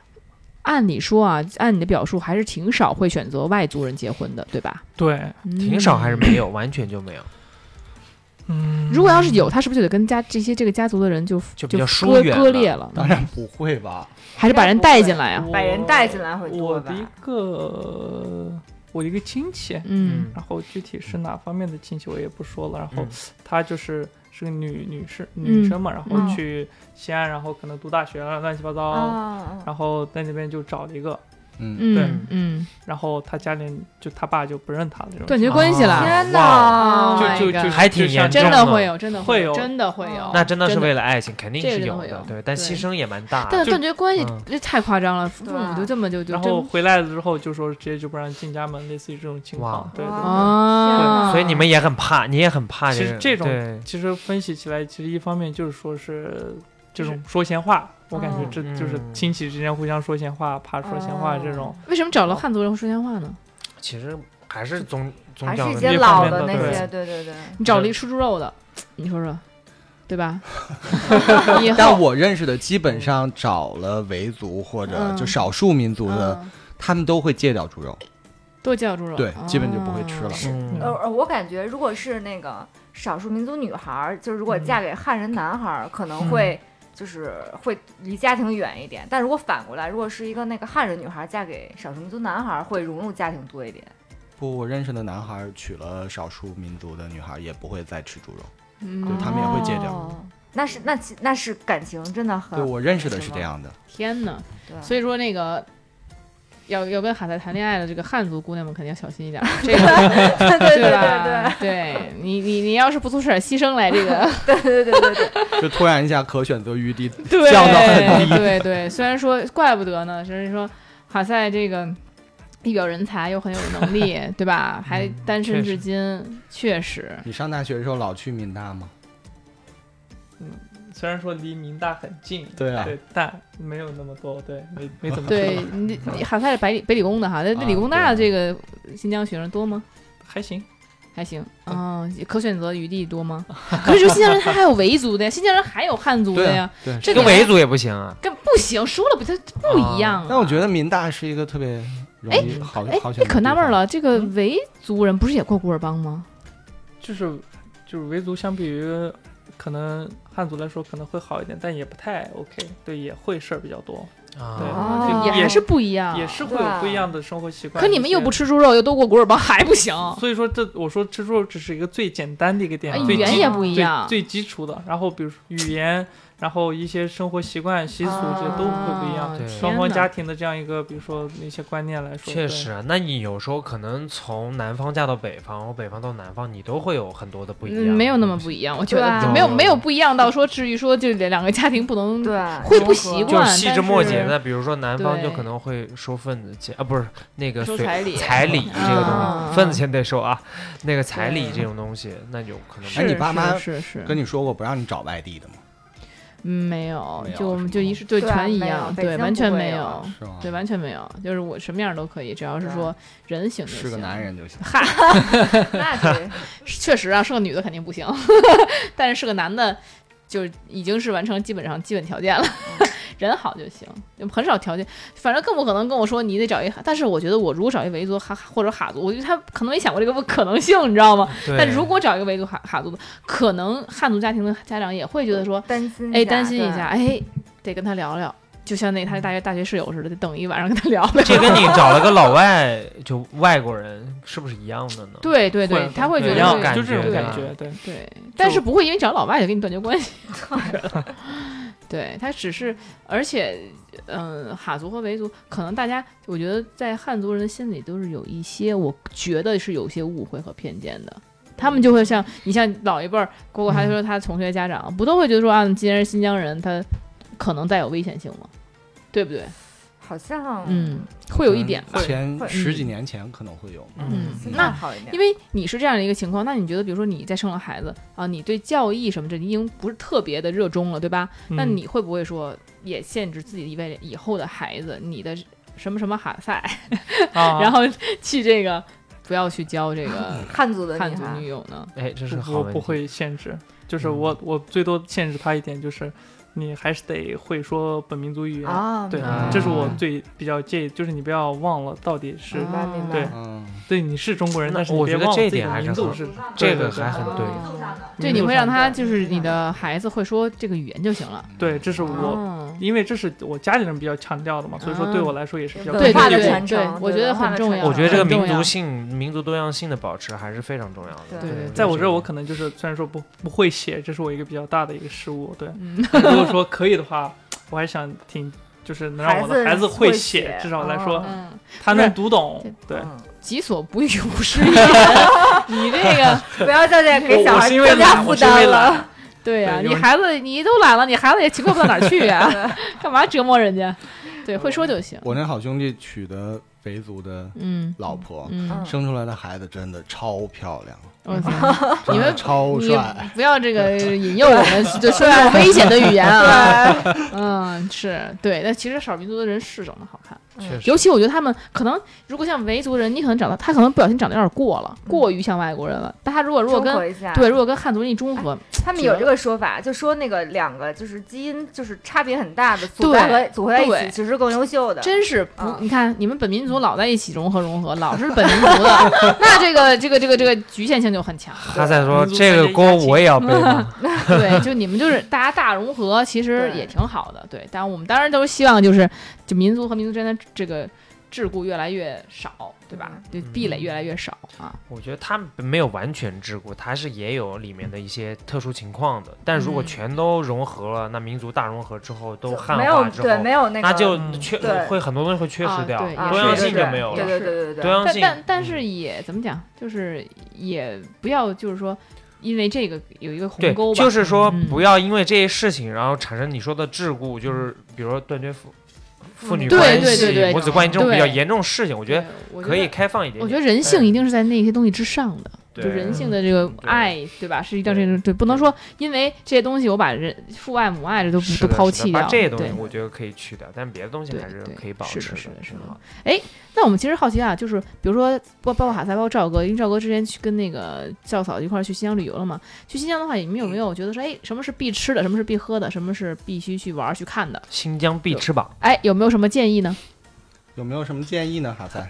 B: 按理说啊，按你的表述，还是挺少会选择外族人结婚的，对吧？嗯
F: 对，
D: 挺少还是没有，完全就没有，
F: 嗯，
B: 如果要是有，他是不是就得跟家这些这个家族的人就
D: 就比
B: 就
D: 较
B: 割
D: 疏远
B: 割
D: 了
B: 裂了，
C: 当然不会吧？
B: 还是把人带进来啊？
F: 我
E: 把人带进来会
F: 我
E: 多
F: 的
E: 吧？
F: 一个我的一个亲戚，
B: 嗯
F: 然后具体是哪方面的亲戚我也不说了，然后她就是是个女女士
B: 嗯
F: 女生嘛，然
B: 嗯
F: 后去西安，然后可能读大学了，乱七八糟，
E: 啊，
F: 然后在那边就找了一个，
C: 嗯，
F: 对
B: 嗯嗯，
F: 然后她家里人就她爸就不认她了，这种
B: 断
F: 情
B: 绝
F: 况
B: 关系了。哇
E: 天哪！
B: Oh my
F: 啊就就
B: God
F: 就
D: 还挺
F: 就
D: 啊
F: 像
D: 严
B: 真
D: 重
B: 的
D: 的
B: 会有，真的
F: 会有
B: 真的会有，
D: 那真的是
B: 为。
D: 为了爱情，肯定
B: 这个
D: 是
B: 真的
D: 有
B: 会有
D: 的，对，但
B: 对
D: 牺牲也蛮
C: 啊
D: 大
B: 但
D: 的。
F: 就
B: 断绝关系
D: 嗯
B: 这太夸张了，父
E: 对啊
B: 母就这么就就
F: 然
B: 真
F: 后回来了之后就说直接就不让进家门，类似于这种情况
D: 哇。
F: 对对对。
B: 啊，
D: 所以你们也很怕，你也很怕
F: 其
D: 这
F: 实
D: 个。
F: 这种
D: 对
F: 其实分析起来，其实一方面就是说是这种说闲话，我感觉
E: 嗯
F: 这就是
D: 嗯
F: 亲戚之间互相说闲话，怕说闲话这种。
B: 为什么找了汉族人会说闲话呢？
D: 其实还是宗宗
E: 还
D: 教
E: 是一
D: 问
E: 些
D: 题
F: 这
E: 老
F: 方面
E: 的
F: 的
E: 那
F: 对
E: 些，对对对，
B: 你找了一吃猪肉的，你说说，对吧？以后
C: 但我认识的基本上找了维族或者
B: 嗯
C: 就少数民族的，
B: 嗯
C: 他们都会戒掉猪肉，
B: 都叫猪肉，
C: 对，基本就不会吃了。
B: 哦
D: 嗯
E: 呃呃，我感觉如果是那个少数民族女孩儿，就是如果嫁给汉人男孩儿，可能会就是会离家庭远一点。但如果反过来，如果是一个那个汉人女孩儿嫁给少数民族男孩儿，会融入家庭多一点。
C: 不，我认识的男孩娶了少数民族的女孩，也不会再吃猪肉。
B: 嗯
C: 对他们也会戒掉
E: 哦 那是那其那是感情真的
B: 啊
E: 很
C: 对我认识的是这样的，
B: 天哪！
E: 对啊
B: 所以说那个。要要跟海仔谈恋爱的这个汉族姑娘们肯定要小心一 点，这个
E: 对对对
B: 对
E: 对
B: 吧？对你你你要是不做出点牺牲来，这个
E: 对对对对对
C: 就突然一下可选择余地
B: 对
C: 降到很低。
B: 对对，虽然说怪不得呢，就是说哈塞这个一表人才又很有能 力，对吧？还
D: 嗯
B: 单身
D: 确
B: 至
D: 实
B: 今，确实
C: 你上大学的时候老去民大吗？
F: 虽然说离民大很近，
C: 对啊
F: 对，但没有那么多，对，没没怎么
B: 对
F: 去，
B: 你你哈塞是北理北理工的哈，那那
C: 啊
B: 理工大的这
C: 对
B: 个新疆学生多吗？
F: 还行，
B: 还行，
C: 呃
B: 嗯、可选择余地多 吗？可是就新疆人他还有维族的呀，新疆人还有汉族的
C: 对
B: 呀
C: 啊，，对。
B: 这
D: 跟
B: 个
D: 维族也不行啊。
B: 跟不行，说了不就不一样、啊。
C: 但我觉得民大是一个特别容易好
B: 哎
C: 好，
B: 你
C: 选择的地方。嗯
B: 可纳闷了，这个维族人不是也过古尔邦吗？
F: 就是就是维族相比于可能汉族来说可能会好一点，但也不太 OK，对，也会事儿比较多，对，
D: 啊，
E: 哦
F: 就
B: 也还是不一样。
F: 也是会有不一样的生活习惯。
B: 啊可你们又
F: 一些
B: 不吃猪肉，又都过古尔邦，还不行？
F: 所以说这我说吃猪肉只是一个最简单的一个点啊
B: 哎，
F: 最
B: 语
F: 基
B: 言也不一
F: 最
B: 样。
F: 最基础的。然后比如说语言，然后一些生活习惯、习俗这些都会不一样。
B: 啊
D: 对
F: 双方
B: 天哪
F: 家庭的这样一个，比如说一些观念来说，
D: 确
F: 对
D: 实，啊。那你有时候可能从南方嫁到北方，或北方到南方，你都会有很多的不一
B: 嗯，
D: 样。
B: 没有那么不一样，我觉得、
E: 对啊
B: 没有没有不一样到说至于说这两个家庭不能
E: 对，
B: 会不
E: 融合
B: 习
D: 就
B: 惯
D: 是细枝末节
B: 但是
D: 的，比如说南方
B: 对
D: 就可能会收份子钱啊，不是那个
B: 收
D: 随
B: 彩礼
D: 彩礼
B: 嗯
D: 这个东
B: 嗯
D: 西，份子钱得收啊，那个彩礼
B: 对
D: 这种东西，那有可能
B: 是
C: 哎你爸妈
B: 是是
C: 跟
B: 你
C: 你说过不让你找外地的
B: 嗯
C: 吗？
B: 没有
C: 没，有
B: 就我们
C: 是
B: 就
C: 吗
B: 一是对
E: 对啊
B: 全一
E: 没有
B: 样，
E: 北
B: 对，
E: 京
B: 完
E: 不
B: 全
E: 会
B: 没
E: 有
B: 有，
C: 是吗？
B: 对，完全没有，就是我什么样都可以，只要是
E: 对
B: 说人行就是
C: 个
B: 行
C: 男。人就行。
B: 嗨，
E: 那得
B: 确实啊，是个女的肯定不行，但是是个男的，就已经是完成基本上基本条件了，
E: 嗯
B: 人好就行，就很少条件，反正更不可能跟我说你得找一，但是我觉得我如果找一维族哈或者哈族，我觉得他可能没想过这个可能性，你知道吗？
D: 对。
B: 但如果找一个维族哈哈族的，可能汉族家庭的家长也会觉得说，
E: 担心一
B: 哎，
E: 下
B: 担心一
E: 对
B: 下，哎，得跟他聊聊，就像那他大学大学室友似的，得等一晚上跟他聊聊。
D: 这跟你找了个老外，就外国人，是不是一样的呢？
B: 对对对，他会觉
D: 对
B: 得
D: 一样
B: 对
D: 感
F: 就这种
D: 觉
F: 感
D: 对
F: 觉，对，啊
B: 对，但是不会因为找老外就跟你断绝关 系。对他只是，而且，嗯、哈族和维族，可能大家我觉得在汉族人的心里都是有一些，我觉得是有些误会和偏见的。他们就会像你像老一辈儿，果果还说他同学家长、不都会觉得说啊，既然是新疆人，他可能带有危险性吗？对不对？
E: 好像
B: 嗯，会有一点吧。
C: 前
E: 会
C: 十几年前可能会有。
B: 嗯
E: 心
B: 那
E: 态好一点，
B: 因
E: 为
B: 为你是这样的一个情况，那你觉得，比如说你再生了孩子啊，你对教义什么这你已经不是特别的热衷了，对吧？那
F: 嗯
B: 你会不会说也限制自己一位以后的孩子，你的什么什么哈赛，
F: 啊，
B: 然后去这个不要去交这 个
E: 汉族的
B: 汉
E: 女
B: 族
E: 孩
B: 女友呢？
D: 哎，这是个好
F: 我
D: 问
F: 不
D: 题。
F: 会限制，就是
D: 嗯
F: 我我最多限制他一点就是，你还是得会说本民族语言。
E: 啊，
F: 对
D: 啊，
F: 这是我最比较介意，就是你不要忘了到底是
E: 明
B: 啊
E: 白明白，
F: 对
C: 嗯，
F: 对你是中国人，
D: 那
F: 但是
D: 我
F: 你别
D: 觉得
F: 忘了
D: 这一
F: 自己
D: 点
F: 的
D: 还是
F: 民族
D: 很
F: 是
D: 这
F: 对
D: 个
F: 对对
D: 还很对。
B: 对，
F: 民
B: 你
F: 族
B: 会
F: 上
B: 让他
F: 对
B: 就是你的孩子会说这个语言就行了。
F: 对，这
E: 嗯
C: 嗯
F: 是我，
B: 哦
F: 因为这是我家里人比较强调的嘛，所以说对我来说也是比较
E: 文
B: 啊对
E: 化
F: 重要
E: 的
F: 的
B: 对
E: 传
B: 对
E: 承，
B: 我
E: 对
B: 觉得
E: 文化
B: 很
E: 的
B: 重
E: 传
B: 要
E: 承
D: 我觉得这个民
B: 很重要
D: 族性、民族多样性的保持还是非常重要的。
E: 对
B: 对
F: 在我这儿，我可能就是虽然说不不会写，这是我一个比较大的一个失误。对，
B: 嗯，
F: 如果说可以的话，我还想挺，就是能让我的
E: 孩
F: 孩
E: 子
F: 子
E: 会
F: 会
E: 写哦
F: 写，至少来说
B: 嗯，
F: 他能读懂
B: 对。
F: 对，
E: 嗯
B: 己所不欲，勿施于人。 你这个。
E: 不要再再给
F: 我
E: 小
F: 我
E: 孩
F: 是因为
E: 增加
F: 懒，
E: 负
F: 我是因为
E: 担了。
F: 懒。
B: 对呀、你
F: 对有人
B: 孩子你都懒了，你孩子也奇怪不到哪儿去 呀、干嘛折磨人家？对，会说就行。
C: 我那好兄弟娶的维族的
B: 嗯
C: 老婆，
B: 嗯
E: 嗯
C: 生出来的孩子真的超漂亮，
B: 我 操！你们
C: 超
B: 你
C: 帅，
B: 不要这个引诱我们，就说点危险的语言啊。嗯，是对，但其实少数民族的人是长得好看，
D: 确实
B: 尤其我觉得他们可能，如果像维族人，你可能长得他可能不小心长得有点过了，
E: 嗯
B: 过于像外国人了。但他如果如果
E: 中
B: 跟
E: 和一下，
B: 对，如果跟汉族人一中和，
E: 他们有这个说法，就说那个两个就是基因就是差别很大的组合
B: 对
E: 和组合在一
B: 对
E: 起，其实是更优秀的。
B: 真是不
E: 啊，
B: 你看你们本民族老在一起融合融合，老是本民族的， 那这个这个这个这个局限性就很强。
D: 他在说
F: 民族
D: 这
F: 团
D: 个
F: 结
D: 锅
F: 一致
D: 我也要背 吗？
B: 对，就你们就是大家大融合，其实
E: 对
B: 也挺好的。对，但我们当然都是希望就是就民族和民族之间的这个桎梏越来越少，对吧？就
D: 嗯
B: 壁垒越来越少啊。
D: 我觉得他们没有完全桎梏，他是也有里面的一些特殊情况的。但如果
B: 嗯
D: 全都融合了，那民族大融合之后都
E: 就
D: 汉
E: 没
D: 化
E: 有
D: 啊之
E: 对
D: 后
E: 没，有那个
D: 那就
F: 嗯
D: 缺
E: 对
D: 会很多东西会缺
B: 啊
D: 失掉，
B: 对
E: 啊
D: 多样性就没有
E: 对
D: 了。
E: 对对对对
D: 多
E: 对，
D: 样
B: 但
D: 性，
B: 但但是
D: 嗯
B: 也怎么讲，就是也不要就是说因为这个有一个鸿
D: 对
B: 沟，吧，
D: 就是说
B: 嗯
D: 不要因为这些事情，然后产生你说的桎梏，就是比如说断绝父父女
B: 嗯对对
D: 关
B: 对
D: 系、
B: 对
D: 母子关系这种比较
B: 对
D: 严重的事情，我觉得
B: 对我觉
D: 可以
B: 得。
D: 开放一点点。
B: 我觉得人性一定是在那些东西之上的，
D: 对
B: 就人性的这个
D: 对
B: 爱，对吧？是一定这种对，不能说因为这些东西我把人父爱母爱这都不
D: 是
B: 都
D: 的
B: 抛
D: 是的
B: 弃
D: 把
B: 掉，
D: 这些东西
B: 对
D: 我觉得可以去掉，但别的东西
B: 对
D: 还是
B: 对
D: 可以保
B: 是
D: 持
B: 的是的是的
D: 嗯
B: 那我们其实好奇啊，就是比如说包包括哈萨，包括赵哥，因为赵哥之前去跟那个赵嫂一块儿去新疆旅游了嘛。去新疆的话，你们有没有觉得说，哎，什么是必吃的，什么是必喝的，什么是必须去玩儿去看的？
D: 新疆必吃榜，
B: 哎，有没有什么建议呢？
C: 有没有什么建议呢？哈塞，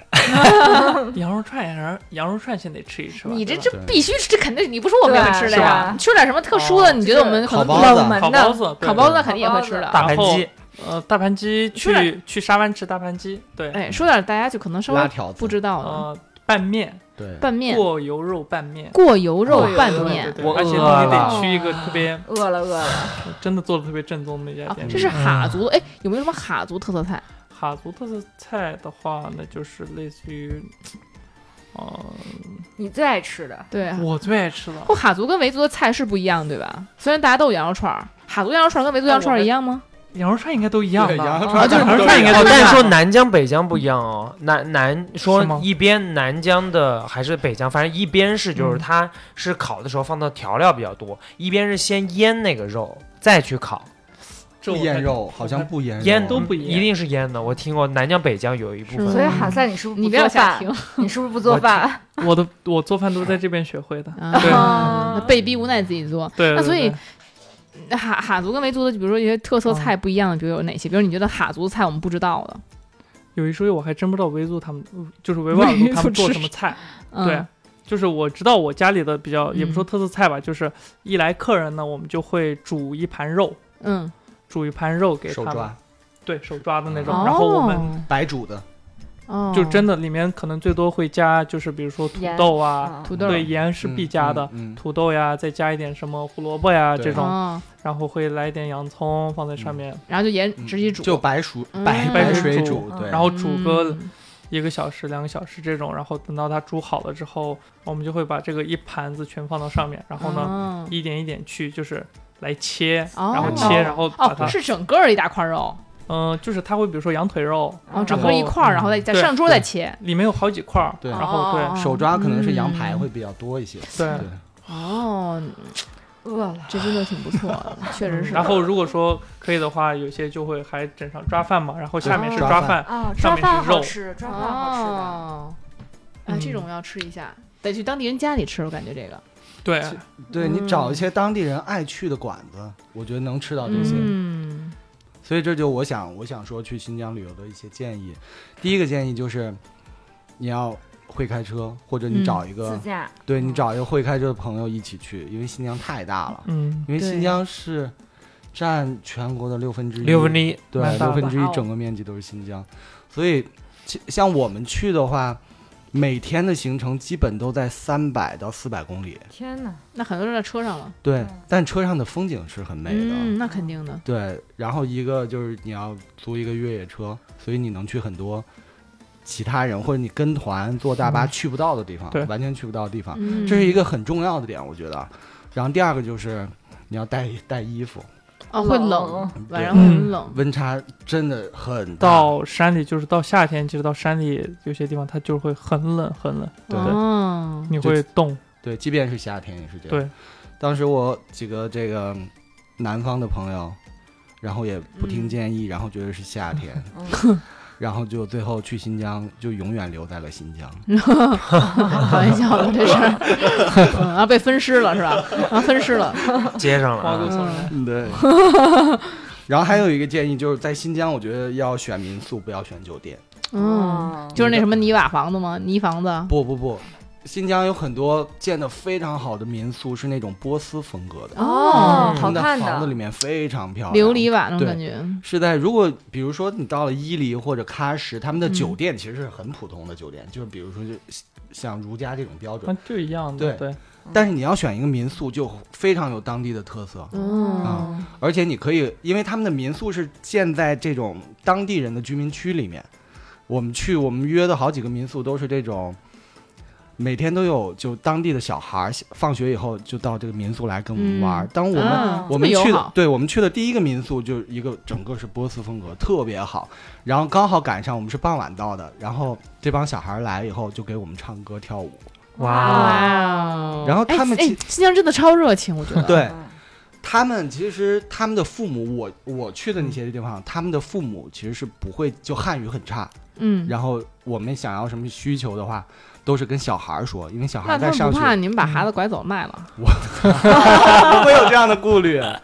F: 羊肉串，羊肉羊肉串先得吃一吃吧。
B: 你这
C: 对
B: 这
C: 吧
B: 必须是，这肯定你不说我们也会吃的
E: 对
B: 呀
E: 啊。
B: 吃点什么特殊的？
F: 哦
B: 你觉得我们可能
C: 烤包子
E: 冷门
F: 烤包
E: 的
F: 子，对
B: 烤包子
F: 对
B: 肯定也会吃的。
D: 大盘鸡，
F: 呃，大盘鸡
B: 说点
F: 去去沙湾吃大盘鸡，对，
B: 哎，说点大家就可能稍
C: 拉
B: 微
C: 条子，
B: 不知道的
F: 呃，拌面，
C: 对，
B: 拌面、
F: 过油肉拌面，
B: 过油肉
D: 过油
B: 拌
F: 对对
B: 面
F: 对
D: 我
F: 而且你
D: 饿
F: 得
B: 了
F: 去一个特别
E: 饿了饿了，
F: 真的做的特别正宗的一家
B: 啊，
F: 店。
B: 这是哈族哎，有没有什么哈族特色菜？
F: 哈族特色菜的话，那就是类似于，呃，
E: 你最爱吃的
B: 对啊，
F: 我最爱吃了
B: 不，哈族跟维族的菜是不一样，对吧？虽然大家都有羊肉串儿，哈族羊肉串儿跟维族羊肉哦串儿一样吗？
F: 羊肉串，应该都一样吧？
C: 对羊肉
F: 啊
C: 串
F: 就是羊肉
C: 都
F: 串
C: 一
F: 应
C: 样
F: 该都
D: 哦，
F: 一
D: 但
F: 样
D: 是说南疆北疆不一样哦，南南说
F: 啊是吗
D: 一边南疆的还是北疆，反正一边是就是
F: 嗯
D: 它是烤的时候放的调料比较多，一边是先腌那个肉再去烤，
F: 这
C: 不
F: 我才
C: 腌肉，好像不腌肉，啊
D: 腌
F: 都不一
D: 一
F: 样
D: 定是腌的。我听过南疆北疆有一部
B: 是吗
D: 分
E: 所以哈嗯萨，你是不是
B: 你
E: 不
B: 不要
E: 做
B: 瞎
E: 饭
B: 听？
E: 你是不是不做饭？
F: 我的我做饭都是在这边学会的。对
B: 啊！被逼无奈自己做。
F: 对，对
B: 那所以
F: 对
B: 那哈哈族跟维族的，比如说一些特色菜不一样的，比如有哪些？比如你觉得哈族菜我们不知道的，
F: 有一说一，我还真不知道维族他们，呃就是维吾尔族他们做什么菜。
B: 嗯
F: 对，，就是我知道我家里的比较，也不说
B: 嗯
F: 特色菜吧，就是一来客人呢，我们就会煮一盘肉，
B: 嗯，
F: 煮一盘肉给
C: 手
F: 他们
C: 抓，
F: 对手抓的那种。
B: 哦
F: 然后我们
C: 白煮的，
B: 哦，
F: 就真的里面可能最多会加，就是比如说土
E: 盐
F: 豆啊，
E: 嗯
B: 土豆
F: 对，盐是
C: 嗯
F: 必加的，
C: 嗯，嗯
F: 土豆呀，再加一点什么胡萝卜呀
C: 对
F: 这种，
B: 哦，
F: 然后会来一点洋葱放在上面，
B: 然后就盐
C: 嗯
B: 直接煮，
C: 就白熟
B: 嗯
C: 白
B: 白
C: 水
F: 水煮
C: 煮，对，
F: 然后煮个
B: 嗯
F: 一个小时、两个小时这种，然后等到它煮好了之后，我们就会把这个一盘子全放到上面，然后呢，
B: 哦
F: 一点一点去就是来切，
B: 哦
F: 然后切，然后把它
B: 哦，，是整个一大块肉，
F: 嗯、就是它会比如说羊腿肉，
B: 哦，整
F: 然后嗯
B: 个一块儿，然后再再
F: 对
B: 上桌再切，
F: 里面有好几块儿，
C: 对
F: 然后对
B: 哦
C: 手抓可能是羊
B: 嗯
C: 排会比较多一些，
F: 对
C: 对。
B: 哦，
E: 饿了，
B: 这真的挺不错的，确
C: 嗯
B: 实是。
F: 然后如果说可以的话，有些就会还整上抓饭嘛，然后下面是
C: 对
F: 抓
C: 抓
F: 饭，
E: 啊，
F: 上
E: 抓
F: 面是
E: 饭好
F: 肉
E: 吃，抓饭好吃的。
B: 哦，啊，这
F: 嗯
B: 种要吃一下，得去当地人家里吃，我感觉这个，
F: 对，
C: 是对你
B: 嗯
C: 找一些当地人爱去的馆子，我觉得能吃到这些。
B: 嗯
C: 所以这就我想我想说去新疆旅游的一些建议。第一个建议就是，你要会开车，或者你
B: 嗯
C: 找一个、
E: 自驾，
C: 对
E: 嗯
C: 你找一个会开车的朋友一起去，因为新疆太大了，
F: 嗯，
C: 因为
B: 对
C: 新疆是占全国的六分之一，
D: 六分之一。
C: 对
F: 蛮大
C: 六
F: 的
C: 分之
B: 哇
C: 一
B: 哦
C: 整个面积都是新疆，所以其像我们去的话，每天的行程基本都在三百到四百公里，
B: 嗯
E: 天哪！
B: 那很多人在车上了，
C: 对
E: 嗯，
C: 但车上的风景是很美的。
B: 嗯，那肯定的，
C: 对，然后一个就是你要租一个越野车，所以你能去很多其他人或者你跟团坐大巴去不到的地方，
F: 嗯对
C: 完全去不到的地方，
B: 嗯，
C: 这是一个很重要的点，我觉得。然后第二个就是你要带带衣服，
B: 哦，会冷
E: 冷，
B: 晚上会很
F: 嗯
B: 冷，
C: 温差真的很大。
F: 到山里就是到夏天，其实到山里有些地方它就会很冷很冷，
C: 对
B: 哦，
F: 你会冻，
C: 对，即便是夏天也是这样。
F: 对，
C: 当时我几个这个南方的朋友，然后也不
F: 嗯
B: 嗯
C: 听建议，然后觉得是夏天，然后就最后去新疆，就永远留在了新疆。
B: 开玩笑了，这是，嗯然后被分尸了是吧？然后分尸 了，
D: 接上了
F: 毛骨
D: 啊。
F: 悚
B: 嗯
F: 然。
C: 对。然后还有一个建议就是在新疆，我觉得要选民宿，不要选酒店。
B: 嗯， 就是那什么泥瓦房子吗？泥房子，
C: 不不不，新疆有很多建的非常好的民宿是那种波斯风格的，
E: 哦，
D: 嗯
E: 好
C: 那
E: 看
C: 房子里面非常漂亮，
B: 琉璃瓦那种
C: 嗯对
B: 感觉，
C: 是在如果比如说你到了伊犁或者喀什，他们的酒店其实是很普通的酒店，就是比如说就像如家这种标准，
F: 嗯，就一样
C: 对
F: 的，对，
C: 但是你要选一个民宿就非常有当地的特色，
B: 嗯，
C: 而且你可以，因为他们的民宿是建在这种当地人的居民区里面。我们去，我们约的好几个民宿都是这种，每天都有就当地的小孩儿放学以后就到这个民宿来跟我们玩儿。
B: 嗯
C: 当我们
B: 啊
C: 我们
B: 这么
C: 去
B: 友
C: 的
B: 好，
C: 对我们去的第一个民宿就是一个整个是波斯风格，特别好。然后刚好赶上我们是傍晚到的，然后这帮小孩来以后就给我们唱歌跳舞。
D: 哇，
B: 哇
C: 啊然后他们
B: 哎，哎
C: 其
B: 新疆真的超热情，我觉得，
C: 对
E: 嗯
C: 他们其实他们的父母，我我去的那些地方，他们的父母其实是不会就汉语很差，
B: 嗯，
C: 然后我们想要什么需求的话，都是跟小孩儿说，因为小孩
B: 那
C: 儿在
B: 他
C: 上嗯
B: 们不怕
C: 学
B: 你们把孩子拐走卖了？
C: 不会有这样的 顾虑。
B: 啊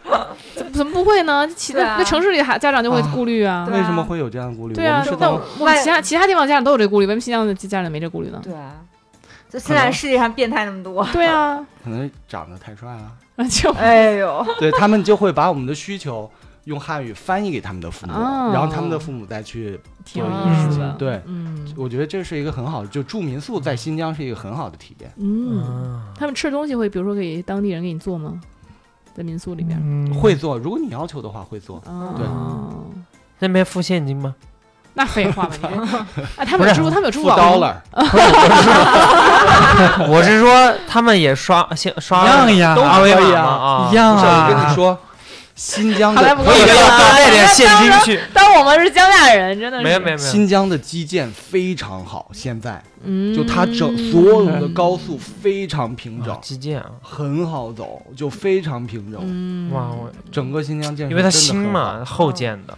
B: 怎怎么不会呢？其
E: 对啊
B: 那那城市里还家长就会顾虑啊
E: 对。
C: 为什么会有这样的顾虑？
B: 对啊
C: 我们是，
B: 但
C: 从
B: 我我们其他其他地方家长都有这顾虑，为什么新疆的家长没这顾虑呢？
E: 对，啊就现在世界上变态那么多，
B: 对啊，
C: 可能长得太帅了，
B: 就
E: 哎呦，
C: 对他们就会把我们的需求用汉语翻译给他们的父母，
B: 哦
C: 然后他们的父母再去。
B: 挺有意思的。
C: 嗯对
B: 嗯
C: 我觉得这是一个很好的，就住民宿在新疆是一个很好的体验，
B: 嗯，
D: 嗯
B: 他们吃的东西会，比如说给当地人给你做吗？在民宿里面？
F: 嗯
C: 会做。如果你要求的话，会做。
B: 哦，
D: 那边付现金吗？
B: 那废话吧，你这 啊，他
D: 不
B: 们
D: 是
B: 有支付，他们有支付
C: 付
B: 宝
C: 刀
B: 吗？
C: 了，
D: 我是说他们也刷先刷
F: 一样呀
D: 都二维
C: 可以
D: 码
C: 啊
D: 吗啊，
F: 一样
C: 不是我跟
F: 啊
C: 你说，新疆
B: 好
C: 的啊
B: 莱坞
D: 我以为要带点现金去，
B: 当我们是江夏人，真的是
D: 没有没有没有，
C: 新疆的基建非常好，现在
B: 嗯，
C: 就它整所有的高速非常平整
D: 啊，基建啊，
C: 很好走，就非常平整。
B: 嗯，
D: 哇，我
C: 整个新疆建设
D: 因为它
C: 真的
D: 新
C: 很
D: 嘛，
C: 好，
D: 后建的，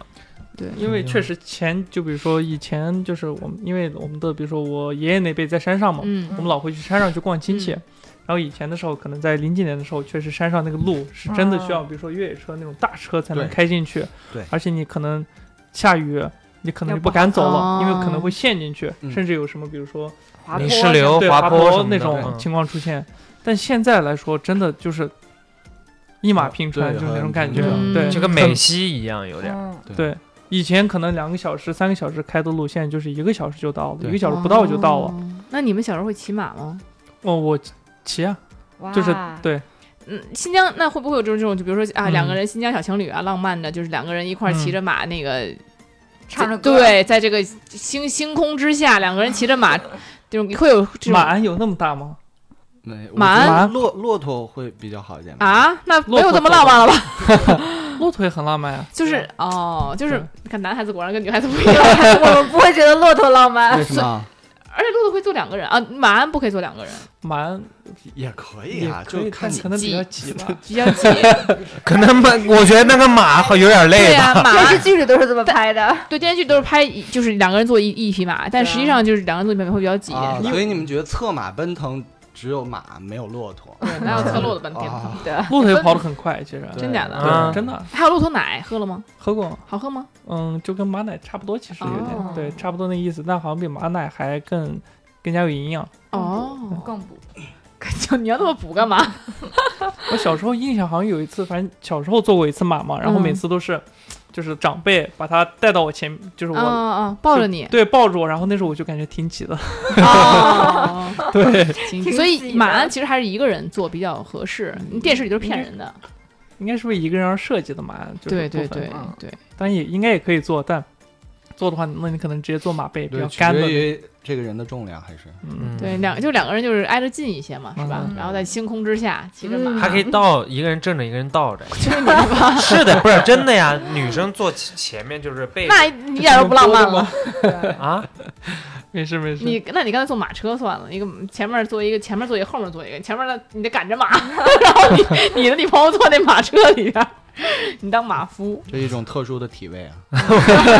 B: 对，
F: 因为确实前就比如说以前就是我们，因为我们的比如说我爷爷那辈在山上嘛，
B: 嗯
F: 我们老会去山上去逛亲戚。
B: 嗯
F: 然后以前的时候，可能在零几年的时候，确实山上那个路是真的需要，
E: 啊
F: 比如说越野车那种大车才
C: 对
F: 能开进去。
C: 对
F: 而且你可能下雨，你可能
E: 要
F: 就不敢走
B: 跑
F: 了，因为可能会陷进去，
C: 嗯
F: 甚至有什么比如说
E: 滑
D: 泥
E: 坡
D: 石流、
F: 对
D: 滑
F: 坡
D: 什么
F: 那
D: 的嗯
F: 种情况出现。但现在来说，真的就是一马平川，
C: 对
F: 就是那种
C: 很
F: 感觉
C: 平
B: 整。
F: 对，
B: 嗯
D: 就跟美西一样，有点。
E: 嗯
F: 对，以前可能两个小时、三个小时开的路线，就是一个小时就到了，
C: 对
F: 一个小时不到就到了。
B: 哦。那你们小时候会骑马吗？
F: 哦，我骑啊，
E: 哇
F: 就是对，
B: 嗯，新疆那会不会有这种这种，就比如说啊，
F: 嗯
B: 两个人新疆小情侣啊，浪漫的，就是两个人一块儿骑着马，那
F: 嗯
B: 个
E: 唱着歌，
B: 对，在这个星星空之下，两个人骑着马，这种会有这种
F: 马鞍有那么大吗？
C: 没我
B: 马
C: 觉得
F: 鞍
C: 骆骆驼会比较好一点吧，
B: 啊？那没有这么浪漫了吧？
F: 骆驼也很浪漫啊呀、
B: 就是哦，就是
F: 对
B: 你看男孩子果然跟女孩子不一样，
E: 我们不会觉得骆驼浪 漫
C: 为，什么
B: 而且骆驼会坐两个人啊，马鞍不可以坐两个人，
F: 马鞍
C: 也可以
F: 也
C: 啊？
F: 可
C: 就
F: 以，
C: 看
F: 但
C: 你
F: 可能比较 挤吧。
B: 比较 挤。
D: 可能吧，我觉得那个马有点
B: 对
D: 累吧。
B: 呀、马
E: 电视剧里都是这么拍的。
B: 对电视剧都是拍一就是两个人坐一一匹马，但
E: 对啊
B: 实际上就是两个人坐一匹马会比较挤。
C: 啊，
B: 因为
C: 所以你们觉得策马奔腾只有马没有骆驼？
B: 哪有侧漏的半天？
C: 啊，
F: 骆驼也跑得很快，其实嗯
C: 对
B: 哦
C: 嗯
B: 真假的
D: 啊
F: 真的
B: 还有骆驼奶喝了吗？
F: 喝过，
B: 好喝吗？
F: 嗯，就跟马奶差不多，其实有点、
B: 哦
F: 对，差不多那意思，但好像比马奶还更更加有营养。
B: 哦，
E: 更补，
B: 就你要那么补干嘛？
F: 我小时候印象好像有一次，反正小时候坐过一次马嘛，然后
B: 嗯
F: 每次都是，就是长辈把它带到我前，就是我、
B: 啊啊，嗯抱着你。
F: 对抱住我，然后那时候我就感觉挺挤的。
B: 哦，
F: 对，
B: 行
E: 挺
B: 所
E: 挤
B: 以
E: 的
B: 马鞍其实还是一个人坐比较合适，你电视里都是骗人的。
F: 应该是为一个人而设计的嘛，就是
B: 对对
F: 部分
B: 对
E: 嗯
B: 对，
F: 当然也应该也可以做，但做的话，那你可能直接做马背比
C: 对，
F: 较
C: 取
F: 干的
C: 决于这个人的重量还是
B: 嗯
D: 嗯，
B: 对，两就两个人就是挨着近一些嘛，是吧？
E: 嗯
B: 然后在星空之下骑着马，
E: 嗯
D: 还可以倒一个人正着，一个人倒着。
B: 就是你吧？
D: 是的，不是真的呀。女生坐前前面就是背着
B: 那你一点都不浪漫了。
D: 啊，
F: 没事没事，
B: 你那你刚才坐马车算了，一个前面坐一个，前面坐一个，后面坐一个，前面的你得赶着马， 然后你你的女朋友坐那马车里边儿， 你当马夫。
C: 这是一种特殊的体位啊。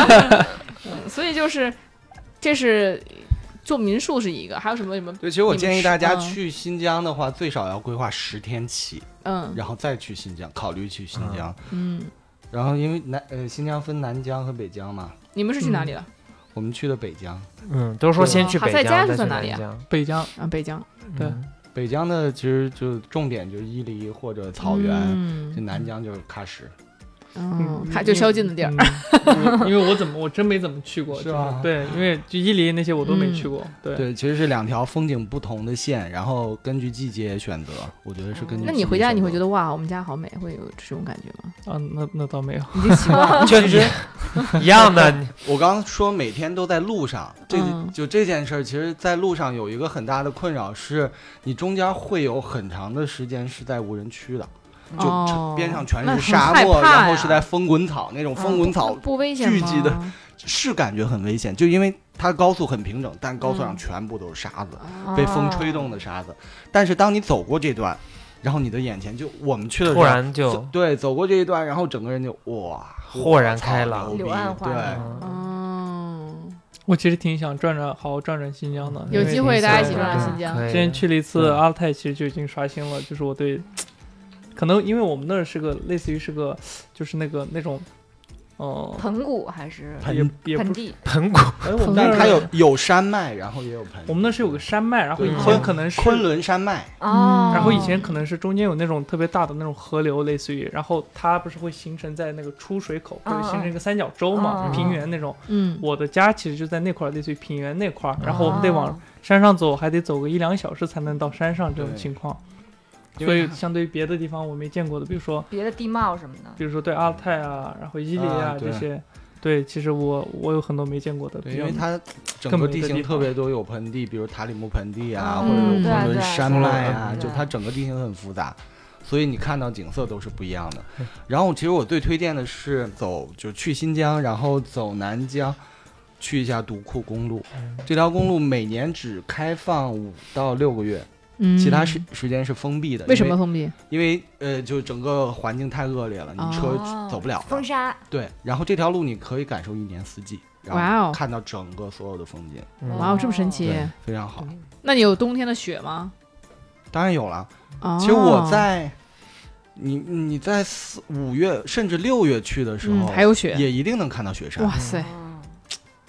B: 嗯所以就是这是做民宿是一个，还有什么什么
C: 对，其实
B: 你
C: 我
B: 们
C: 建议大家
B: 是嗯
C: 去新疆的话，最少要规划十天起，
B: 嗯
C: 然后再去新疆，考虑去新疆。
B: 嗯，
C: 然后因为南呃新疆分南疆和北疆嘛，
B: 你们是去哪里了？
C: 我们去的北疆，
D: 嗯，都说先去
B: 哈
D: 北
B: 萨
D: 疆，
B: 加
D: 再
B: 是
D: 去
B: 在哪里啊
D: 南疆。
F: 北疆
B: 啊，北疆
F: 对
D: 嗯
C: 北疆的其实就重点就是伊犁或者草原，这
B: 嗯，
C: 南疆就是喀什。
B: 嗯，还就宵禁的地儿。
F: 儿，嗯因为我怎么我真没怎么去过，
C: 是
F: 就是
C: 吧
F: 对，因为就伊犁那些我都没去过，
B: 嗯
F: 对，
C: 对，其实是两条风景不同的线，然后根据季节选择，我觉得是根据。
B: 那你回家你会觉
C: 得？
B: 得哇，我们家好美，会有这种感觉吗？
F: 啊，那那倒没有，
B: 已经习惯了。
D: 就一嗯 一样的，你
C: 我刚刚说每天都在路上，这、
B: 嗯
C: 就这件事儿，其实在路上有一个很大的困扰是，你中间会有很长的时间是在无人区的， 就
B: 哦
C: 边上全
B: 那
C: 是
B: 很
C: 沙
B: 害
C: 漠，
B: 怕
C: 然后
B: 呀嗯
C: 是在风滚草那种风滚草，
B: 不危险吗？
C: 聚集的是感觉很危险，就因为它高速很平整，但高速上
B: 嗯
C: 全部都是沙子，
E: 嗯
B: 啊
C: 被风吹动的沙子。但是当你走过这段，然后你的眼前就我们去的时
D: 突
C: 候。
D: 然
C: 走
D: 就
C: 对，走过这一段，然后整个人就哇，
D: 豁然
C: 我操
D: 开朗
C: 牛逼
E: 柳暗花
C: 哎
E: 明。
D: 嗯
B: 嗯，
F: 我其实挺想转转，好好转转新疆的，
B: 有
F: 因为
B: 机会大家一
F: 挺
B: 起
F: 想
B: 转转新疆。
D: 可以
F: 之前去了一次
C: 对
F: 阿勒泰，其实就已经刷新了，就是我对，可能因为我们那儿是个类似于是个，就是那个那种，呃，
E: 盆谷还是
F: 也
C: 盆，
F: 也
E: 盆
F: 不是，
E: 地？
D: 盆谷
F: 哎，我们那
C: 但
F: 儿
C: 是它有有山脉，然后也有盆。
F: 我们那是有个山脉，然后
C: 对
F: 以前
C: 昆
F: 可能是
C: 昆仑山脉，
E: 哦，
F: 然后以前可能是中间有那种特别大的那种河流，类似于，然后它不是会形成在那个出水口，或
E: 嗯
F: 者形成一个三角洲嘛，
E: 嗯
F: 平原那种。
B: 嗯，
F: 我的家其实就在那块儿，类似于平原那块儿，然后我们得
E: 哦
F: 往山上走，还得走个一两个小时才能到山上这种
C: 对
F: 情况。
C: 啊因
F: 所
C: 为
F: 以相对于别的地方我没见过的，比如说，
E: 别的地貌什么的。
F: 比如说对阿勒泰啊，然后伊犁
C: 啊对
F: 这些，对，其实我我有很多没见过的，
C: 对，因
F: 比较嗯
C: 为它整
F: 更
C: 个
F: 美
C: 地
F: 的
C: 形
F: 地
C: 特
F: 方
C: 别多，有盆地，比如塔里木盆地啊，
B: 嗯
C: 或者
B: 对
C: 有昆仑
E: 对
C: 山脉啊，
E: 是的
C: 就
E: 嗯
C: 它整个地形很复杂，所以你看到景色都是不一样的。
F: 嗯
C: 然后，其实我最推荐的是走，就去新疆，然后走南疆。去一下独库公路，
F: 嗯
C: 这条公路每年只开放五到六个月，
B: 嗯
C: 其他时时间是封闭的。
B: 为什
C: 因
B: 么封闭？
C: 因为呃，就整个环境太恶劣了，你车
E: 哦
C: 走不了的。
E: 风沙，
C: 对，然后这条路你可以感受一年四季，然
B: 哇
C: 后
B: 哦
C: 看到整个所有的风景，
D: 嗯
B: 哇，哦这么神奇！
C: 对，非常好。
B: 那你有冬天的雪吗？
C: 当然有了，
B: 哦
C: 其实我在、你你在四五月甚至六月去的时候，
B: 嗯还有雪，
C: 也一定能看到雪山。
B: 哇塞！
E: 哦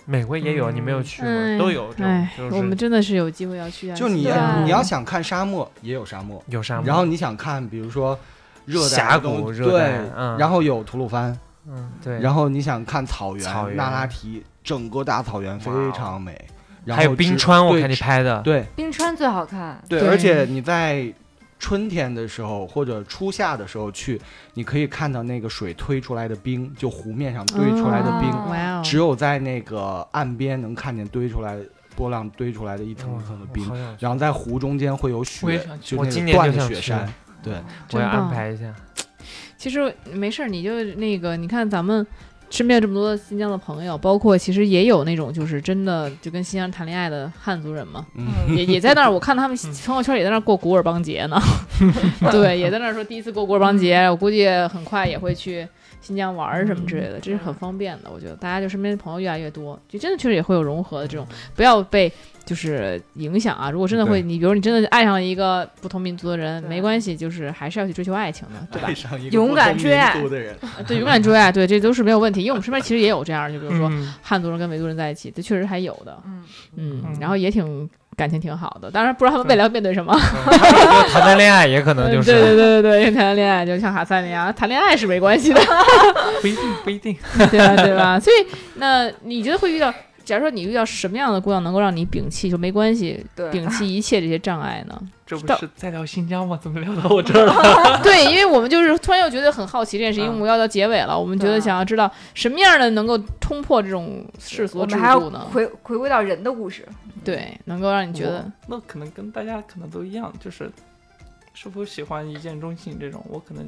D: 美国也有，你没有去
B: 哎
D: 吗？都有
C: 嗯
D: 这
B: 哎，
D: 种，
B: 我
D: 就
B: 们
D: 是
B: 真的是有机会要去啊！
C: 就你
B: 对
C: 要
E: 对
C: 你要想看沙漠，也有沙漠；
D: 有沙漠，
C: 然后你想看，比如说热带
D: 峡
C: 的东
D: 谷
C: 西
D: 热带
C: 对，
D: 嗯
C: 然后有吐鲁番，
D: 嗯对，
C: 然后你想看草原，
D: 草原哦
C: 那拉提整个大草原非常美，然后
D: 还有冰
C: 只
D: 川，我
C: 对
D: 看你拍的，
C: 对
E: 冰川最好看。
C: 对
B: 对
C: 而且你在春天的时候或者初夏的时候去，你可以看到那个水推出来的冰，就湖面上堆出来的冰，
E: 哦
B: 嗯哇哦，
C: 只有在那个岸边能看见堆出来波浪堆出来的一层
D: 哇
C: 一层的冰
D: 好，想去
C: 然后在湖中间会有雪
F: 我也想，去
C: 就
D: 哦我
C: 那
D: 今
C: 个
D: 年
C: 断
D: 就
C: 的
D: 想
C: 雪
D: 去
C: 山，对，
D: 我
B: 真
D: 要安
B: 棒
D: 排一 下。
B: 其实没事儿，你就那个，你看咱们身边这么多新疆的朋友，包括其实也有那种就是真的就跟新疆谈恋爱的汉族人嘛，
C: 嗯
B: 也也在那儿，我看他们朋友圈也在那儿过古尔邦节呢，对，也在那儿说第一次过古尔邦节，我估计很快也会去新疆玩儿什么之类的，这是很方便的，我觉得大家就身边的朋友越来越多，就真的确实也会有融合的这种，不要被。就是影响啊！如果真的会，
C: 对
B: 你比如你真的爱上一个不同民族的人，
E: 对
B: 没关系，就是还是要去追求爱情的， 对吧？
C: 爱上一个
E: 勇
C: 不
E: 敢
C: 同
E: 追
C: 民
E: 爱
C: 族的人，
B: 对，勇敢追爱，对，这都是没有问题。因为我们身边其实也有这样，就比如说
F: 嗯
B: 汉族人跟维族人在一起，这确实还有的，
E: 嗯，
B: 嗯，
F: 嗯
B: 然后也挺感情挺好的。当然不知道他们未来会面对什么，
D: 就谈谈恋爱也可能
B: 呃
D: 就
B: 嗯对对
D: 是
B: 对对对，因为谈恋爱就像哈三那样，谈恋爱是没关系的，
F: 不一定不一定，
B: 对吧？对吧？所以那你觉得会遇到假如说你遇到什么样的姑娘能够让你摒弃，就没关系，
E: 对
B: 摒弃一切这些障碍呢？
F: 这不
B: 到
F: 是在聊新疆吗？怎么聊到我这儿了？
B: 对，因为我们就是突然又觉得很好奇这件事情，因为我
F: 嗯
B: 们要到结尾了，我们觉
E: 对
B: 得
E: 啊
B: 想要知道什么样的能够冲破这种世俗
E: 我
B: 的制
E: 们还要
B: 度呢？
E: 回回归到人的故事，
B: 对，能够让你觉得，
F: 那可能跟大家可能都一样，就是是否喜欢一见钟情这种，我可能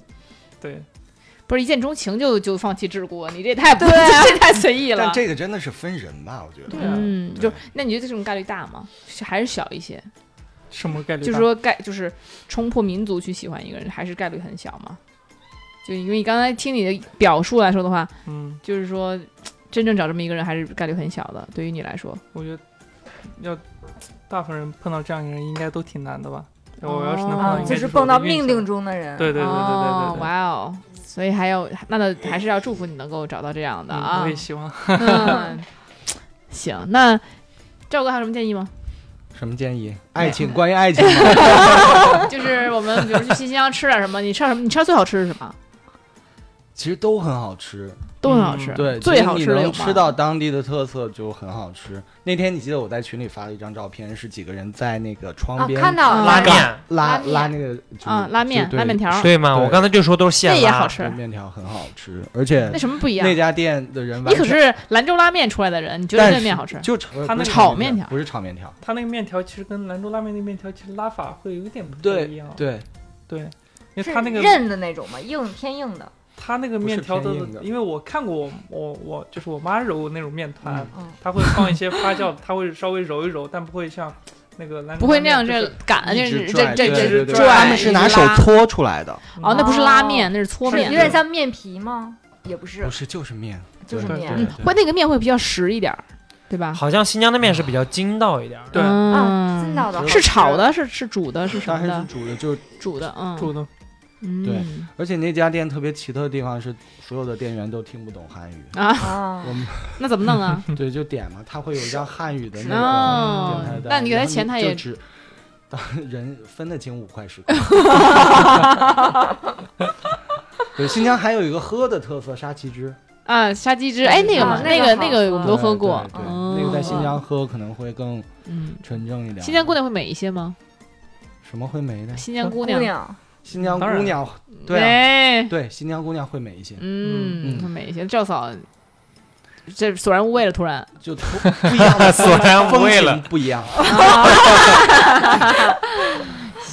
F: 对
B: 不是一见钟情就就放弃桎梏，你这也太不，
E: 对啊
B: 这太随意了
C: 但。这个真的是分人吧，我觉得。
F: 对啊
B: 嗯，
C: 对
B: 就那你觉得这种概率大吗？是还是小一些？
F: 什么概率大？
B: 就是说概就是冲破民族去喜欢一个人，还是概率很小吗？就因为你刚才听你的表述来说的话，
F: 嗯，
B: 就是说真正找这么一个人还是概率很小的，对于你来说。
F: 我觉得要大部分人碰到这样一个人应该都挺难的吧。我要是能碰到
B: 哦
F: 应该
E: 嗯就是是
F: 我
E: 碰
F: 的运
E: 到命
F: 气
E: 令
F: 了
E: 中的人。
F: 对对对对对
B: 哦
F: 对，对。
B: 哇哦！所以还要那那还是要祝福你能够找到这样的
F: 嗯，
B: 啊
F: 我也。希望。
B: 嗯，行，那赵哥还有什么建议吗？
C: 什么建议？ 爱情，关于爱情 吗，
B: 就是我们比如去新疆吃点什么，你吃点什么？你吃的最好吃是什么？
C: 其实都很好吃。
B: 都很好吃，
F: 嗯
C: 对，
B: 最好
C: 其
B: 吃
C: 实
B: 的
C: 你
B: 有
C: 能
B: 吗
C: 吃到当地的特色就很好吃。那天你记得我在群里发了一张照片，是几个人在那个窗
E: 啊，
C: 边、
E: 看到了
B: 拉
E: 面，
D: 面
C: 拉
E: 拉面
C: 那个就是
B: 啊，拉面、
C: 就
B: 拉面条儿，
D: 对吗？
C: 对啊
D: 我刚才就说都是现
B: 那
D: 拉，
B: 也好吃
C: 对。面条很好吃，而且
B: 那什么不一样
C: 那？家店的人完
B: 你可
C: 全
B: 是兰州拉面出来的人，你觉得
C: 但
B: 这
C: 是
B: 面好吃？
C: 就炒
F: 他那个
B: 炒面条
C: 不是炒面条，
F: 它那个面条其实跟兰州拉面那面条其实拉法会有一点不太一
C: 对
F: 样，
C: 哦对，
F: 对，因为
E: 是
F: 它那个
E: 韧的那种嘛，硬偏硬的。
F: 它那个
C: 不是
F: 面条
C: 偏
F: 的
C: 硬的，
F: 因为我看过我我我就是我妈揉那种面团
C: 嗯，
E: 嗯，
F: 它会放一些发酵， 它会稍微揉一揉，但不会像那个兰州
B: 不会
F: 拉
B: 那样，
F: 面就
B: 这
F: 是
B: 擀，这
C: 一直
B: 啊这
C: 拽
B: 这
C: 对
B: 这
F: 对对
B: 拽
F: 对，
C: 他们是拿手
B: 拉
C: 搓出来的，
B: 哦，那不是拉面，那是搓
E: 是
B: 面，嗯
E: 有点像面皮吗？也不是
C: 不，是就是面，
E: 就是
F: 对
E: 面
C: 对。
B: 会那个面会比较实一点儿，对吧？
D: 好像新疆的面是比较筋道一点儿。
F: 对
E: 啊，
B: 嗯，
E: 真的的
B: 是炒，的，是是煮的，是什
C: 当
B: 么
C: 然
B: 的
C: 是？煮的，就
B: 煮的，嗯，
F: 主动
B: 嗯，
C: 而且那家店特别奇特的地方是，所有的店员都听不懂汉语。
E: 啊，
C: 我们
B: 那怎么弄啊？
C: 对就点嘛，他会有一张汉语的那
B: 哦
C: 个电台单
B: 那你给他
C: 然后
B: 钱他
C: 就
B: 也
C: 只 当人分得清五块 十块。对，新疆还有一个喝的特色沙琪汁，
B: 啊，沙鸡汁，哎，那个
E: 啊
B: 那
E: 那
B: 个
E: 个
B: 那个我们嗯都
C: 对
B: 喝过，
C: 对对那个在新
B: 嗯
C: 疆喝可能会更
B: 嗯，
C: 纯正一点。
B: 新疆姑娘会美一些吗？
C: 什么会美呢？
B: 新疆姑
E: 姑
B: 娘，
E: 娘，
C: 新疆
F: 当然
C: 姑娘，对啊
B: 哎，
C: 对，新疆姑娘会美一些，
B: 嗯，
C: 嗯
B: 会美一些。赵嫂，这索然无味了，突然，
C: 就都不一样的
D: 索然无味了
C: 风景不一 样。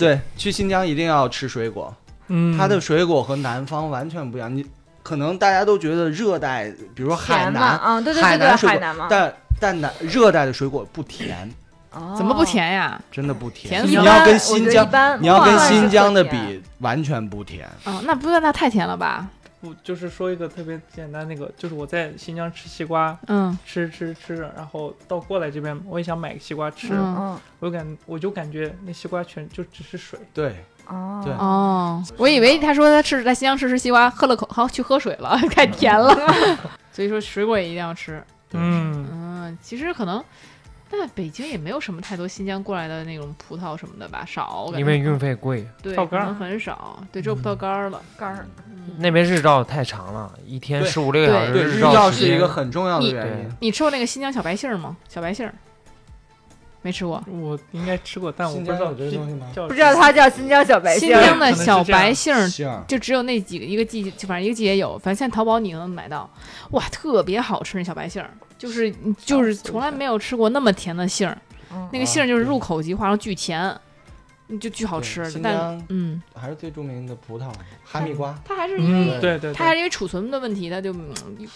C: 对，去新疆一定要吃水果，
F: 嗯，
C: 它的水果和南方完全不一样。你可能大家都觉得热带，比如说海
E: 甜嘛，
C: 南，
E: 啊，对对
C: 海
E: 对
C: 南
E: 对，
C: 水
E: 海
C: 果
E: 南嘛，
C: 但但南热带的水果不甜，
E: 哦
B: 怎么不？甜呀？
C: 真的不甜。
B: 甜
C: 你
B: 死了
C: 要跟新
E: 我觉得一
C: 疆，
E: 般
C: 你要跟
E: 不算是
C: 新疆的
E: 特甜
C: 比，完全不甜。
B: 啊，那不那太甜了吧？
F: 不就是说一个特别简单那个，就是我在新疆吃西瓜，
B: 嗯
F: 吃吃吃，然后到过来这边我也想买个西瓜吃，
B: 嗯
E: 嗯
F: 我就感我就感觉那西瓜全就只是水，
C: 对，
E: 哦，
C: 对
B: 哦，我以为他说他吃在新疆吃吃西瓜，喝了口好去喝水了， 太甜了。所以说水果也一定要吃。
C: 对
F: 嗯，
B: 嗯，其实可能。在北京也没有什么太多新疆过来的那种葡萄什么的吧，少，我感
D: 因为
B: 觉
D: 运费贵，
B: 对
F: 葡萄
B: 可
F: 干儿
B: 能很少，对，只有葡萄干儿了。
E: 干儿
B: 嗯，
D: 那边日照太长了，一天
C: 对
D: 十五六个小时，
C: 对，日
D: 照
C: 照
D: 时
C: 是
D: 间
C: 一个很重要的
B: 你
C: 原因。
B: 你吃过那个新疆小白杏儿吗？小白杏儿没吃过。
F: 我应该吃过，但我
C: 新
F: 不知
C: 疆
F: 道
C: 有这些东西吗
F: 叫
E: 不知道它叫新疆小白
B: 新
E: 杏，
B: 疆的
F: 可能是
B: 小
F: 这样
B: 白杏儿
C: 杏儿
B: 就只有那几个一个季节，就反正一个季节有，反正现在淘宝你能买到，哇，特别好吃那小白杏儿，就是就是从来没有吃过那么甜的杏儿，
E: 嗯
C: 啊
B: 那个杏儿就是入口即化，然后巨甜，就巨好吃
C: 对。新
B: 但
C: 疆
B: 嗯，
C: 还是最著名的葡萄，哈密瓜。
B: 它还是因为、
F: 嗯，对对，
B: 它还是因为储存的问题，它就嗯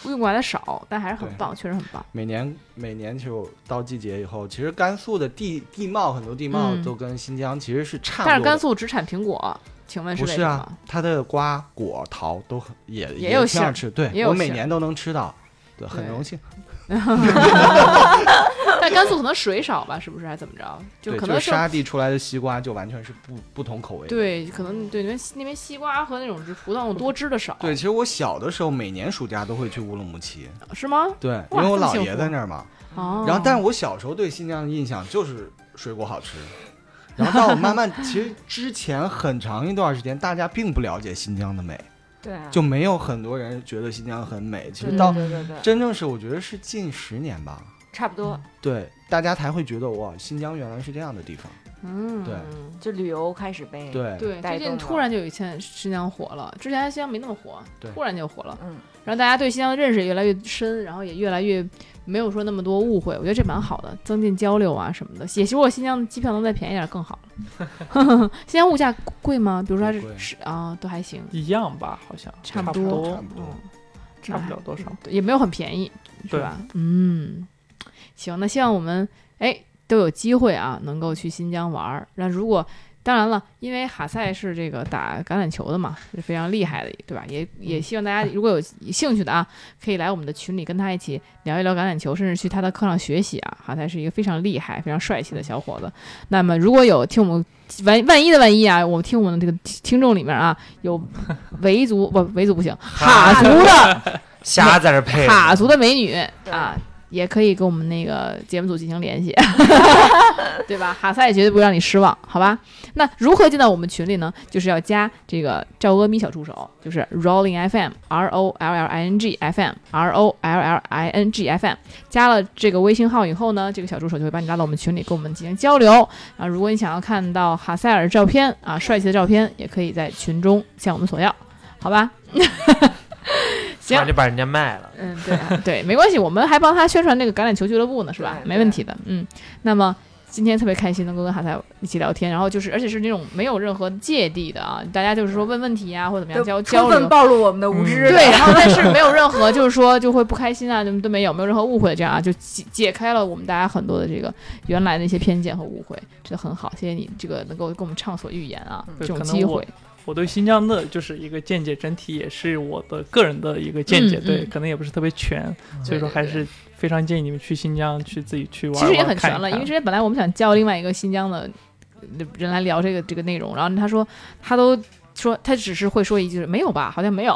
B: 用过来的少，但还是很
C: 对
B: 棒，确实很棒。
C: 每年每年就到季节以后，其实甘肃的地地貌很多地貌
B: 嗯
C: 都跟新疆其实是差不多的。
B: 但是甘肃只产苹果，请问
C: 不
B: 为
C: 是
B: 什么？
C: 啊，它的瓜果桃都很也
B: 也有
C: 挺
B: 杏儿
C: 好吃，对
B: 也有
C: 我每
B: 杏儿
C: 年都能吃到，对，很
B: 对
C: 荣幸。
B: 但甘肃可能水少吧，是不是？还怎么着？就
C: 对
B: 可能
C: 是沙地出来的西瓜就完全是不不同口味。。
B: 对，可能对那边那边西瓜和那种是葡萄多汁的少，
C: 对，其实我小的时候每年暑假都会去乌鲁木齐，
B: 是吗？
C: 对，因为我
B: 这么
C: 姥
B: 幸
C: 爷
B: 福
C: 在那儿嘛。
B: 哦，
C: 然后，但是我小时候对新疆的印象就是水果好吃。然后到我慢慢，其实之前很长一段时间，大家并不了解新疆的美，
B: 嗯
E: 对啊，
C: 就没有很多人觉得新疆很美。其
E: 对
C: 实
E: 对
C: 到
E: 对对对，
C: 真正是我觉得是近十年吧，
E: 差不多
C: 对，大家才会觉得哇，新疆原来是这样的地方。
B: 嗯
C: 对
E: 就旅游开始呗。，
C: 对，
B: 对，
E: 带
B: 最近
E: 动
B: 突
E: 了
B: 然就有一天新疆火了，之前新疆没那么火
C: 对，
B: 突然就火了。
E: 嗯，
B: 然后大家对新疆的认识也越来越深，然后也越来越没有说那么多误会，我觉得这蛮好的，增进交流啊什么的。也如果新疆的机票能再便宜点更好了。 新疆物价贵吗？比如说它
C: 不贵
B: 是是啊，都还行，
F: 一样吧，好像
B: 差
F: 不
B: 不
F: 多，
B: 多
C: 差不多
F: 嗯，差不了多少。
B: 对也没有很便宜，是
F: 对
B: 吧？嗯，行，那希望我们哎都有机会啊，能够去新疆玩儿。那如果当然了，因为哈赛是这个打橄榄球的嘛，是非常厉害的，对吧？
F: 嗯
B: 也也希望大家如果有兴趣的啊，可以来我们的群里跟他一起聊一聊橄榄球，甚至去他的课上学习啊。哈赛是一个非常厉害、非常帅
F: 嗯
B: 气的小伙子。那么如果有听我们万万一的万一啊，我们听我们的这个听众里面啊，有 维族不维族不行，哈族的
D: 瞎在这配。
B: 塔族的美女
E: 对
B: 啊，也可以跟我们那个节目组进行联系，对吧？哈萨也绝对不会让你失望，好吧？那如何进到我们群里呢？就是要加这个赵阿咪小助手，就是 Rolling FM R O L L I N G F M R O L L I N G F M。加了这个微信号以后呢，这个小助手就会把你拉到我们群里，跟我们进行交流啊。如果你想要看到哈塞尔的照片啊，帅气的照片，也可以在群中向我们索要，好吧？行
D: 然后就把人家卖了。
B: 嗯，对、啊、对，没关系，我们还帮他宣传那个橄榄球俱乐部呢，是吧？
E: 对
B: 没问题的。嗯，那么今天特别开心能够跟哈塞一起聊天，然后就是而且是那种没有任何芥蒂的啊，大家就是说问问题呀、或者怎么样交
E: 就
B: 交
E: 充
B: 流
E: 分。暴露我们的无知。嗯
B: 对，然后但是没有任何就是说就会不开心啊，什么都没有，没有任何误会，这样啊，就解解开了我们大家很多的这个原来的一些偏见和误会，真的很好，谢谢你这个能够跟我们畅所欲言啊
E: 嗯，
B: 这种
F: 可能
B: 机
F: 我
B: 会，
F: 我对新疆的就是一个见解，整体也是我的个人的一个见解，
B: 嗯
F: 对，
B: 嗯
F: 可能也不是特别全，所以说
B: 对对
F: 还是非常建议你们去新疆去自己去玩
B: 其
F: 玩
B: 实也很全
F: 看一
B: 了，
F: 看
B: 因为之前本来我们想叫另外一个新疆的呃人来聊这个这个内容，然后他说他都说他只是会说一句没有吧，好像没有，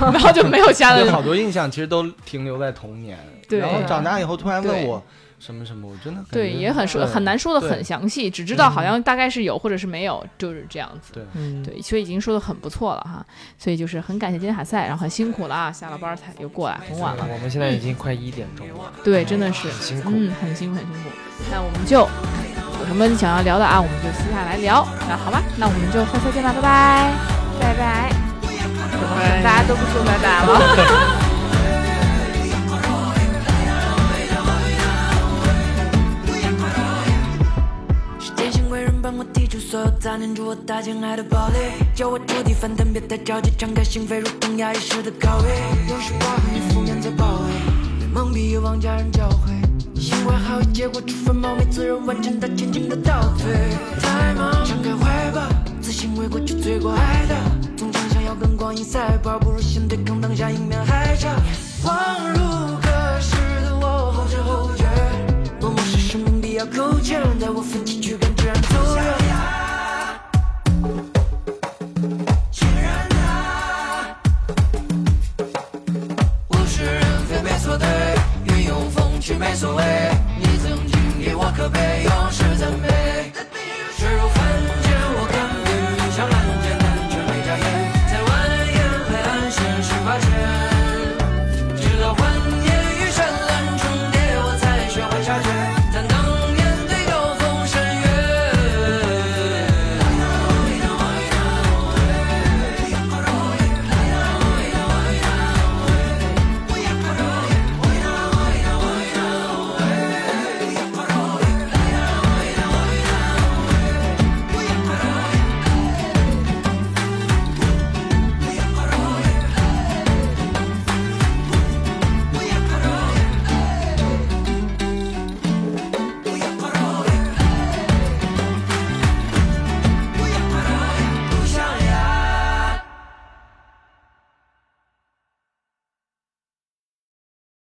B: 然后就没有加
C: 有
B: 了。
C: 好多印象其实都停留在童年，
B: 对
C: 然后长大以后突然问
B: 对
C: 我什么什么，我真的感
B: 对，
C: 觉
B: 也很说
C: 对
B: 很难说的很
C: 对
B: 详细，只知道好像大概是有或者是没有，就是这样子。
C: 对
F: 嗯，
B: 对，所以已经说的很不错了哈，所以就是很感谢今天海赛，然后很辛苦了啊，下了班才又过来，很晚了。
D: 我们现在已经快一点钟了，
B: 对，真的是
D: 很辛苦。
B: 嗯，很辛苦，很辛苦。那我们就有什么想要聊的啊，我们就私下来聊。那好吧，那我们就下次见吧，拜拜。
E: 拜拜，大家都不说拜拜了。
G: 是天仙贵人帮我剔除所有杂念，助我搭建爱的堡垒，叫我触底反弹，别太着急，敞开心扉，如同压抑时的高位。有时暴雨负面哎在包围，被蒙蔽欲望家人教诲，心怀好结果，处分冒昧，自然完成它前进的倒退。太忙，敞开怀抱，自信为过去罪过哀悼，总想想要跟光阴赛跑，不如先对抗当下，迎面海啸。往日